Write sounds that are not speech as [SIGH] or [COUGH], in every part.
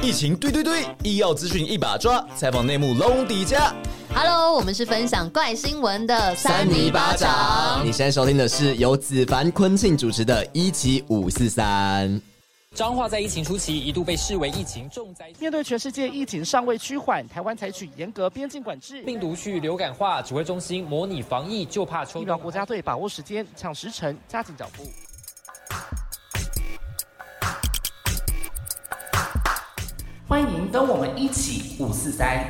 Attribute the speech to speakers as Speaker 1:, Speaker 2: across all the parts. Speaker 1: 疫情对对对，医药资讯一把抓，采访内幕龙迪家。
Speaker 2: Hello，我们是分享怪新闻的
Speaker 1: 泥巴掌
Speaker 3: 你现在收听的是由子凡、昆庆主持的《一期五四三》。
Speaker 4: 彰化在疫情初期一度被视为疫情重灾区，
Speaker 5: 面对全世界疫情尚未趋缓，台湾采取严格边境管制。
Speaker 4: 病毒去流感化，指挥中心模拟防疫，就怕秋
Speaker 5: 疫苗国家队把握时间，抢时辰，加紧脚步。欢迎跟我们一起五四三，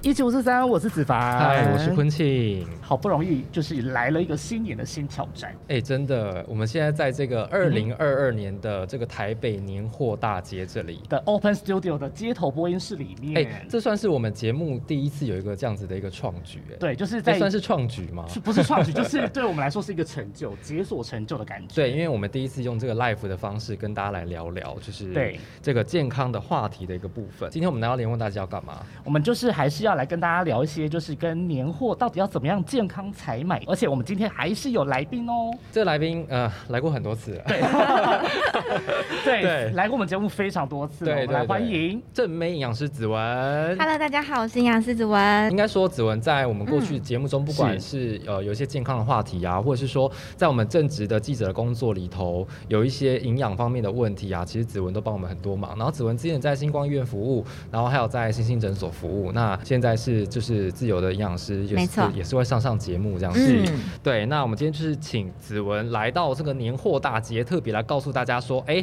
Speaker 5: 一起五四三，我是子凡，
Speaker 6: 嗨，我是。昆庆。
Speaker 5: 好不容易就是来了一个新年的新挑战，
Speaker 6: 哎、真的，我们现在在这
Speaker 5: 嗯
Speaker 6: 个二零二二年的这个台北年货大街这里。
Speaker 5: 的 Open Studio 的街头播音室里
Speaker 6: 哎、
Speaker 5: 面，
Speaker 6: 这算是我们节目第一次有一个这样子的一个创举、哎，
Speaker 5: 对，就是
Speaker 6: 这
Speaker 5: 在
Speaker 6: 算是创举吗？
Speaker 5: 是不是创举，就是对我们来说是一个成就，解锁成就的感觉。
Speaker 6: 对，因为我们第一次用这个 live 的方式跟大家来聊聊，就是
Speaker 5: 对
Speaker 6: 这个健康的话题的一个部分。今天我们来到联问大家要干嘛？
Speaker 5: 我们就是还是要来跟大家聊一些，就是跟年货到底要怎么样健康采买，而且我们今天还是有来宾哦。
Speaker 6: 这个来宾呃来过很多次了，对
Speaker 5: 对，
Speaker 6: 对
Speaker 5: 来过我们节目非常多次了，我
Speaker 6: 对
Speaker 5: 哦们来
Speaker 6: 对，
Speaker 5: 欢迎。
Speaker 6: 正妹营养师子文。
Speaker 7: Hello，大家好，我是营养师子文
Speaker 6: 应。该说，子文在我们过去节目中，不管是呃有一些健康的话题啊，或者是说在我们正职的记者的工作里头，有一些营养方面的问题啊，其实子文都帮我们很多忙。然后子文之前在星光医院服务，然后还有在星星诊所服务，那现在是就是自由的营养师，也
Speaker 7: 没
Speaker 6: 是
Speaker 7: 错嗯
Speaker 6: 也是会上上节目这样子。对，那我们今天就是请子文来到这个年货大街，特别来告诉大家说，哎、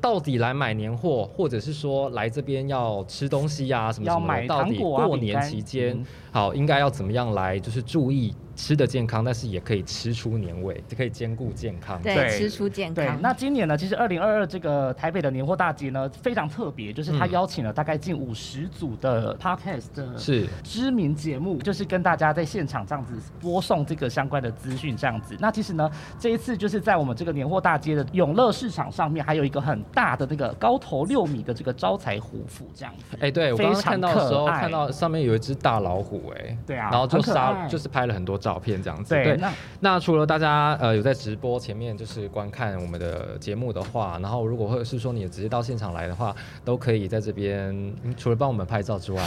Speaker 6: 到底来买年货，或者是说来这边要吃东西呀、什么
Speaker 5: 要
Speaker 6: 什么
Speaker 5: 买
Speaker 6: 的，到
Speaker 5: 糖
Speaker 6: 底
Speaker 5: 果啊
Speaker 6: 过
Speaker 5: 饼
Speaker 6: 年
Speaker 5: 干
Speaker 6: 期间、
Speaker 5: 嗯
Speaker 6: 好应该要怎么样来，就是注意吃的健康，但是也可以吃出年味，可以兼顾健康。
Speaker 7: 对，
Speaker 5: 对
Speaker 7: 吃出健
Speaker 5: 对
Speaker 7: 康。，
Speaker 5: 那今年呢，其实二零二二这个台北的年货大集呢非常特别，就是他邀请了大概近五十组的 podcast 的
Speaker 6: 嗯是
Speaker 5: 知名节目，就是跟大家在现场这样子播送这个相关的资讯，这样子。那其实呢，这一次就是在我们这个年货大街的永乐市场上面，还有一个很大的那个高头六米的这个招财虎符，这样子。
Speaker 6: 哎、对我
Speaker 5: 非
Speaker 6: 刚刚
Speaker 5: 常
Speaker 6: 看到的时候，
Speaker 5: 可爱
Speaker 6: 看到上面有一只大老虎、哎，
Speaker 5: 对啊
Speaker 6: 然后就
Speaker 5: 很可
Speaker 6: 杀，
Speaker 5: 爱
Speaker 6: 就是拍了很多照片这样子。
Speaker 5: 对那
Speaker 6: 那除了大家呃有在直播前面就是观看我们的节目的话，然后如果或者是说你也直接到现场来的话，都可以在这边、嗯除了帮我们拍照之外，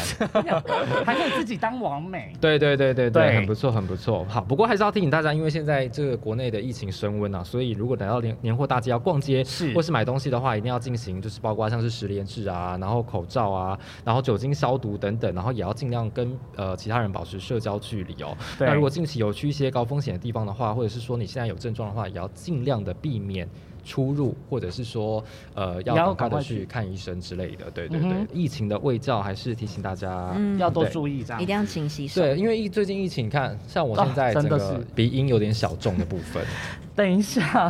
Speaker 5: 还可以自己当王美。
Speaker 6: 对对对对对，
Speaker 5: 对
Speaker 6: 很不错很不错。好，不过还是要提醒大家，因为现在这个国内的疫情升温啊，所以如果来到年年货大街要逛街
Speaker 5: 是
Speaker 6: 或是买东西的话，一定要进行就是包括像是十连制啊，然后口罩啊，然后酒精消毒等等，然后也要尽量跟呃其他人保持社交距离哦。
Speaker 5: 对
Speaker 6: 那如果近期有去一些高风险的地方的话，或者是说你现在有症状的话，也要尽量的避免。出入，或者是说，呃，要
Speaker 5: 也要
Speaker 6: 赶快
Speaker 5: 赶
Speaker 6: 的
Speaker 5: 快
Speaker 6: 去
Speaker 5: 去
Speaker 6: 看医生之类的，对对
Speaker 5: 嗯
Speaker 6: 对。
Speaker 5: 哼
Speaker 6: 疫情的卫教还是提醒大家，
Speaker 7: 嗯
Speaker 5: 要多
Speaker 6: 对
Speaker 5: 注意这样
Speaker 7: 一定要勤洗手。
Speaker 6: 对，因为疫最近疫情，你看像我现
Speaker 5: 啊
Speaker 6: 在
Speaker 5: 真
Speaker 6: 整
Speaker 5: 的
Speaker 6: 个
Speaker 5: 是
Speaker 6: 鼻音有点小重的部
Speaker 5: [LAUGHS]
Speaker 6: 分。
Speaker 5: 等一下，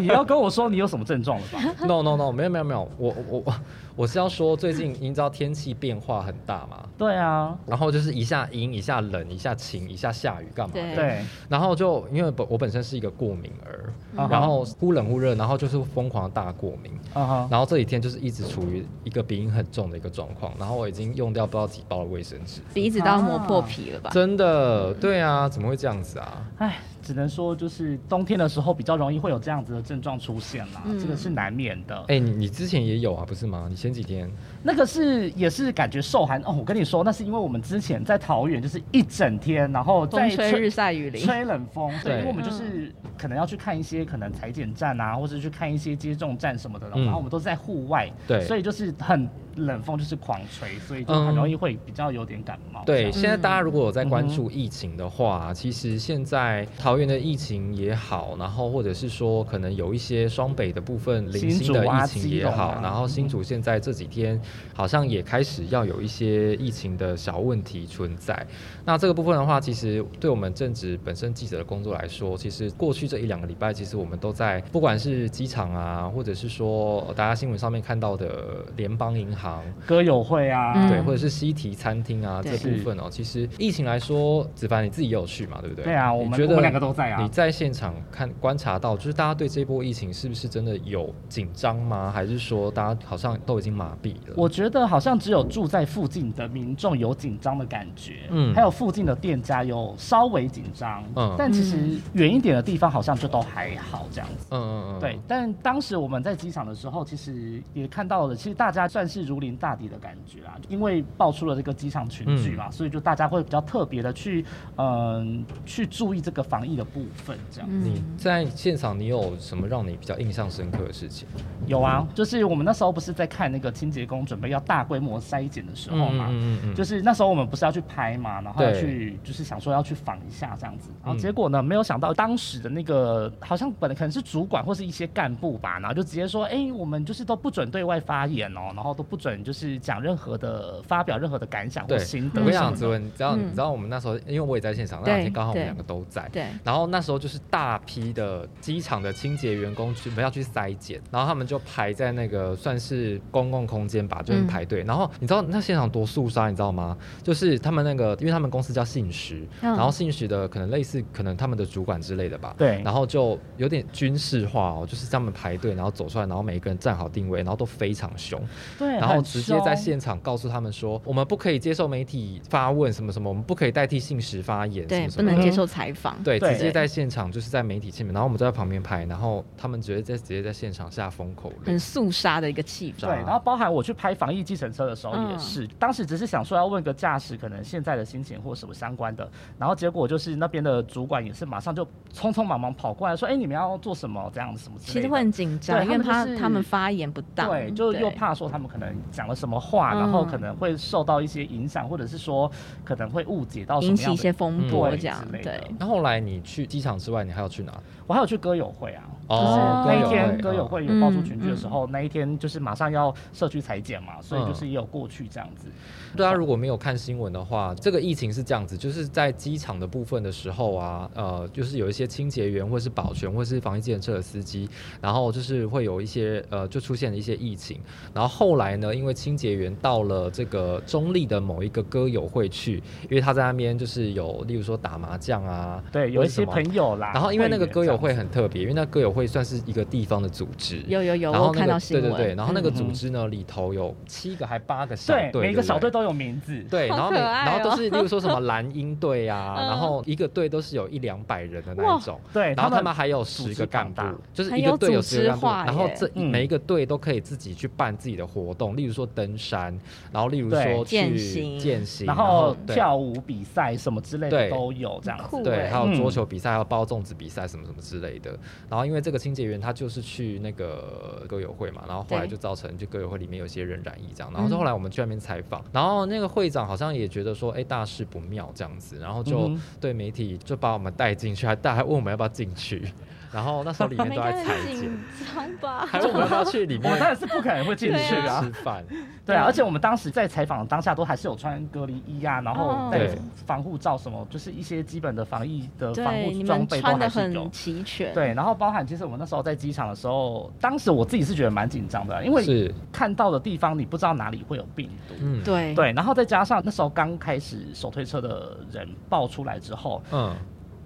Speaker 5: 你要跟我说你有什么症状了
Speaker 7: [LAUGHS]
Speaker 5: 吧？
Speaker 6: no no no，没有没有没有，我我我我是要说最近你知道天气变化很大嘛，
Speaker 5: 对啊，
Speaker 6: 然后就是一下阴一下冷一下晴一下下雨干嘛的
Speaker 7: 对，
Speaker 5: 对，
Speaker 6: 然后就因为本我本身是一个过敏儿，
Speaker 5: 嗯
Speaker 6: 然后忽冷忽热，然后就是疯狂大过敏。
Speaker 5: 嗯哼，
Speaker 6: 然后这几天就是一直处于一个鼻音很重的一个状况，然后我已经用掉不知道几包的卫生纸，
Speaker 7: 鼻子都要磨
Speaker 5: 啊
Speaker 7: 破皮了吧？
Speaker 6: 真的，对啊，怎么会这样子啊？
Speaker 5: 唉，只能说就是冬天的时候比较容易会有这样子的症状出现啦，
Speaker 7: 嗯
Speaker 5: 这个是难免的。
Speaker 6: 哎、你你之前也有啊，不是吗？你前几天
Speaker 5: 那个是也是感觉受寒哦。我跟你说，那是因为我们之前在桃园就是一整天，然后在
Speaker 7: 风吹日晒雨淋。
Speaker 5: 吹冷风，所以
Speaker 6: 对
Speaker 5: 因为我们就是可能要去看一些可能裁剪站啊，或者去看一些接种站什么的，
Speaker 6: 嗯
Speaker 5: 然后我们都是在户外，
Speaker 6: 对
Speaker 5: 所以就是很冷风就是狂吹，所以就很
Speaker 6: 嗯
Speaker 5: 容易会比较有点感冒。
Speaker 6: 对，
Speaker 5: 这样
Speaker 6: 现在大家如果有在关
Speaker 5: 嗯
Speaker 6: 注疫情的话，其实现在桃园的疫情也好，然后或者是说可能有一些双北的部分零星的疫情也好，
Speaker 5: 新竹啊基隆啊
Speaker 6: 然后新竹现在这几天好像也开始要有一些疫情的小问题存在。那这个部分的话，其实对我们正职本身记者的工作来说，其实过去这一两个礼拜，其实我们都在不管是机场啊，或者是说呃大家新闻上面看到的联邦银堂，
Speaker 5: 歌友会啊，
Speaker 7: 嗯
Speaker 6: 对，或者是西提餐厅啊
Speaker 7: 对
Speaker 6: 这部分哦。其实疫情来说，子凡你自己也有去嘛，对不对？
Speaker 5: 对啊
Speaker 6: 你
Speaker 5: 我们
Speaker 6: 觉得
Speaker 5: 我们两个都在啊
Speaker 6: 你在现场看观察到，就是大家对这波疫情是不是真的有紧张吗？还是说大家好像都已经麻痹了？
Speaker 5: 我觉得好像只有住在附近的民众有紧张的感觉，
Speaker 6: 嗯
Speaker 5: 还有附近的店家有稍微紧张，
Speaker 6: 嗯
Speaker 5: 但其实远一点的地方好像就都还好这样子。
Speaker 6: 嗯嗯嗯，
Speaker 5: 对，但当时我们在机场的时候，其实也看到了，其实大家算是如临大敌的感觉啊，因为爆出了这个机场群聚
Speaker 6: 嗯
Speaker 5: 嘛，所以就大家会比较特别的去，嗯、去注意这个防疫的部分，这样。
Speaker 7: 嗯
Speaker 6: 你在现场，你有什么让你比较印象深刻的事情？
Speaker 5: 有啊，就是我们那时候不是在看那个清洁工准备要大规模筛检的时候嘛，
Speaker 6: 嗯嗯
Speaker 5: 就是那时候我们不是要去拍嘛，然后
Speaker 6: 对嗯
Speaker 5: 要去就是想说要去访一下这样子，然后结果呢，没有想到当时的那个好像本来可能是主管或是一些干部吧，然后就直接说，哎、我们就是都不准对外发言哦，然后都不准就是讲任何的发表任何的感想或
Speaker 6: 对，
Speaker 5: 心
Speaker 6: 我
Speaker 5: 得
Speaker 6: 跟你
Speaker 5: 什
Speaker 6: 讲，
Speaker 5: 么
Speaker 6: 子
Speaker 5: 的。
Speaker 6: 文，你知道，
Speaker 7: 嗯
Speaker 6: 你知道我们那时候，因为我也在现场，那两天刚好我们两个都在。
Speaker 7: 对，
Speaker 6: 然后那时候就是大批的机场的清洁员工准备要去筛检，然后他们就排在那个算是公共空间吧，就是
Speaker 7: 嗯
Speaker 6: 排队。然后你知道那现场多肃杀，你知道吗？就是他们那个，因为他们公司叫信实，
Speaker 7: 嗯
Speaker 6: 然后信实的可能类似可能他们的主管之类的吧，
Speaker 5: 对
Speaker 6: 然后就有点军事化哦，就是他们排队，然后走出来，然后每一个人站好定位，然后都非常凶，
Speaker 5: 对，
Speaker 6: 然后
Speaker 5: 很
Speaker 6: 直接在
Speaker 5: 凶
Speaker 6: 现场告诉他们说，我们不可以接受媒体发问什么什么，我们不可以代替信实发言，什
Speaker 7: 对，
Speaker 6: 么
Speaker 7: 不
Speaker 6: 什么的。
Speaker 7: 能接受采访。
Speaker 6: 对，
Speaker 5: 嗯对
Speaker 6: 直接在现场就是在媒体前面，然后我们都在旁边拍，然后他们直接在直接在现场下风口
Speaker 7: 很
Speaker 5: 嗯
Speaker 6: 令。
Speaker 7: 肃杀的一个气氛。
Speaker 5: 对，然后包含我去拍防疫计程车的时候也是，当时只是想说要问个驾驶可能现在的心情或什么相关的，然后结果就是那边的主管也是马上就匆匆忙忙跑过来说，哎，你们要做什么这样子什么之类
Speaker 7: 其
Speaker 5: 的。
Speaker 7: 实会很紧
Speaker 5: 对
Speaker 7: 张，因为
Speaker 5: 他
Speaker 7: 怕
Speaker 5: 们就是
Speaker 7: 他们发言不当，
Speaker 5: 对，就又怕说他们可能讲了什么话，
Speaker 7: 嗯
Speaker 5: 然后可能会受到一些影响，或者是说可能会误解到什
Speaker 7: 引
Speaker 5: 么
Speaker 7: 起
Speaker 5: 样
Speaker 7: 一些
Speaker 5: 的。嗯
Speaker 7: 风波
Speaker 5: 对
Speaker 7: 这样
Speaker 5: 之。类的
Speaker 7: 对，
Speaker 6: 那后来你去机场之外，你还要去哪？
Speaker 5: 我还有去歌友会啊，
Speaker 7: 哦
Speaker 5: 那
Speaker 7: 歌
Speaker 5: 一
Speaker 7: 友
Speaker 5: 天歌
Speaker 6: 歌
Speaker 5: 友
Speaker 6: 友
Speaker 5: 会
Speaker 6: 会
Speaker 5: 有爆出群聚的时候，那一天就是马上要社区裁剪嘛，所以就是也有过去这样子。
Speaker 6: 大家啊如果没有看新闻的话，这个疫情是这样子，就是在机场的部分的时候啊，呃，就是有一些清洁员或是保全或是防疫检测的司机，然后就是会有一些呃，就出现了一些疫情。然后后来呢，因为清洁员到了这个中立的某一个歌友会去，因为他在那边就是有，例如说打麻将啊，
Speaker 5: 对，有
Speaker 6: 或
Speaker 5: 一
Speaker 6: 是什
Speaker 5: 些
Speaker 6: 么
Speaker 5: 朋友啦。
Speaker 6: 然后因为那个歌友
Speaker 5: 会
Speaker 6: 会
Speaker 5: 员
Speaker 6: 很特别，因为那歌友会算是一个地方的组织。
Speaker 7: 有有有，
Speaker 6: 然
Speaker 7: 我
Speaker 6: 后
Speaker 7: 有
Speaker 6: 那
Speaker 7: 看
Speaker 6: 个
Speaker 7: 到新
Speaker 6: 对
Speaker 7: 闻。
Speaker 6: 对对，然后那个
Speaker 5: 嗯
Speaker 6: 组织呢，里头有七个还八个
Speaker 5: 这
Speaker 6: 小队，
Speaker 5: 样子，对，每一个
Speaker 6: 不
Speaker 5: 小队都有名字。
Speaker 6: 对，然
Speaker 7: 好
Speaker 6: 后
Speaker 7: 可
Speaker 6: 每、
Speaker 7: 爱
Speaker 6: 然后
Speaker 7: 哦
Speaker 6: 都是，例如说什
Speaker 7: [LAUGHS]
Speaker 6: 么蓝鹰队啊，
Speaker 7: 嗯
Speaker 6: 然后一个队都是有一两百人的那
Speaker 7: 哇
Speaker 6: 一种，
Speaker 5: 对，
Speaker 6: 然后他们
Speaker 5: 们
Speaker 6: 还有
Speaker 5: 组
Speaker 6: 十
Speaker 5: 织
Speaker 6: 个干部
Speaker 5: 庞大，
Speaker 6: 就是
Speaker 7: 很
Speaker 6: 一个
Speaker 7: 有
Speaker 6: 队有
Speaker 7: 组
Speaker 6: 十个
Speaker 7: 织
Speaker 6: 干部，
Speaker 7: 化
Speaker 6: 然后
Speaker 7: 耶
Speaker 6: 这
Speaker 5: 嗯
Speaker 6: 每一个队都可以自己去办自己的活动，例如说登山，然后例如
Speaker 5: 对
Speaker 6: 说去
Speaker 7: 健行
Speaker 6: 健行，
Speaker 5: 然
Speaker 6: 然
Speaker 5: 后
Speaker 6: 对
Speaker 5: 跳舞比赛什么之类的
Speaker 6: 对
Speaker 5: 都有这样
Speaker 7: 酷
Speaker 5: 子。
Speaker 6: 对，
Speaker 7: 欸
Speaker 6: 还有桌
Speaker 5: 嗯
Speaker 6: 球比赛，还有包粽子比赛，什么什么之类的。然后因为这个清洁员他就是去那个歌友会嘛，然后后来
Speaker 7: 对嗯
Speaker 6: 就造成就歌友会里面有些人染疫这样。然后就后来我们去那边采访，然后那个会长好像也觉得说，哎，大事不妙这样子，然后就
Speaker 5: 嗯哼
Speaker 6: 对媒体就把我们带进去，还带还问我们要不要进去。然后那时候里面
Speaker 7: 每
Speaker 6: 都
Speaker 7: 个
Speaker 6: 在
Speaker 7: 人
Speaker 6: 裁剪
Speaker 7: 紧，张
Speaker 5: [LAUGHS]
Speaker 7: 吧？
Speaker 6: 还问我们要不要去里
Speaker 5: 我当
Speaker 6: 面
Speaker 5: 然是不可能会进
Speaker 7: [LAUGHS] 对
Speaker 5: 去啊
Speaker 6: 吃，饭。
Speaker 5: 对啊，而且我们当时在采访当下都还是有穿隔离衣啊，然后
Speaker 7: 哦
Speaker 5: 戴
Speaker 6: 对
Speaker 5: 防护罩什么，就是一些基本的防疫的防
Speaker 7: 对，你
Speaker 5: 护
Speaker 7: 们
Speaker 5: 装备都
Speaker 7: 穿的
Speaker 5: 还是有
Speaker 7: 很。齐全。
Speaker 5: 对，然后包含其实我们那时候在机场的时候，当时我自己是觉得蛮紧张的，因为
Speaker 6: 是，
Speaker 5: 看到的地方你不知道哪里会有病毒。
Speaker 6: 嗯，，
Speaker 7: 对
Speaker 5: 对，然后再加上那时候刚开始手推车的人爆出来之后，
Speaker 6: 嗯，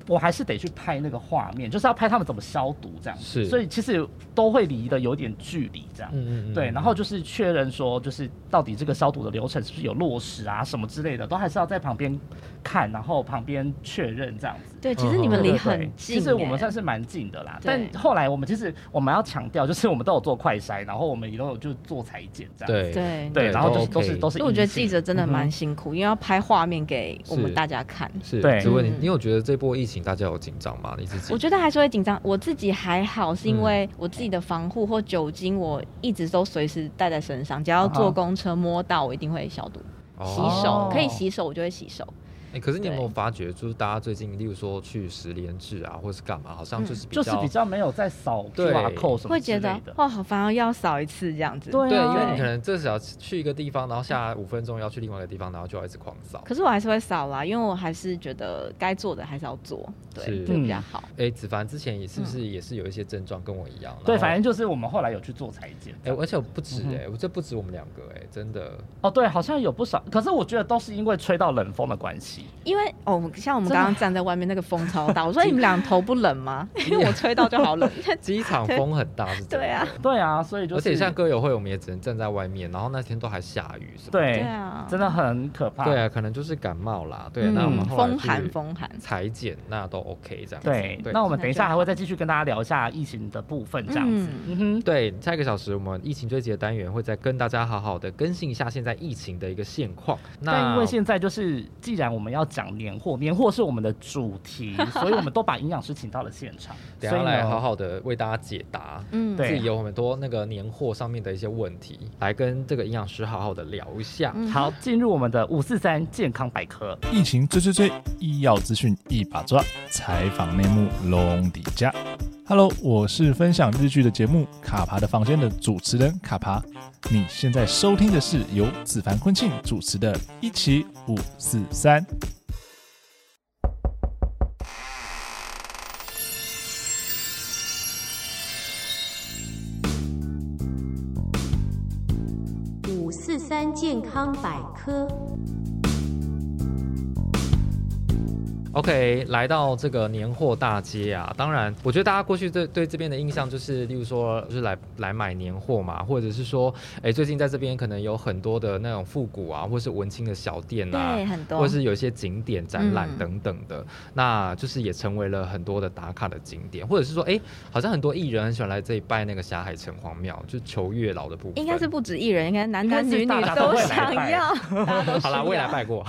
Speaker 5: 我还是得去拍那个画面，就是要拍他们怎么消毒这样子。
Speaker 6: 是
Speaker 5: 所以其实都会离得有点距离这样。
Speaker 6: 嗯嗯嗯，
Speaker 5: 对，然后就是确认说，就是到底这个消毒的流程是不是有落实啊，什么之类的，都还是要在旁边看，然后旁边确认这样子。
Speaker 7: 对，其实你们
Speaker 6: 嗯
Speaker 7: 离
Speaker 5: 对对
Speaker 7: 很
Speaker 5: 对
Speaker 7: 近
Speaker 5: 其
Speaker 7: 欸。
Speaker 5: 实我们算是蛮近的啦。但
Speaker 7: 对
Speaker 5: 后来我们其实我们要强调，就是我们都有做快筛，然后我们也都有就做裁剪这样。
Speaker 6: 对
Speaker 7: 对
Speaker 5: 对，然后就是都
Speaker 6: OK
Speaker 5: 是都是阴
Speaker 7: 所以
Speaker 5: 性。
Speaker 7: 我觉得记者真的蛮
Speaker 5: 嗯
Speaker 7: 辛苦，因为要拍画面给我们
Speaker 6: 是
Speaker 7: 大家看。
Speaker 6: 是，
Speaker 5: 对
Speaker 6: 只问你
Speaker 7: 嗯，
Speaker 6: 你有觉得这波疫情大家有紧张吗？你自己？
Speaker 7: 我觉得还是会紧张，我自己还好，是
Speaker 5: 嗯
Speaker 7: 因为我自己的防护或酒精，我一直都随时带在身上，只要
Speaker 5: 啊哈
Speaker 7: 坐公车摸到，我一定会消毒、洗
Speaker 6: 哦
Speaker 7: 手，可以洗手我就会洗手。
Speaker 6: 哎，可是你有没
Speaker 7: 对
Speaker 6: 有发觉，就是大家最近，例如说去十连制啊，或是干嘛，好像就是比
Speaker 5: 嗯就
Speaker 6: 较、
Speaker 5: 是比较没有在扫
Speaker 6: 对
Speaker 5: QR code 什么
Speaker 7: 会
Speaker 5: 之类
Speaker 7: 觉得
Speaker 5: 的。
Speaker 7: 哇，好烦哦，要扫一次这样子。
Speaker 5: 对
Speaker 6: 对，
Speaker 5: 啊
Speaker 6: 因为你可能至少去一个地方，然后下五分钟要去另外一个地方，然后就要一直狂扫。
Speaker 5: 嗯
Speaker 7: 可是我还是会扫啦，因为我还是觉得该做的还是要做，对，
Speaker 6: 是
Speaker 7: 就
Speaker 5: 嗯
Speaker 7: 比较好。
Speaker 6: 哎，子凡之前也是不是也是有一些症状跟我一样？然
Speaker 5: 对，
Speaker 6: 后
Speaker 5: 反正就是我们后来有去做裁剪。
Speaker 6: 哎、而且我不止
Speaker 5: 嗯哼
Speaker 6: 哎、我这不止我们两个哎、真的。
Speaker 5: 哦，对，好像有不少，可是我觉得都是因为吹到冷风的关系。
Speaker 7: 因为哦，像我们
Speaker 5: 真的
Speaker 7: 刚刚站在外面那个风超大，我
Speaker 5: [LAUGHS]
Speaker 7: 说你们俩头不冷吗？ [LAUGHS] 因为我吹到就好冷。 [LAUGHS]
Speaker 6: 机场风很大，是真的。
Speaker 7: 对
Speaker 5: [LAUGHS]
Speaker 7: 啊，
Speaker 5: 对啊，所以就是
Speaker 6: 而且像歌友会，我们也只能站在外面，然后那天都还下雨什么的。
Speaker 5: 对
Speaker 7: 对啊
Speaker 5: 真的很可怕。
Speaker 6: 对啊，可能就是感冒啦。对，
Speaker 7: 嗯
Speaker 6: 那我们后来
Speaker 7: 风寒
Speaker 6: 去
Speaker 7: 风寒
Speaker 6: 裁剪，那都 OK 这样子。
Speaker 5: 对
Speaker 6: 对，
Speaker 5: 那我们等一
Speaker 7: 那
Speaker 5: 下
Speaker 7: 就
Speaker 5: 还会再继续跟大家聊一下疫情的部分，这样子。嗯 [LAUGHS] 哼，
Speaker 6: 对，下一个小时我们疫情追击的单元会再跟大家好好的更新一下现在疫情的一个现况。
Speaker 5: 但
Speaker 6: 那
Speaker 5: 因为现在就是，既然我们要讲年货，年货是我们的主题，所以我们都把营养师请到了现场，
Speaker 6: [LAUGHS] 等
Speaker 5: 所
Speaker 6: 一
Speaker 5: 以
Speaker 6: 下来
Speaker 5: 呢，
Speaker 6: 好好的为大家解答。
Speaker 7: 嗯，
Speaker 5: 对
Speaker 6: 自己有很多那个年货上面的一些问题，来跟这个营养师好好的聊一下。
Speaker 5: 好进入我们的五四三健康百科。
Speaker 1: 疫情追追追，医药资讯一把抓，采访内幕拢底价。Hello，我是分享日剧的节目《卡爬的房间》的主持人卡爬。你现在收听的是由子凡昆庆主持的《一起五四三》。
Speaker 8: 五四三健康百科。
Speaker 6: OK，来到这个年货大街啊，当然，我觉得大家过去对对这边的印象就是，例如说，就是来来买年货嘛，或者是说，哎，最近在这边可能有很多的那种复古啊，或是文青的小店啊，
Speaker 7: 对，很多
Speaker 6: 或是有一些景点展览
Speaker 7: 嗯
Speaker 6: 等等的，那就是也成为了很多的打卡的景点，或者是说，哎，好像很多艺人很喜欢来这里拜那个霞海城隍庙，就求月老的部分。
Speaker 7: 应该是不止一人，应该男
Speaker 5: 应该
Speaker 7: 男
Speaker 5: 是
Speaker 7: 女女
Speaker 5: 大家都
Speaker 7: 都
Speaker 5: 会来
Speaker 7: 想
Speaker 5: 拜
Speaker 7: 要。
Speaker 6: [LAUGHS]
Speaker 7: 啊
Speaker 6: 好啦，我也来拜过，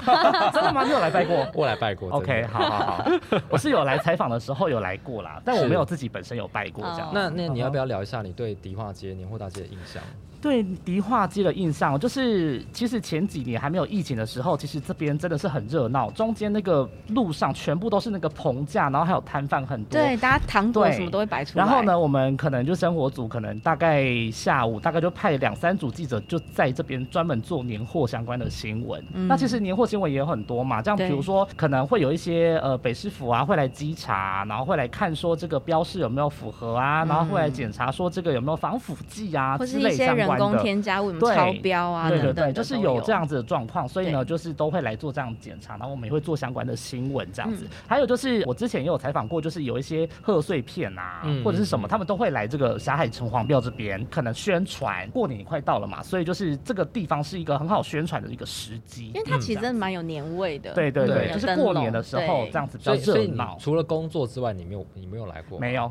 Speaker 5: 真的吗？你有来拜过
Speaker 6: 我来拜过。真的 [LAUGHS]
Speaker 5: ？OK，好好好，我是有来采访的时候有来过啦，但我没有自己本身有拜过这样
Speaker 7: 哦。
Speaker 6: 那那你要不要聊一下你对迪化街年货大街的印象？
Speaker 5: 对迪化街的印象，哦就是其实前几年还没有疫情的时候，其实这边真的是很热闹，中间那个路上全部都是那个棚架，然后还有摊贩很多。
Speaker 7: 对，大家糖果
Speaker 5: 对
Speaker 7: 什么都会摆出来。
Speaker 5: 然后？呢，我们可能就生活组，可能大概下午大概就派两三组记者，就在这边专门做年货相关的新闻。
Speaker 7: 嗯
Speaker 5: 那其实年货新闻也有很多嘛，这样比
Speaker 7: 对
Speaker 5: 如说可能会有一些呃北市府啊会来稽查，然后会来看说这个标示有没有符合啊，然后会来检查说这个有没有防腐剂啊
Speaker 7: 嗯或
Speaker 5: 之
Speaker 7: 是一
Speaker 5: 类
Speaker 7: 些
Speaker 5: 相
Speaker 7: 人
Speaker 5: 关
Speaker 7: 工
Speaker 5: 的。
Speaker 7: 添加物，什么
Speaker 5: 对
Speaker 7: 超标啊
Speaker 5: 对对
Speaker 7: 等等
Speaker 5: 对，
Speaker 7: 的，
Speaker 5: 就是
Speaker 7: 都
Speaker 5: 有这样子的状况，所以呢，
Speaker 7: 对
Speaker 5: 就是都会来做这样检查，然后我们也会做相关的新闻这样
Speaker 7: 嗯
Speaker 5: 子。还有就是我之前也有采访过，就是有一些贺岁片啊，
Speaker 6: 嗯
Speaker 5: 或者是什么，
Speaker 6: 嗯
Speaker 5: 他们都会来这个霞海城隍庙这边，可能宣传过年也快到了嘛，所以就是这个地方是一个很好宣传的一个时机
Speaker 7: 因。为它其实真的蛮有年味的。嗯
Speaker 5: 对对
Speaker 6: 对
Speaker 5: 对，就是过年的时候
Speaker 7: 对
Speaker 5: 这样子比较
Speaker 6: 所以所
Speaker 5: 热
Speaker 6: 以你
Speaker 5: 闹。
Speaker 6: 除了工作之外，你没有你没有来过？
Speaker 5: 没，有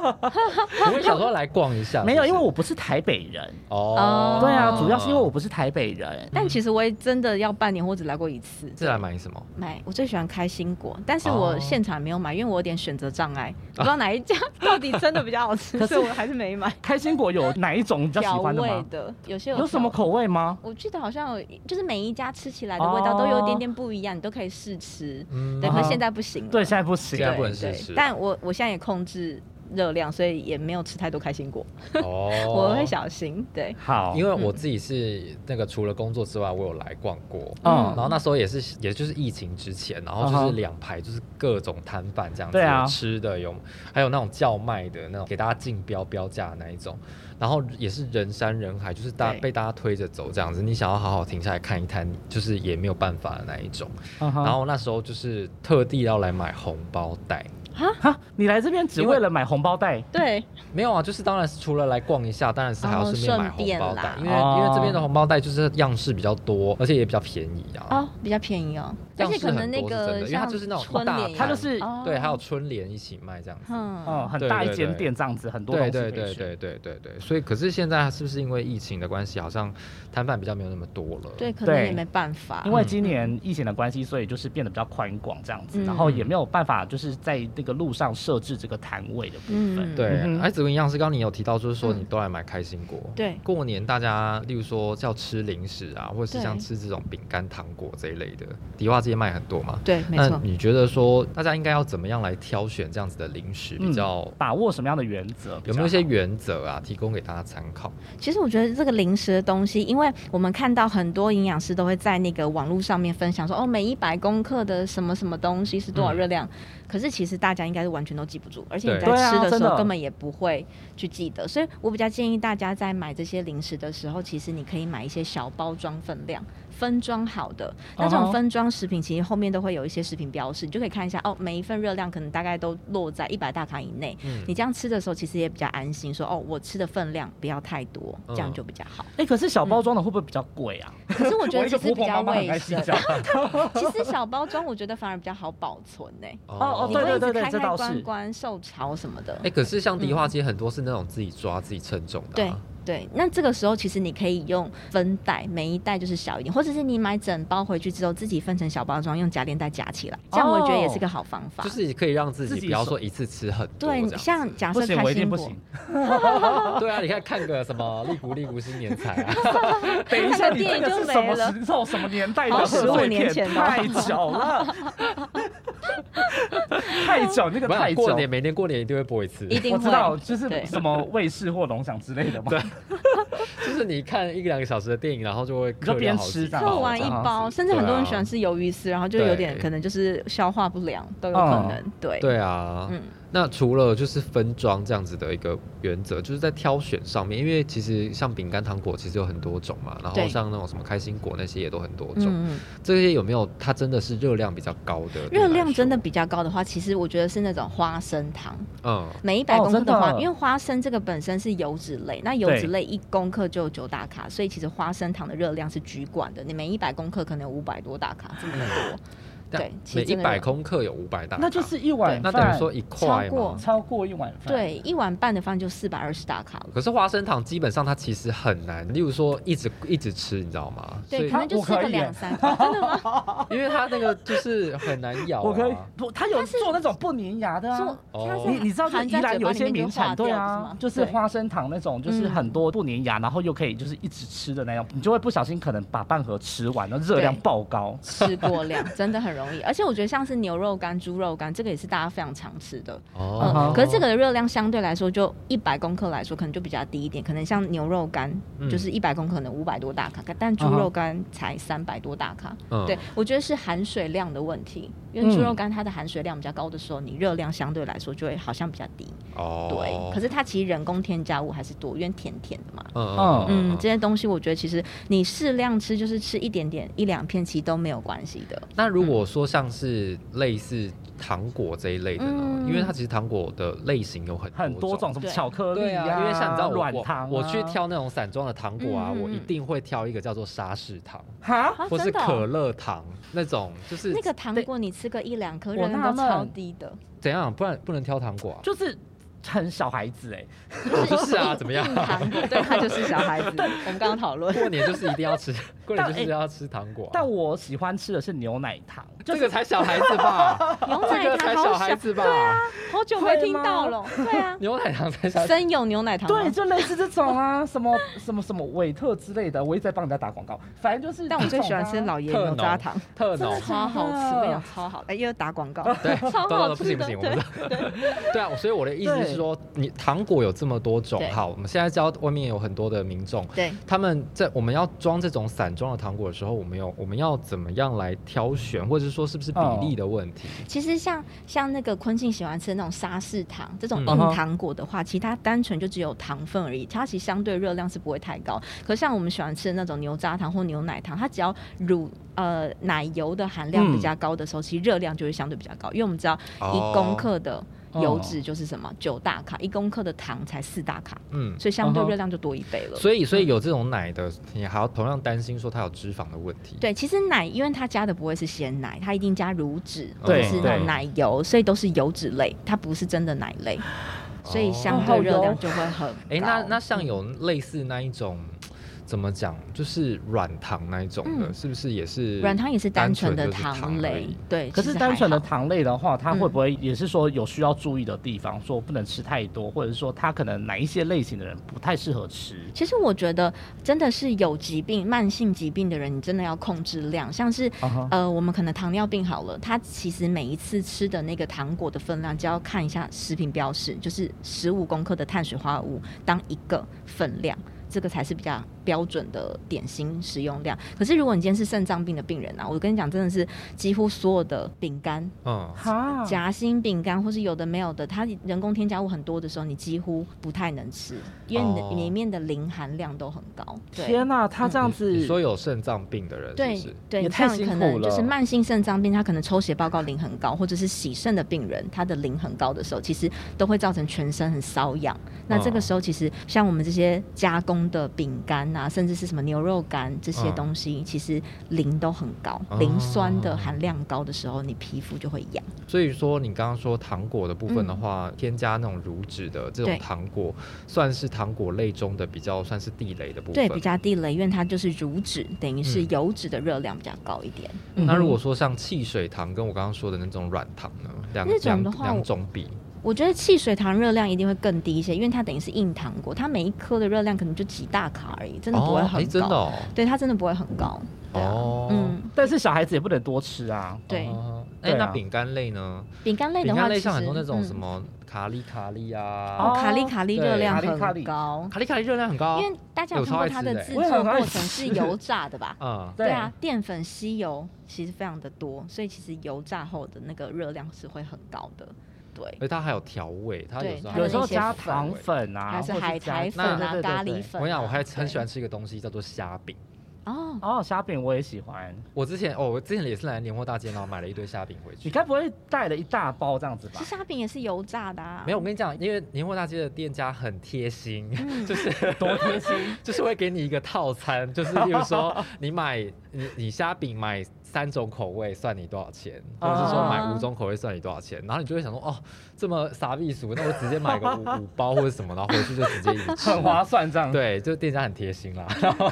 Speaker 6: 我会想说来逛一下。
Speaker 5: 没有，
Speaker 6: 是
Speaker 5: 因
Speaker 6: 不
Speaker 5: 为
Speaker 6: 是
Speaker 5: 我不是台北人。
Speaker 6: 哦，
Speaker 5: 对啊，主要是因为我不是台北人。
Speaker 7: 但其实我也真的要半年，我只来过一次。
Speaker 6: 是来买什么？
Speaker 7: 买我最喜欢开心果，但是
Speaker 6: 哦
Speaker 7: 我现场没有买，因为我有点选择障碍，
Speaker 5: [LAUGHS]
Speaker 7: 不知道哪一家 [LAUGHS] 到底真的比较好吃，所以我还是没买。
Speaker 5: 开心果有哪一种比较喜
Speaker 7: 调
Speaker 5: 欢的
Speaker 7: 味
Speaker 5: 吗？
Speaker 7: 的有些
Speaker 5: 有什么
Speaker 7: 调？
Speaker 5: 口味吗？
Speaker 7: 我记得好像有，就是每一家吃起来的味道都有一点点不一样，你都可以试吃。
Speaker 6: 嗯
Speaker 7: 对，
Speaker 5: 啊
Speaker 7: 可是现在不行了。
Speaker 5: 对，现在不行
Speaker 6: 现。在
Speaker 7: 对
Speaker 6: 不能试
Speaker 7: 对
Speaker 6: 吃
Speaker 7: 但我我现在也控制热量，所以也没有吃太多开心果，，
Speaker 6: 哦
Speaker 7: 我会。小心。对，
Speaker 5: 好，
Speaker 6: 因为我自己是那个除了工作之外，我有来逛过，
Speaker 5: 嗯
Speaker 6: 然后那时候也是，也就是疫情之前，然后
Speaker 5: 嗯
Speaker 6: 就是
Speaker 5: 哼
Speaker 6: 两排就是各种摊贩这样子，
Speaker 5: 对啊
Speaker 6: 有吃的有，还有那种叫卖的那种，给大家竞标标价的那一种，然后也是人山人海，就是大家
Speaker 7: 对
Speaker 6: 被大家推着走这样子，你想要好好停下来看一看，就是也没有办法的那一种。
Speaker 5: 嗯哼
Speaker 6: 然后那时候就是特地要来买红包袋，
Speaker 5: 哈，你来这边只为了买红包袋，
Speaker 7: 对，
Speaker 6: 没有啊，就是当然是除了来逛一下，当然是还要顺便买红包袋，
Speaker 7: 哦
Speaker 6: 因为、
Speaker 7: 顺
Speaker 5: 便啦
Speaker 6: 因为这边的红包袋就是样式比较多，而且也比较便宜啊。
Speaker 7: 哦，比较便宜哦，而
Speaker 6: 样
Speaker 7: 且
Speaker 6: 式
Speaker 7: 可
Speaker 6: 很
Speaker 7: 能那
Speaker 6: 多是真的
Speaker 7: 个
Speaker 6: 因为它
Speaker 7: 像
Speaker 6: 就是那种
Speaker 7: 春
Speaker 6: 一大
Speaker 7: 联一
Speaker 5: 它
Speaker 6: 盘
Speaker 5: 就
Speaker 7: 样，
Speaker 5: 是
Speaker 7: 哦
Speaker 6: 对，还有春联一起卖这样子。
Speaker 5: 嗯，
Speaker 7: 嗯，
Speaker 5: 很大一
Speaker 6: 对对
Speaker 5: 间
Speaker 6: 对
Speaker 5: 店这样子，很多东
Speaker 6: 对对
Speaker 5: 西可以
Speaker 6: 对
Speaker 5: 选
Speaker 6: 对对对对，所以可是现在是不是因为疫情的关系，好像摊贩比较没有那么多了？
Speaker 7: 对，可能
Speaker 5: 对
Speaker 7: 也没办法
Speaker 5: 因。为今年疫情的关系，所以就是变得比较宽广这样子，
Speaker 7: 嗯
Speaker 5: 然后也没有办法就是在那个路上设置这个摊位的部分。
Speaker 7: 嗯
Speaker 6: 对
Speaker 5: 嗯，哼
Speaker 6: 哎、子文营养师刚刚你有提到，就是说
Speaker 7: 嗯
Speaker 6: 你都来买开心果。
Speaker 7: 对
Speaker 6: 过年大家例如说要吃零食啊，或者是
Speaker 7: 对
Speaker 6: 像吃这种饼干、糖果这一类的，迪化街街卖很多嘛。
Speaker 7: 对，没
Speaker 6: 那
Speaker 7: 错。
Speaker 6: 你觉得说大家应该要怎么样来挑选这样子的零食比较？
Speaker 5: 把握什么样的原则比较好？
Speaker 6: 有没有一些原则啊，提供给大家参考？
Speaker 7: 其实我觉得这个零食的东西，因为我们看到很多营养师都会在那个网络上面分享说，哦，每一百公克的什么什么东西是多少热量。可是其实大家应该是完全都记不住，而且你在
Speaker 6: 对
Speaker 5: 嗯对啊
Speaker 7: 吃的时
Speaker 5: 真的
Speaker 7: 候根本也不会去记得。所以我比较建议大家在买这些零食的时候，其实你可以买一些小包装分量。分装好的，那
Speaker 5: 嗯
Speaker 7: 这
Speaker 5: 哼
Speaker 7: 种分装食品其实后面都会有一些食品标示，你就可以看一下哦，每一份热量可能大概都落在一百大卡以内。
Speaker 6: 嗯
Speaker 7: 你这样吃的时候，其实也比较安心说哦，我吃的分量不要太多，这样就比较好。
Speaker 5: 哎、可是小包装的会不会比较贵啊？
Speaker 7: 可是我觉得
Speaker 5: 一个
Speaker 7: 其
Speaker 5: 婆
Speaker 7: 实比
Speaker 5: 婆妈
Speaker 7: 较
Speaker 5: 妈很
Speaker 7: 卫
Speaker 5: 爱计 [LAUGHS]
Speaker 7: 生。
Speaker 5: 较。
Speaker 7: 其实小包装我觉得反而比较好保存呢、
Speaker 5: 哦
Speaker 7: 你
Speaker 5: 对
Speaker 7: 会一
Speaker 5: 对
Speaker 7: 直
Speaker 5: 对
Speaker 7: 开
Speaker 5: 这倒
Speaker 7: 开
Speaker 5: 是
Speaker 7: 关关、受潮什么的。
Speaker 6: 哎、可是像迪
Speaker 7: 嗯
Speaker 6: 化街很多是那种自己抓、自己称重的、
Speaker 7: 对
Speaker 6: 啊，
Speaker 7: 对，那这个时候其实你可以用分袋，每一袋就是小一点，或者是你买整包回去之后自己分成小包装，用夹链袋夹起来，这样我觉得也是个好方法。
Speaker 6: 就是可以让自
Speaker 5: 自
Speaker 6: 己
Speaker 5: 己
Speaker 6: 不要
Speaker 5: 手
Speaker 6: 说一次吃很多这样
Speaker 7: 对，
Speaker 6: 子。
Speaker 7: 像假
Speaker 5: 不
Speaker 7: 设
Speaker 5: 行，
Speaker 7: 开
Speaker 5: 我一定
Speaker 7: 心
Speaker 5: 不
Speaker 7: 果
Speaker 5: 行，。
Speaker 6: 对啊，你看看个什么利古利古新年财
Speaker 7: [LAUGHS]
Speaker 6: 啊，
Speaker 5: 等一下，
Speaker 7: 看个
Speaker 5: 你这
Speaker 7: 电影
Speaker 5: 个
Speaker 7: 就是
Speaker 5: 什么
Speaker 7: 没了
Speaker 5: 时候、什么年哦代的
Speaker 7: 好
Speaker 5: 贺
Speaker 7: 15
Speaker 5: 岁
Speaker 7: 年
Speaker 5: 片
Speaker 7: 前的
Speaker 5: 太久了， [LAUGHS] 太久，那个
Speaker 6: 我
Speaker 5: 太
Speaker 6: 想
Speaker 5: 久
Speaker 6: 啊过。年每年过年一定会播一次，
Speaker 7: 一定
Speaker 5: 我
Speaker 7: 会。
Speaker 5: 知道，就是
Speaker 7: 对
Speaker 5: 什么卫视或龙翔之类的嘛。
Speaker 7: [LAUGHS]
Speaker 5: 对，
Speaker 6: 就是你看一个两个小时的电影，然后就会
Speaker 5: 就
Speaker 6: 嗑
Speaker 5: 边
Speaker 6: 掉好
Speaker 5: 吃
Speaker 6: 几
Speaker 5: 这样
Speaker 6: 包
Speaker 7: 嗑完
Speaker 6: 这
Speaker 7: 一
Speaker 6: 样子
Speaker 7: 包，甚至很多人喜欢
Speaker 6: 对啊
Speaker 7: 吃鱿鱼丝，然后就有点
Speaker 6: 对
Speaker 7: 可能就是消化不良都有可能。对，
Speaker 6: 对啊，
Speaker 7: 嗯
Speaker 6: 那除了就是分装这样子的一个原则，就是在挑选上面，因为其实像饼干、糖果其实有很多种嘛，然后
Speaker 7: 对
Speaker 6: 像那种什么开心果那些也都很多种，
Speaker 7: 嗯，嗯
Speaker 6: 这些有没有它真的是热量比较高的？
Speaker 7: 热量真的，比较高的话，其实我觉得是那种花生糖，
Speaker 6: 嗯，
Speaker 7: 每一百公克的
Speaker 5: 哦
Speaker 7: 话，
Speaker 5: 真的
Speaker 7: 因为花生这个本身是油脂类，那油脂类一公克就有九大卡，所以其实花生糖的热量是居冠的，你每一百公克可能有五百多大卡，这么多，
Speaker 5: 嗯
Speaker 7: 对其
Speaker 6: 每
Speaker 7: 实
Speaker 6: 一
Speaker 7: 真的有
Speaker 6: 百公克有五百大卡，
Speaker 5: 那就是一碗
Speaker 6: 那
Speaker 5: 饭，
Speaker 6: 等于说一块
Speaker 7: 超
Speaker 6: 嘛
Speaker 7: 过。
Speaker 5: 超过一碗饭。，
Speaker 7: 对，一碗半的饭就四百二十大卡了。
Speaker 6: 可是花生糖基本上它其实很难，例如说一直一直吃，你知道吗？所
Speaker 7: 对，
Speaker 6: 以
Speaker 7: 可能就
Speaker 5: 我
Speaker 7: 吃
Speaker 5: 可
Speaker 7: 个
Speaker 5: 以耶
Speaker 7: 两三口，真的
Speaker 5: [LAUGHS]
Speaker 7: 吗？
Speaker 6: 因为它那个就是很难咬、啊。
Speaker 5: 我可以不，他有做那种不粘牙的
Speaker 7: 做
Speaker 5: 啊。
Speaker 7: 它
Speaker 6: 哦
Speaker 7: 是
Speaker 5: 你你知道，就
Speaker 7: 含
Speaker 5: 宜
Speaker 7: 在
Speaker 5: 兰
Speaker 7: 嘴
Speaker 5: 有
Speaker 7: 巴
Speaker 5: 一
Speaker 7: 里
Speaker 5: 些
Speaker 7: 面就
Speaker 5: 名产，
Speaker 7: 化掉
Speaker 5: 对
Speaker 7: 不
Speaker 5: 啊
Speaker 7: 吗，嗯
Speaker 5: 就是花生糖那种，就是很多不粘牙，然后又可以就是一直吃的那种，你就会不小心可能把半盒吃完，然后热量
Speaker 7: 对
Speaker 5: 爆高。
Speaker 7: 吃过量， [LAUGHS] 真的很容易。而且我觉得像是牛肉干、猪肉干，这个也是大家非常常吃的。
Speaker 6: 哦
Speaker 7: 嗯，可是这个的热量相对来说，就一百公克来说，可能就比较低一点。可能像牛肉干，
Speaker 6: 嗯
Speaker 7: 就是一百公克可能五百多大卡，但猪肉干才三百多大卡。
Speaker 6: 嗯
Speaker 7: 对，我觉得是含水量的问题，因为猪肉干它的含水量比较高的时候，你热量相对来说就会好像比较低。
Speaker 6: 哦
Speaker 7: 对，可是它其实人工添加物还是多，因为甜甜的嘛。
Speaker 6: 嗯
Speaker 5: 嗯
Speaker 7: 嗯，这些东西我觉得其实你适量吃，就是吃一点点一两片，其实都没有关系的。
Speaker 6: 那如果说像是类似糖果这一类的呢，
Speaker 7: 嗯
Speaker 6: 因为它其实糖果的类型有很
Speaker 5: 很多种，
Speaker 6: 种。
Speaker 5: 什么
Speaker 7: 对
Speaker 5: 巧克力
Speaker 6: 对
Speaker 5: 呀、
Speaker 6: 啊，因为像你知道我
Speaker 5: 软糖啊、
Speaker 6: 我，我去挑那种散装的糖果啊，
Speaker 7: 嗯嗯嗯
Speaker 6: 我一定会挑一个叫做沙士糖，
Speaker 5: 哈，
Speaker 7: 啊
Speaker 6: 或是
Speaker 7: 真的哦
Speaker 6: 可乐糖那种，就是
Speaker 7: 那个糖果你吃个一两颗，热
Speaker 5: 我纳
Speaker 7: 量都超
Speaker 5: 闷
Speaker 7: 低的，
Speaker 6: 怎样，不然不能挑糖果啊？
Speaker 5: 就是很小孩子哎、
Speaker 6: 不是啊，怎么样
Speaker 7: 硬？糖果，对，它就是小孩子。 [LAUGHS] 我们刚刚
Speaker 6: [LAUGHS]
Speaker 7: 讨论，
Speaker 6: 过年就是一定要吃，过年
Speaker 5: 但
Speaker 6: 就是要吃糖果啊、
Speaker 5: 但我喜欢吃的是牛奶糖，就
Speaker 6: 这
Speaker 5: 是
Speaker 6: 个才小孩子吧，
Speaker 7: [LAUGHS] 牛
Speaker 6: 这
Speaker 7: 奶
Speaker 6: 个才
Speaker 7: 糖
Speaker 6: 小
Speaker 7: 好
Speaker 6: 孩
Speaker 7: 小，
Speaker 6: 子吧，
Speaker 7: 好久没听到了，对啊，
Speaker 6: 牛奶糖才小孩子。
Speaker 7: [LAUGHS] 生有牛奶糖吗
Speaker 5: 对，，就类似这种
Speaker 7: [LAUGHS]
Speaker 5: 啊，什么什么什么韦特之类的，我一直在帮人家打广告，反正就是、啊
Speaker 7: 但我最喜欢吃。老爷
Speaker 6: 特
Speaker 7: 牛轧
Speaker 6: 浓
Speaker 7: 糖，
Speaker 6: 特浓，
Speaker 7: 超好吃，
Speaker 5: 真的
Speaker 7: 我跟你讲超好，哎，又打广告，
Speaker 6: 对，
Speaker 7: [LAUGHS] 超
Speaker 6: 对
Speaker 7: 好
Speaker 6: 对不
Speaker 7: 吃
Speaker 6: 行不
Speaker 7: 的，
Speaker 6: 行，我
Speaker 7: 对
Speaker 6: 们 [LAUGHS] 对啊，所以我的意思是说，你糖果有这么多种
Speaker 7: 对，
Speaker 6: 好，我们现在知道外面有很多的民众，
Speaker 7: 对。
Speaker 6: 他们在我们要装这种散装的糖果的时候，我们有我们要怎么样来挑选，或者是说是不是比例的问题？
Speaker 7: 其实像像那个昆庆喜欢吃的那种沙士糖这种
Speaker 6: 嗯
Speaker 7: 硬糖果的话，其实它单纯就只有糖分而已，它其实相对热量是不会太高。可像我们喜欢吃的那种牛轧糖或牛奶糖，它只要乳呃奶油的含量比较高的时候，其实热量就会相对比较高，因为我们知道
Speaker 6: 哦
Speaker 7: 一公克的油脂就是什么九、大卡，一公克的糖才四大卡，
Speaker 6: 嗯，
Speaker 7: 所以相对
Speaker 5: 嗯哼
Speaker 7: 热量就多一倍了。
Speaker 6: 所以所以有这种奶的，你还要同样担心说它有脂肪的问题。
Speaker 7: 对，其实奶，因为它加的不会是鲜奶，它一定加乳脂或
Speaker 5: 对
Speaker 7: 者是那
Speaker 5: 对
Speaker 7: 种奶油，所以都是油脂类，它不是真的奶类，所以相
Speaker 5: 哦
Speaker 7: 对热量就会很高。嗯
Speaker 6: 哎、那那像有类似那一种。怎么讲，就是软糖那一种的，
Speaker 7: 嗯
Speaker 6: 是不是也是
Speaker 7: 软糖也是单纯的
Speaker 6: 就是糖
Speaker 7: 糖
Speaker 6: 而
Speaker 7: 类
Speaker 6: 已，
Speaker 7: 对，
Speaker 5: 可
Speaker 7: 其
Speaker 5: 是
Speaker 7: 实
Speaker 5: 单
Speaker 7: 还
Speaker 5: 纯的
Speaker 7: 好
Speaker 5: 糖类的话，它
Speaker 7: 嗯
Speaker 5: 会不会也是说有需要注意的地方？说不能吃太多，或者是说它可能哪一些类型的人不太适合吃？
Speaker 7: 其实我觉得真的是有疾病、慢性疾病的人，你真的要控制量。像是、
Speaker 5: 啊哈
Speaker 7: 呃，我们可能糖尿病好了，他其实每一次吃的那个糖果的分量，就要看一下食品标示，就是十五公克的碳水化合物当一个分量。这个才是比较标准的典型食用量。可是如果你今天是肾脏病的病人啊，我跟你讲，真的是几乎所有的饼干、
Speaker 6: 嗯，
Speaker 5: 哈
Speaker 7: 夹心饼干，或是有的没有的，它人工添加物很多的时候，你几乎不太能吃，因为你的
Speaker 6: 哦
Speaker 7: 里面的磷含量都很高。对嗯
Speaker 5: 天。呐、它这样子，
Speaker 6: 你说有肾脏病的人是
Speaker 7: 对
Speaker 6: 不是？
Speaker 7: 对，
Speaker 5: 也
Speaker 7: 这样
Speaker 5: 太辛
Speaker 7: 可
Speaker 5: 苦
Speaker 7: 能就是
Speaker 5: 了
Speaker 7: 慢性肾脏病，他可能抽血报告磷很高，或者是洗肾的病人，他的磷很高的时候，其实都会造成全身很瘙痒。那这个时候，其实像我们这些加工的饼干啊，甚至是什么牛肉干这些
Speaker 6: 嗯
Speaker 7: 东西，其实磷都很高，磷酸的含量高的时候，你皮肤就会痒。
Speaker 6: 所以说你刚刚说糖果的部分的话，添加那种乳脂的这
Speaker 7: 嗯对
Speaker 6: 种糖果，算是糖果类中的比较算是地雷的部分。
Speaker 7: 对，比较地雷，因为它就是乳脂，等于是
Speaker 6: 嗯
Speaker 7: 油脂的热量比较高一点。
Speaker 6: 那如果说像汽水糖跟我刚刚说的那种软糖呢，两
Speaker 7: 那种
Speaker 6: 两
Speaker 7: 的话
Speaker 6: 两
Speaker 7: 我
Speaker 6: 种比，
Speaker 7: 我觉得汽水糖热量一定会更低一些，因为它等于是硬糖果，它每一颗的热量可能就几大卡而已，真的不会
Speaker 6: 哦
Speaker 7: 很高。
Speaker 6: 哎真的哦，
Speaker 7: 对，它真的不会很高。对啊，
Speaker 6: 哦
Speaker 7: 嗯，
Speaker 5: 但是小孩子也不能多吃啊。
Speaker 7: 对，
Speaker 6: 哦哎、
Speaker 5: 对啊
Speaker 6: 那饼干类呢？
Speaker 7: 饼干类
Speaker 6: 饼
Speaker 7: 的话，
Speaker 6: 干类
Speaker 7: 其实
Speaker 6: 像很多那种
Speaker 7: 嗯
Speaker 6: 什么卡利卡利
Speaker 7: 哦
Speaker 6: 啊，
Speaker 7: 卡利卡利
Speaker 6: 对
Speaker 7: 热量
Speaker 5: 卡利卡
Speaker 7: 很
Speaker 5: 利
Speaker 7: 高，
Speaker 6: 卡利卡利热量很高，啊
Speaker 7: 因为大家
Speaker 6: 有
Speaker 7: 有看
Speaker 6: 超
Speaker 7: 过
Speaker 6: 爱
Speaker 7: 它
Speaker 6: 吃
Speaker 7: 的
Speaker 6: 的
Speaker 7: 制
Speaker 6: 欸
Speaker 5: 我也
Speaker 7: 作
Speaker 5: 很爱
Speaker 7: 过程是
Speaker 5: 吃
Speaker 6: [LAUGHS]
Speaker 7: 油炸的吧？
Speaker 6: 嗯，
Speaker 7: 对啊，，淀粉吸油其实非常的多，所以其实油炸后的那个热量是会很高的。对
Speaker 6: 而，且它还有调味，它
Speaker 7: 对
Speaker 6: 有时候
Speaker 7: 它
Speaker 6: 还
Speaker 5: 有
Speaker 7: 的
Speaker 5: 时候
Speaker 7: 一些
Speaker 5: 加
Speaker 6: 调
Speaker 5: 糖
Speaker 6: 味。
Speaker 5: 粉啊，
Speaker 7: 还是
Speaker 5: 或
Speaker 7: 海
Speaker 5: 加
Speaker 7: 苔粉
Speaker 5: 对
Speaker 7: 啊
Speaker 5: 对、对
Speaker 7: 咖喱
Speaker 5: 对
Speaker 6: 我
Speaker 7: 粉啊。
Speaker 6: 跟你讲，我还
Speaker 7: 对
Speaker 6: 很喜欢吃一个东西叫做虾饼。
Speaker 7: 哦，
Speaker 5: 哦，虾饼我也喜欢。
Speaker 6: 我之前哦，我之前也是来年货大街，然后买了一堆虾饼回去。
Speaker 5: 你该不会带了一大包这样子
Speaker 7: [LAUGHS]
Speaker 5: 吧
Speaker 7: 其？实虾饼也是油炸的啊。
Speaker 6: 没有，我跟你讲，因为年货大街的店家很贴心， [LAUGHS] 就是
Speaker 5: 嗯 [LAUGHS] 多贴心
Speaker 6: [LAUGHS] 就是会给你一个套餐，就是例如
Speaker 5: [LAUGHS]
Speaker 6: 说你买你你虾饼买三种口味算你多少钱，或者是说买
Speaker 7: 啊
Speaker 6: 五种口味算你多少钱，然后你就会想说哦这么傻避暑，那我直接买个五五包或者什么，然后回去就直接一直吃，
Speaker 5: 很划算这样。，
Speaker 6: 对，就店家很贴心啦。 [LAUGHS] 然后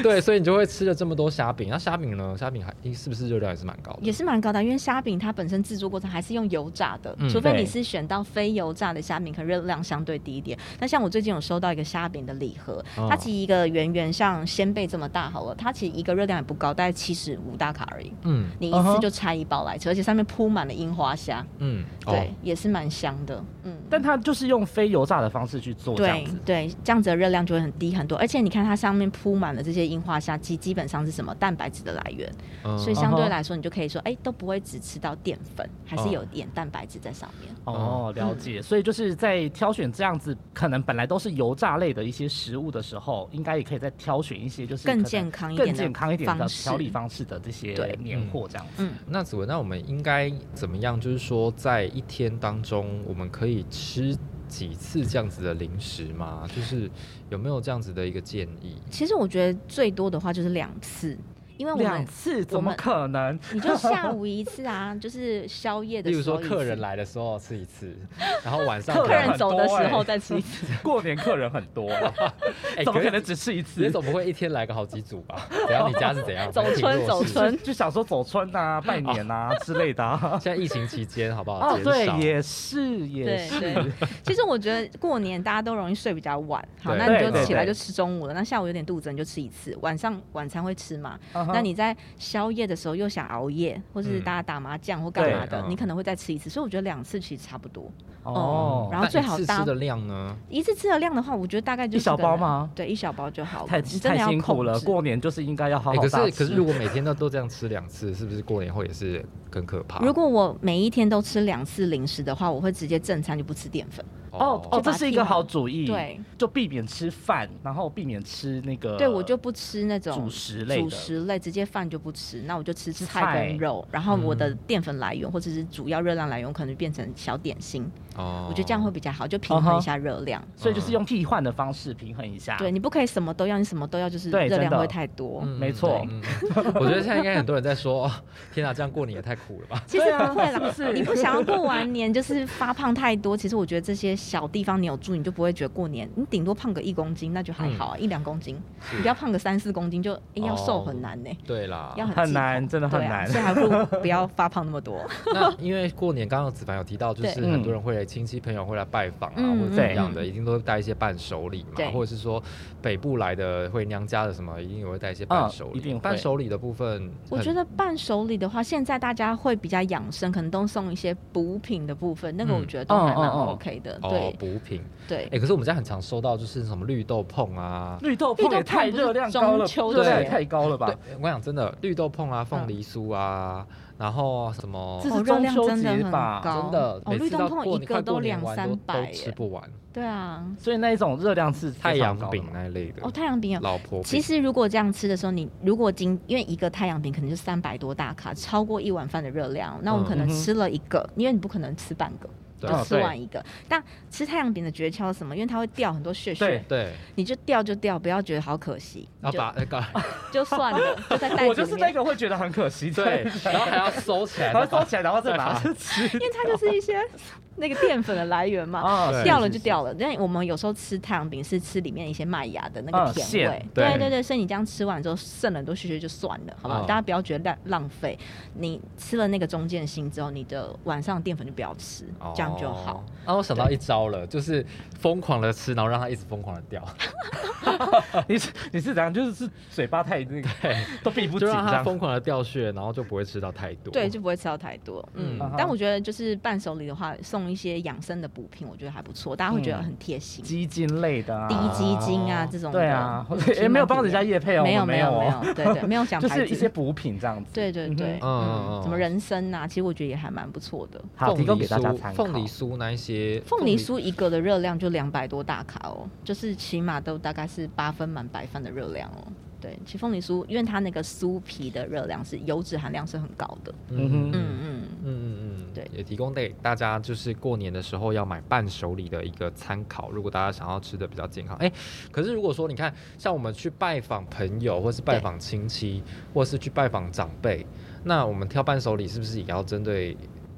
Speaker 6: 对，所以你就会吃了这么多虾饼。那虾饼呢？虾饼还是不是热量也是蛮高的？
Speaker 7: 也是蛮高的，因为虾饼它本身制作过程还是用油炸的，
Speaker 6: 嗯
Speaker 7: 除非
Speaker 5: 对
Speaker 7: 你是选到非油炸的虾饼，可能热量相对低一点。那像我最近有收到一个虾饼的礼盒，
Speaker 6: 哦
Speaker 7: 它其实一个圆圆像鲜贝这么大好了，它其实一个热量也不高，大概七十五大卡而已。
Speaker 6: 嗯
Speaker 7: 你一
Speaker 5: 嗯
Speaker 7: 次
Speaker 5: 哼
Speaker 7: 就拆一包来吃，而且上面铺满了樱花虾，
Speaker 6: 嗯，哦
Speaker 7: 对，也是蛮香的。嗯，
Speaker 5: 但它就是用非油炸的方式去做这样
Speaker 7: 对
Speaker 5: 子。
Speaker 7: 对，这样子的热量就会很低很多。而且你看它上面铺满了这些樱花虾，基基本上是什么蛋白质的来源，
Speaker 6: 嗯
Speaker 7: 所以相
Speaker 5: 嗯
Speaker 7: 对
Speaker 5: 哼
Speaker 7: 来说你就可以说，哎、都不会只吃到淀粉，还是
Speaker 6: 哦
Speaker 5: 嗯
Speaker 7: 有一点蛋白质在上面。
Speaker 5: 哦，了解。所以就是在挑选这样子可能本来都是油炸类的一些食物的时候，应该也可以再挑选一些就是
Speaker 7: 更
Speaker 5: 可能
Speaker 7: 健康一点
Speaker 5: 更
Speaker 7: 的
Speaker 5: 健康一点的
Speaker 7: 方式
Speaker 5: 调理方式的这些
Speaker 7: 对
Speaker 5: 年货这样子。
Speaker 7: 嗯，
Speaker 6: 那子文，那我们应该怎么样？就是说，在一天当中，我们可以吃几次这样子的零食吗？就是有没有这样子的一个建议？
Speaker 7: 其实我觉得最多的话就是两次，因为我
Speaker 5: 两
Speaker 7: 们
Speaker 5: 次怎么可能？
Speaker 7: 你就下午一次啊，就是宵夜的
Speaker 6: 例
Speaker 7: 时候
Speaker 6: 如
Speaker 7: 一次。
Speaker 6: 说，客人来的时候吃一次，然后晚上
Speaker 5: 客
Speaker 7: 客
Speaker 5: 人欸
Speaker 7: 人走的时候再吃一次。
Speaker 5: 过年客人很多，啊 [LAUGHS]
Speaker 6: 哎
Speaker 5: 怎么可能？
Speaker 6: 是
Speaker 5: 只吃一次？
Speaker 6: 你总不会一天来个好几组吧？怎样？你家是怎样？
Speaker 7: 走
Speaker 6: 很
Speaker 7: 村
Speaker 6: 弱
Speaker 7: 走
Speaker 6: 势
Speaker 7: 村
Speaker 5: 就想说走春啊、拜年啊之类的啊。
Speaker 6: 现在疫情期间，好不好？
Speaker 5: [LAUGHS] 哦，对
Speaker 6: 减少，
Speaker 5: 也是也
Speaker 7: 对
Speaker 5: 是， [LAUGHS]
Speaker 7: 对，其实我觉得过年大家都容易睡比较晚，好，
Speaker 6: 对
Speaker 7: 那你
Speaker 5: 对
Speaker 7: 就
Speaker 5: 对
Speaker 7: 起来
Speaker 5: 对
Speaker 7: 就吃中午了，那下午有点肚子你就吃一次，晚上晚餐会吃嘛？
Speaker 5: 嗯哼
Speaker 7: 那你在宵夜的时候又想熬夜，或是大家打麻将或干嘛
Speaker 6: 对
Speaker 7: 的，
Speaker 5: 嗯
Speaker 7: 你可能会再吃一次，所以我觉得两次其实差不多。
Speaker 5: 哦
Speaker 7: 嗯然，后
Speaker 6: 那
Speaker 7: 最
Speaker 6: 嗯一
Speaker 7: 好
Speaker 6: 次
Speaker 7: 搭
Speaker 6: 吃的量呢？
Speaker 7: 一次吃的量的话，我觉得大概就
Speaker 5: 一小
Speaker 7: 是可能
Speaker 5: 包吗
Speaker 7: 对，一小包就好了。
Speaker 5: 太
Speaker 7: 你真
Speaker 5: 太
Speaker 7: 的要
Speaker 5: 辛苦
Speaker 7: 控
Speaker 5: 了，
Speaker 7: 制
Speaker 5: 过年就是应该要好
Speaker 6: 哎、
Speaker 5: 好
Speaker 6: 可
Speaker 5: 大
Speaker 6: 是
Speaker 5: 吃。
Speaker 6: 可是如果每天都都这样吃两次，是不是过年后也是很可怕？
Speaker 7: 如果我每一天都吃两次零食的话，我会直接正餐就不吃淀粉。
Speaker 5: 哦哦，
Speaker 7: 就
Speaker 5: 这
Speaker 7: 把它
Speaker 5: 是一
Speaker 7: 替
Speaker 5: 个
Speaker 7: 换
Speaker 5: 好主意，
Speaker 7: 对，
Speaker 5: 就避免吃饭，然后避免吃那个，
Speaker 7: 对我就不吃那种
Speaker 5: 呃主食类的
Speaker 7: 主食类直接饭就不吃，那我就吃
Speaker 5: 吃
Speaker 7: 菜
Speaker 5: 菜嗯
Speaker 7: 跟肉，然后我的淀粉来源或者是主要热量来源可能变成小点心，
Speaker 6: 哦
Speaker 7: 我觉得这样会比较好，就平衡一下热量。
Speaker 5: 所以就是用替换的方式平衡一下。
Speaker 7: 嗯对，你不可以什么都要，你什么都要，就是
Speaker 5: 对
Speaker 7: 热
Speaker 5: 真
Speaker 7: 量
Speaker 5: 的
Speaker 7: 会太多。
Speaker 6: 嗯
Speaker 5: 没错
Speaker 6: 嗯嗯 [LAUGHS] 我觉得现在应该很多人在说，哦天啊，这样过年也太苦了吧。
Speaker 7: 其实
Speaker 5: 对啊
Speaker 7: 不会啦，
Speaker 5: 是不是
Speaker 7: 你不想要过完年就是发胖太多。其实我觉得这些小地方你有住，你就不会觉得过年，你顶多胖个一公斤那就还
Speaker 5: 嗯
Speaker 7: 好啊，一两公斤，你不要胖个三四公斤就、诶要瘦很难呢、
Speaker 6: 对啦，
Speaker 7: 要很
Speaker 5: 很
Speaker 7: 忌口
Speaker 5: 难真的哦很
Speaker 7: 对啊
Speaker 5: 难
Speaker 7: 所以还不如不要发胖那么多。
Speaker 6: 那因为过年刚刚子凡有提到，就
Speaker 5: 嗯
Speaker 7: 对
Speaker 6: 是很多人会来亲戚朋友会来拜访啊，
Speaker 7: 嗯
Speaker 6: 或者怎么样的，一定都会带一些伴手礼嘛
Speaker 7: 对，
Speaker 6: 或者是说北部来的会娘家的什么，一定也会带一些伴手礼。
Speaker 5: 嗯一定会
Speaker 6: 伴手礼的部分很，
Speaker 7: 我觉得伴手礼的话，现在大家会比较养生，可能都送一些补品的部分，那个
Speaker 6: 嗯
Speaker 7: 我觉得都还蛮
Speaker 5: 哦哦哦
Speaker 7: OK 的。
Speaker 6: 哦补品，
Speaker 7: 对
Speaker 6: 哎、
Speaker 7: 对，
Speaker 6: 可是我们家很常收到就是什么绿豆碰啊。
Speaker 5: [LAUGHS] 绿豆
Speaker 7: 绿
Speaker 5: 碰
Speaker 7: 豆
Speaker 5: 也太
Speaker 7: 椪不是
Speaker 5: 热量高了，
Speaker 7: 中秋
Speaker 5: 热量
Speaker 7: 节
Speaker 5: 也太高了吧
Speaker 6: 对？，我想真的绿豆碰
Speaker 7: 嗯
Speaker 6: 啊，凤梨酥啊，然后什么
Speaker 5: 这是
Speaker 7: 哦热量
Speaker 5: 中秋
Speaker 7: 真的
Speaker 5: 节
Speaker 7: 很
Speaker 5: 吧
Speaker 7: 高，
Speaker 6: 真的，
Speaker 7: 哦，
Speaker 6: 每
Speaker 7: 绿
Speaker 6: 次
Speaker 7: 豆
Speaker 6: 到
Speaker 7: 碰
Speaker 6: 过
Speaker 7: 一
Speaker 6: 年
Speaker 7: 个
Speaker 6: 快
Speaker 7: 都
Speaker 6: 过年
Speaker 7: 两
Speaker 6: 完
Speaker 7: 三百
Speaker 6: 都吃
Speaker 7: 耶，
Speaker 6: 不完，
Speaker 7: 对啊，
Speaker 5: 所以那一种热量是
Speaker 6: 太阳饼
Speaker 5: 呢？
Speaker 6: 那一类的
Speaker 7: 哦，太阳饼有。
Speaker 6: 老婆饼
Speaker 7: 其实如果这样吃的时候，你如果今因为一个太阳饼可能就三百多大卡，超过一碗饭的热量，那我们可能
Speaker 5: 嗯嗯哼
Speaker 7: 吃了一个，因为你不可能吃半个，
Speaker 6: 对
Speaker 7: 就
Speaker 5: 啊
Speaker 7: 吃完一个。但吃太阳饼的诀窍是什么？因为它会掉很多血血，
Speaker 6: 对，
Speaker 7: 你就掉就掉，不要觉得好可惜，
Speaker 6: 然后
Speaker 7: 就
Speaker 6: 把那个
Speaker 7: [LAUGHS] 就算
Speaker 5: [LAUGHS]
Speaker 7: 了，就在袋子里面。
Speaker 5: 我就是那个会觉得很可惜，
Speaker 7: [LAUGHS]
Speaker 6: 对，然后还要收起来，
Speaker 5: 然后收起来，然后再把它吃掉。
Speaker 7: 因为它就是一些那个淀粉的来源嘛。
Speaker 5: 啊
Speaker 6: 对
Speaker 7: 掉了就掉了，但我们有时候吃太阳饼是吃里面一些麦芽的那
Speaker 5: 嗯
Speaker 7: 个甜味
Speaker 5: 馅，
Speaker 6: 对
Speaker 7: 对对对，所以你这样吃完之后剩了很多屑屑就算了，好不
Speaker 5: 啊
Speaker 7: 好？
Speaker 6: 嗯
Speaker 7: 大家不要觉得浪浪费，你吃了那个中间心之后，你的晚上淀粉就不要吃，这样就好
Speaker 6: 哦。。啊，我想到一招了，就是疯狂的吃，然后让它一直疯狂的掉，
Speaker 5: 你是你是怎样？就是是嘴巴太那个，都闭不
Speaker 6: 就
Speaker 5: 紧
Speaker 7: 啊
Speaker 6: 让它
Speaker 5: 张。
Speaker 6: 疯狂的掉屑，然后就不会吃到太多。
Speaker 7: 对，就不会吃到太多。嗯，
Speaker 5: 啊
Speaker 6: 嗯
Speaker 7: 但我觉得就是伴手礼的话，送一些养生的补品，我觉得还不错，大家会觉得很贴心。
Speaker 5: 鸡精类的啊，
Speaker 7: 低基金啊这种的，
Speaker 5: 对啊
Speaker 7: 嗯，
Speaker 5: 也没有帮人家夜配哦，
Speaker 7: 没有
Speaker 5: 我们
Speaker 7: 没
Speaker 5: 没
Speaker 7: 有没
Speaker 5: 哦，
Speaker 7: 有，对对，没有
Speaker 5: [LAUGHS]
Speaker 7: 讲
Speaker 5: 就
Speaker 7: 牌
Speaker 5: 是一些
Speaker 7: 子。
Speaker 5: 补品这样子。
Speaker 7: 对对对，
Speaker 6: 哼
Speaker 5: 嗯
Speaker 6: 嗯嗯
Speaker 7: 嗯，
Speaker 6: 嗯
Speaker 7: 什么人参呐，其实我觉得也还蛮不错的。
Speaker 5: 好，提
Speaker 6: 凤
Speaker 5: 供
Speaker 6: 梨
Speaker 5: 给大家
Speaker 6: 酥、
Speaker 5: 参考。
Speaker 6: 凤梨酥那一些，
Speaker 7: 凤梨酥一个的热量就两百多大卡哦，就是起码都大概是八分满百分的热量哦。对，其实凤梨酥，因为它那个酥皮的热量是油脂含量是很高的。
Speaker 5: 嗯哼
Speaker 6: 嗯
Speaker 7: 嗯
Speaker 6: 嗯
Speaker 7: 嗯，
Speaker 6: 嗯嗯嗯，
Speaker 7: 对
Speaker 6: 也提供给大家就是过年的时候要买伴手礼的一个参考。如果大家想要吃的比较健康，哎，可是如果说你看，像我们去拜访朋友，或是拜访亲戚，或是去拜访长辈，那我们挑伴手礼是不是也要针对？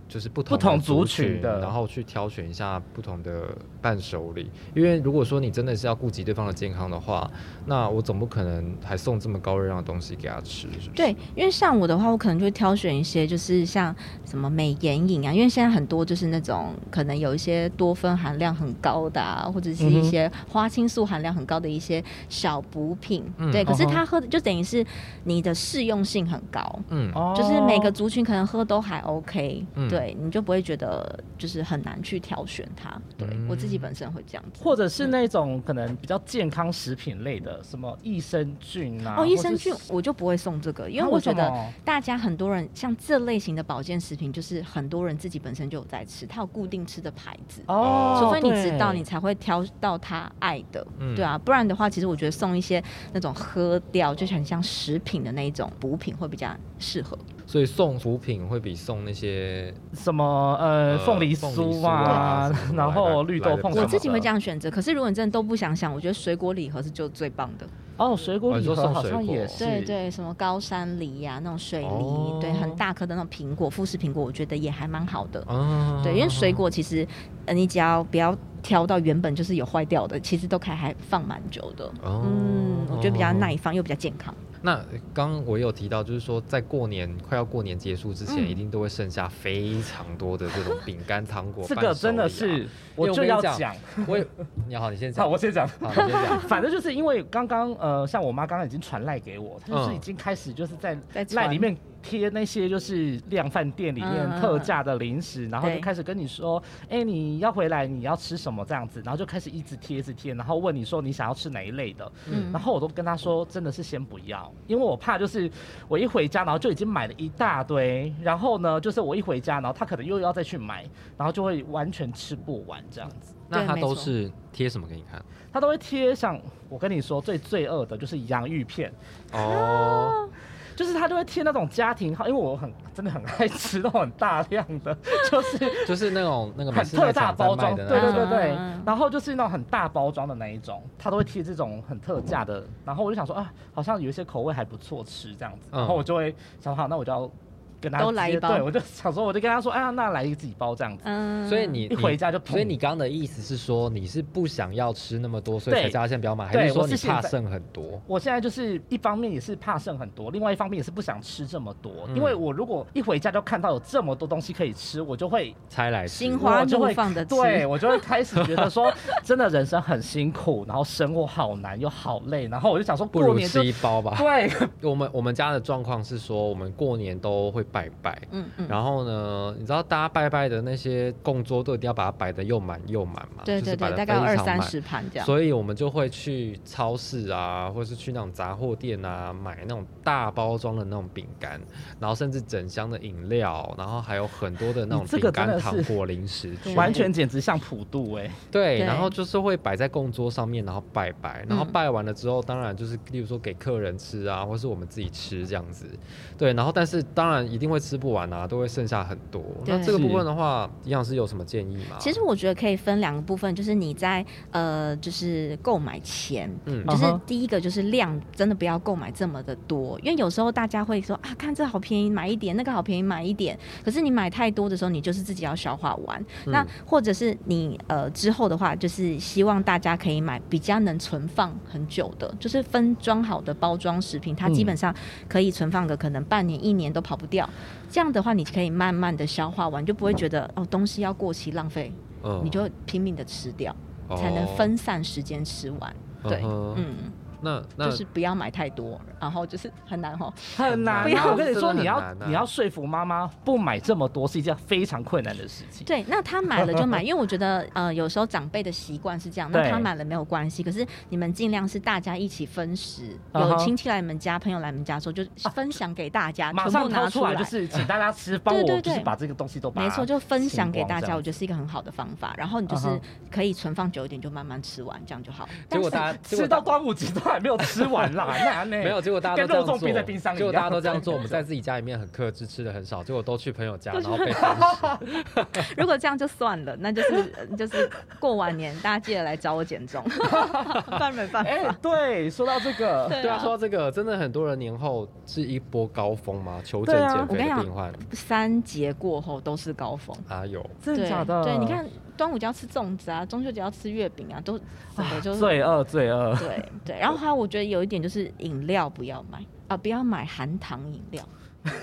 Speaker 6: 就是不同
Speaker 5: 不同
Speaker 6: 的
Speaker 5: 族
Speaker 6: 族
Speaker 5: 群的
Speaker 6: 然后去挑选一下不同的伴手礼。因为如果说你真的是要顾及对方的健康的话，那我总不可能还送这么高热量的东西给他吃，是不是？
Speaker 7: 对，因为像我的话，我可能就会挑选一些，就是像什么美颜饮啊，因为现在很多就是那种可能有一些多酚含量很高的啊，或者是
Speaker 5: 嗯
Speaker 7: 一
Speaker 5: 哼
Speaker 7: 些花青素含量很高的一些小补品，
Speaker 6: 嗯
Speaker 7: 对。可是
Speaker 5: 嗯哼
Speaker 7: 它喝的就等于是你的适用性很高，
Speaker 6: 嗯，
Speaker 5: 哦，
Speaker 7: 就是每个族群可能喝都还 OK，、
Speaker 6: 嗯
Speaker 7: 对，你就不会觉得就是很难去挑选它。对、
Speaker 6: 嗯
Speaker 7: 我自己本身会这样子。
Speaker 5: 或者是那种可能比较健康食品类的，什么益生菌啊。
Speaker 7: 哦，益
Speaker 5: 或
Speaker 7: 生
Speaker 5: 是
Speaker 7: 菌我就不会送这个，因为
Speaker 5: 啊
Speaker 7: 我
Speaker 5: 为什
Speaker 7: 觉得
Speaker 5: 么
Speaker 7: 大家很多人像这类型的保健食品，就是很多人自己本身就有在吃，它有固定吃的牌子。
Speaker 5: 哦，
Speaker 7: 除非你知道，
Speaker 5: 对
Speaker 7: 你才会挑到他爱的，
Speaker 6: 嗯
Speaker 7: 对啊，不然的话，其实我觉得送一些那种喝掉就是很像食品的那一种补品会比较适合。
Speaker 6: 所以送补品会比送那些
Speaker 5: 什么呃
Speaker 6: 呃
Speaker 5: 凤梨
Speaker 6: 凤梨
Speaker 5: 酥
Speaker 6: 酥啊
Speaker 5: 啊
Speaker 7: [LAUGHS]
Speaker 6: 什么什，么
Speaker 5: 然后绿豆
Speaker 6: 来得
Speaker 5: 碰
Speaker 6: 比较
Speaker 5: 什么
Speaker 7: 我
Speaker 5: 的，
Speaker 7: 自己会这样选择，可是如果你真的都不想想，我觉得水果礼盒是就最棒的。
Speaker 5: 哦，水果
Speaker 6: 哦你
Speaker 5: 礼
Speaker 6: 说
Speaker 5: 盒
Speaker 6: 送
Speaker 5: 好
Speaker 6: 水
Speaker 5: 像
Speaker 6: 果
Speaker 5: 也
Speaker 6: 哦
Speaker 5: 是，
Speaker 7: 对对，什么高山梨呀、那种水梨，
Speaker 6: 哦
Speaker 7: 对，很大颗的那种苹果，富士苹果，我觉得也还蛮好的。
Speaker 6: 啊，
Speaker 7: 对，因为水果其实，呃，你只要不要挑到原本就是有坏掉的，其实都可以还放蛮久的。
Speaker 6: 哦
Speaker 7: 嗯，我觉得比较耐
Speaker 6: 哦
Speaker 7: 放又比较健康。
Speaker 6: 那刚刚我有提到，就是说在过年快要过年结束之前，
Speaker 7: 嗯
Speaker 6: 一定都会剩下非常多的这种饼干、糖果。
Speaker 5: [LAUGHS] 这个
Speaker 6: 伴手
Speaker 5: 真的
Speaker 6: 礼
Speaker 5: 是
Speaker 6: 啊，
Speaker 5: 我
Speaker 6: 因为
Speaker 5: 就
Speaker 6: 跟你
Speaker 5: 要
Speaker 6: 讲
Speaker 5: 讲。，
Speaker 6: 我也你好，你先讲，
Speaker 5: 好，我先讲。
Speaker 6: 好，你 [LAUGHS] 先讲。
Speaker 5: 反正就是因为刚刚呃，像我妈刚刚已经传赖给我，她就是已经开始就是在
Speaker 7: 在传
Speaker 5: 赖里面贴那些就是量贩店里面
Speaker 7: 嗯嗯嗯
Speaker 5: 特价的零食，然后就
Speaker 7: 对
Speaker 5: 开始跟你说，哎、你要回来你要吃什么这样子，然后就开始一直贴一直贴，然后问你说你想要吃哪一类的，
Speaker 7: 嗯
Speaker 5: 然后我都跟她说真的是先不要，因为我怕就是我一回家然后就已经买了一大堆，然后呢就是我一回家然后她可能又要再去买，然后就会完全吃不完这样子。
Speaker 6: 那它
Speaker 7: 没
Speaker 6: 都
Speaker 7: 错
Speaker 6: 是贴什么给你看？
Speaker 5: 他啊都会贴上。我跟你说，最罪恶的就是洋芋片，
Speaker 6: 哦，
Speaker 5: 就是他就会贴那种家庭号，因为我很真的很爱 [LAUGHS] 吃那种很大量的，就是
Speaker 6: 就是那种那个美
Speaker 5: 很
Speaker 6: 式
Speaker 5: 特
Speaker 6: 卖
Speaker 5: 大
Speaker 6: 场
Speaker 5: 包
Speaker 6: 在
Speaker 5: 装，
Speaker 6: 卖的
Speaker 5: 对
Speaker 6: 那
Speaker 5: 对
Speaker 6: 种，
Speaker 5: 对对
Speaker 7: 嗯嗯，
Speaker 5: 然后就是那种很大包装的那一种，他都会贴这种很特价的，然后我就想说啊，好像有一些口味还不错吃这样子，
Speaker 6: 嗯
Speaker 5: 然后我就会想好，那我就要跟他
Speaker 7: 都来
Speaker 5: 直接
Speaker 7: 一包
Speaker 5: 对我就想说，我就跟他说，哎呀，那来几包这样子，
Speaker 7: 嗯
Speaker 6: 所以你
Speaker 5: 一回家就
Speaker 6: 所以
Speaker 5: 砰
Speaker 6: 你刚刚的意思是说你是不想要吃那么多，所以
Speaker 5: 对
Speaker 6: 才叫他先不要买，
Speaker 5: 对
Speaker 6: 还是说
Speaker 5: 我
Speaker 6: 你
Speaker 5: 是
Speaker 6: 怕
Speaker 5: 现在
Speaker 6: 剩很多？
Speaker 5: 我现在就是一方面也是怕剩很多，另外一方面也是不想吃这么多，
Speaker 6: 嗯
Speaker 5: 因为我如果一回家就看到有这么多东西可以吃，我就会
Speaker 6: 猜来吃
Speaker 7: 心花
Speaker 5: 我就
Speaker 7: 怒
Speaker 5: 会
Speaker 7: 放的呃吃，
Speaker 5: 对我就会开始觉得
Speaker 7: [LAUGHS]
Speaker 5: 说，真的人生很辛苦，然后生活好难又好累，然后我就想说
Speaker 6: 不
Speaker 5: 过
Speaker 6: 如
Speaker 5: 年就
Speaker 6: 吃一包吧。
Speaker 5: 对，
Speaker 6: 我们我们家的状况是说，我们过年都会拜拜。
Speaker 7: 嗯嗯，
Speaker 6: 然后呢，你知道大家拜拜的那些供桌都一定要把它摆得又满又满嘛，
Speaker 7: 对
Speaker 6: 就
Speaker 7: 对
Speaker 6: 是摆
Speaker 7: 对，
Speaker 6: 得
Speaker 7: 大概有
Speaker 6: 非
Speaker 7: 二
Speaker 6: 常
Speaker 7: 三
Speaker 6: 满
Speaker 7: 十盘这样。
Speaker 6: 所以我们就会去超市啊，或是去那种杂货店啊，买那种大包装的那种饼干，然后甚至整箱的饮料，然后还有很多的那种
Speaker 5: 你这
Speaker 6: 饼
Speaker 5: 个
Speaker 6: 干、
Speaker 5: 真的是
Speaker 6: 糖果、零食，
Speaker 7: 对
Speaker 5: 完全简直像普渡
Speaker 7: [LAUGHS]
Speaker 5: 哎、
Speaker 6: 对，
Speaker 7: 对嗯
Speaker 6: 然后就是会摆在供桌上面，然后拜拜，然后拜完了之后，当然就是例如说给客人吃啊，或是我们自己吃这样子，对，然后但是当然一定会吃不完啊，都会剩下很多。
Speaker 7: 对
Speaker 6: 那这个部
Speaker 5: 是
Speaker 6: 分的话，营养师有什么建议吗？
Speaker 7: 其实我觉得可以分两个部分，就是你在呃，就是购买前，
Speaker 6: 嗯
Speaker 7: 就是
Speaker 5: 嗯哼
Speaker 7: 第一个就是量真的不要购买这么的多，因为有时候大家会说啊，看这好便宜买一点，那个好便宜买一点，可是你买太多的时候，你就是自己要消化完。
Speaker 6: 嗯
Speaker 7: 那或者是你呃之后的话，就是希望大家可以买比较能存放很久的，就是分装好的包装食品，它基
Speaker 6: 嗯
Speaker 7: 本上可以存放个可能半年一年都跑不掉。这样的话，你可以慢慢的消化完，就不会觉得哦东西要过期浪费，
Speaker 6: 嗯
Speaker 7: 你就拼命的吃掉，
Speaker 6: 哦
Speaker 7: 才能分散时间吃完。对，
Speaker 6: 嗯哼
Speaker 7: 嗯，
Speaker 6: 那那
Speaker 7: 就是不要买太多，然后就是很难哦吼。
Speaker 5: 很难、啊。
Speaker 6: 不要
Speaker 5: 我跟你
Speaker 6: 真的
Speaker 5: 说，
Speaker 6: 很
Speaker 5: 你要、
Speaker 6: 难啊
Speaker 5: 你要说服妈妈不买这么多是一件非常困难的事情。
Speaker 7: 对，那他买了
Speaker 5: [LAUGHS]
Speaker 7: 就买，因为我觉得呃，有时候长辈的习惯是这样，那
Speaker 5: 对
Speaker 7: 他买了没有关系，可是你们尽量是大家一起分食，
Speaker 5: 嗯
Speaker 7: 有
Speaker 5: 哼啊
Speaker 7: 亲戚来你们家、朋友来你们家的时候，就分享给大家，
Speaker 5: 马
Speaker 7: 全部
Speaker 5: 上掏
Speaker 7: 拿
Speaker 5: 出
Speaker 7: 来
Speaker 5: 来就是请大家吃，帮
Speaker 7: 对对
Speaker 5: 我就是
Speaker 7: 对
Speaker 5: 把这个东西都把
Speaker 7: 没错，就分享给
Speaker 5: 清光
Speaker 7: 大
Speaker 5: 这
Speaker 7: 家，
Speaker 5: 样
Speaker 7: 我觉得是一个很好的方法。然后你就是
Speaker 5: 嗯哼
Speaker 7: 可以存放久一点，就慢慢吃完，这样就好。
Speaker 6: 结果
Speaker 7: 但是
Speaker 6: 大家结果
Speaker 5: 吃
Speaker 6: 大
Speaker 5: 到端午节都还没有吃
Speaker 6: [LAUGHS]
Speaker 5: 完啦，那呢
Speaker 6: 没有，结果大家
Speaker 5: 跟
Speaker 6: 都这样
Speaker 5: 肉粽
Speaker 6: 做
Speaker 5: 冰在冰箱，里一
Speaker 6: 结
Speaker 5: 样，
Speaker 6: 果大家都这样做。我们在自己家里面很克制，吃的很少，结果都去朋友家，然后被分
Speaker 7: [LAUGHS]
Speaker 6: 食。
Speaker 7: [LAUGHS] 如果这样就算了，那就是呃就是过完年大家记得来找我减重， [LAUGHS] 不然没办
Speaker 5: [LAUGHS]
Speaker 7: 法。
Speaker 5: 哎、对，说到这个，
Speaker 7: 对
Speaker 6: 对啊，
Speaker 7: 啊
Speaker 6: 说到这个，真的很多人年后是一波高峰嘛，求诊
Speaker 5: 对啊
Speaker 6: 减
Speaker 7: 我
Speaker 6: 肥
Speaker 7: 跟
Speaker 6: 的
Speaker 7: 你讲
Speaker 6: 病患
Speaker 7: 三节过后都是高峰。
Speaker 6: 啊有。
Speaker 5: 真的假的？
Speaker 7: 对，你看端午节要吃粽子啊，中秋节要吃月饼啊，都整个就是、
Speaker 5: 罪恶，罪恶。
Speaker 7: 对对。然后还有，我觉得有一点就是饮料不要买啊、不要买含糖饮
Speaker 5: [LAUGHS]
Speaker 7: 料。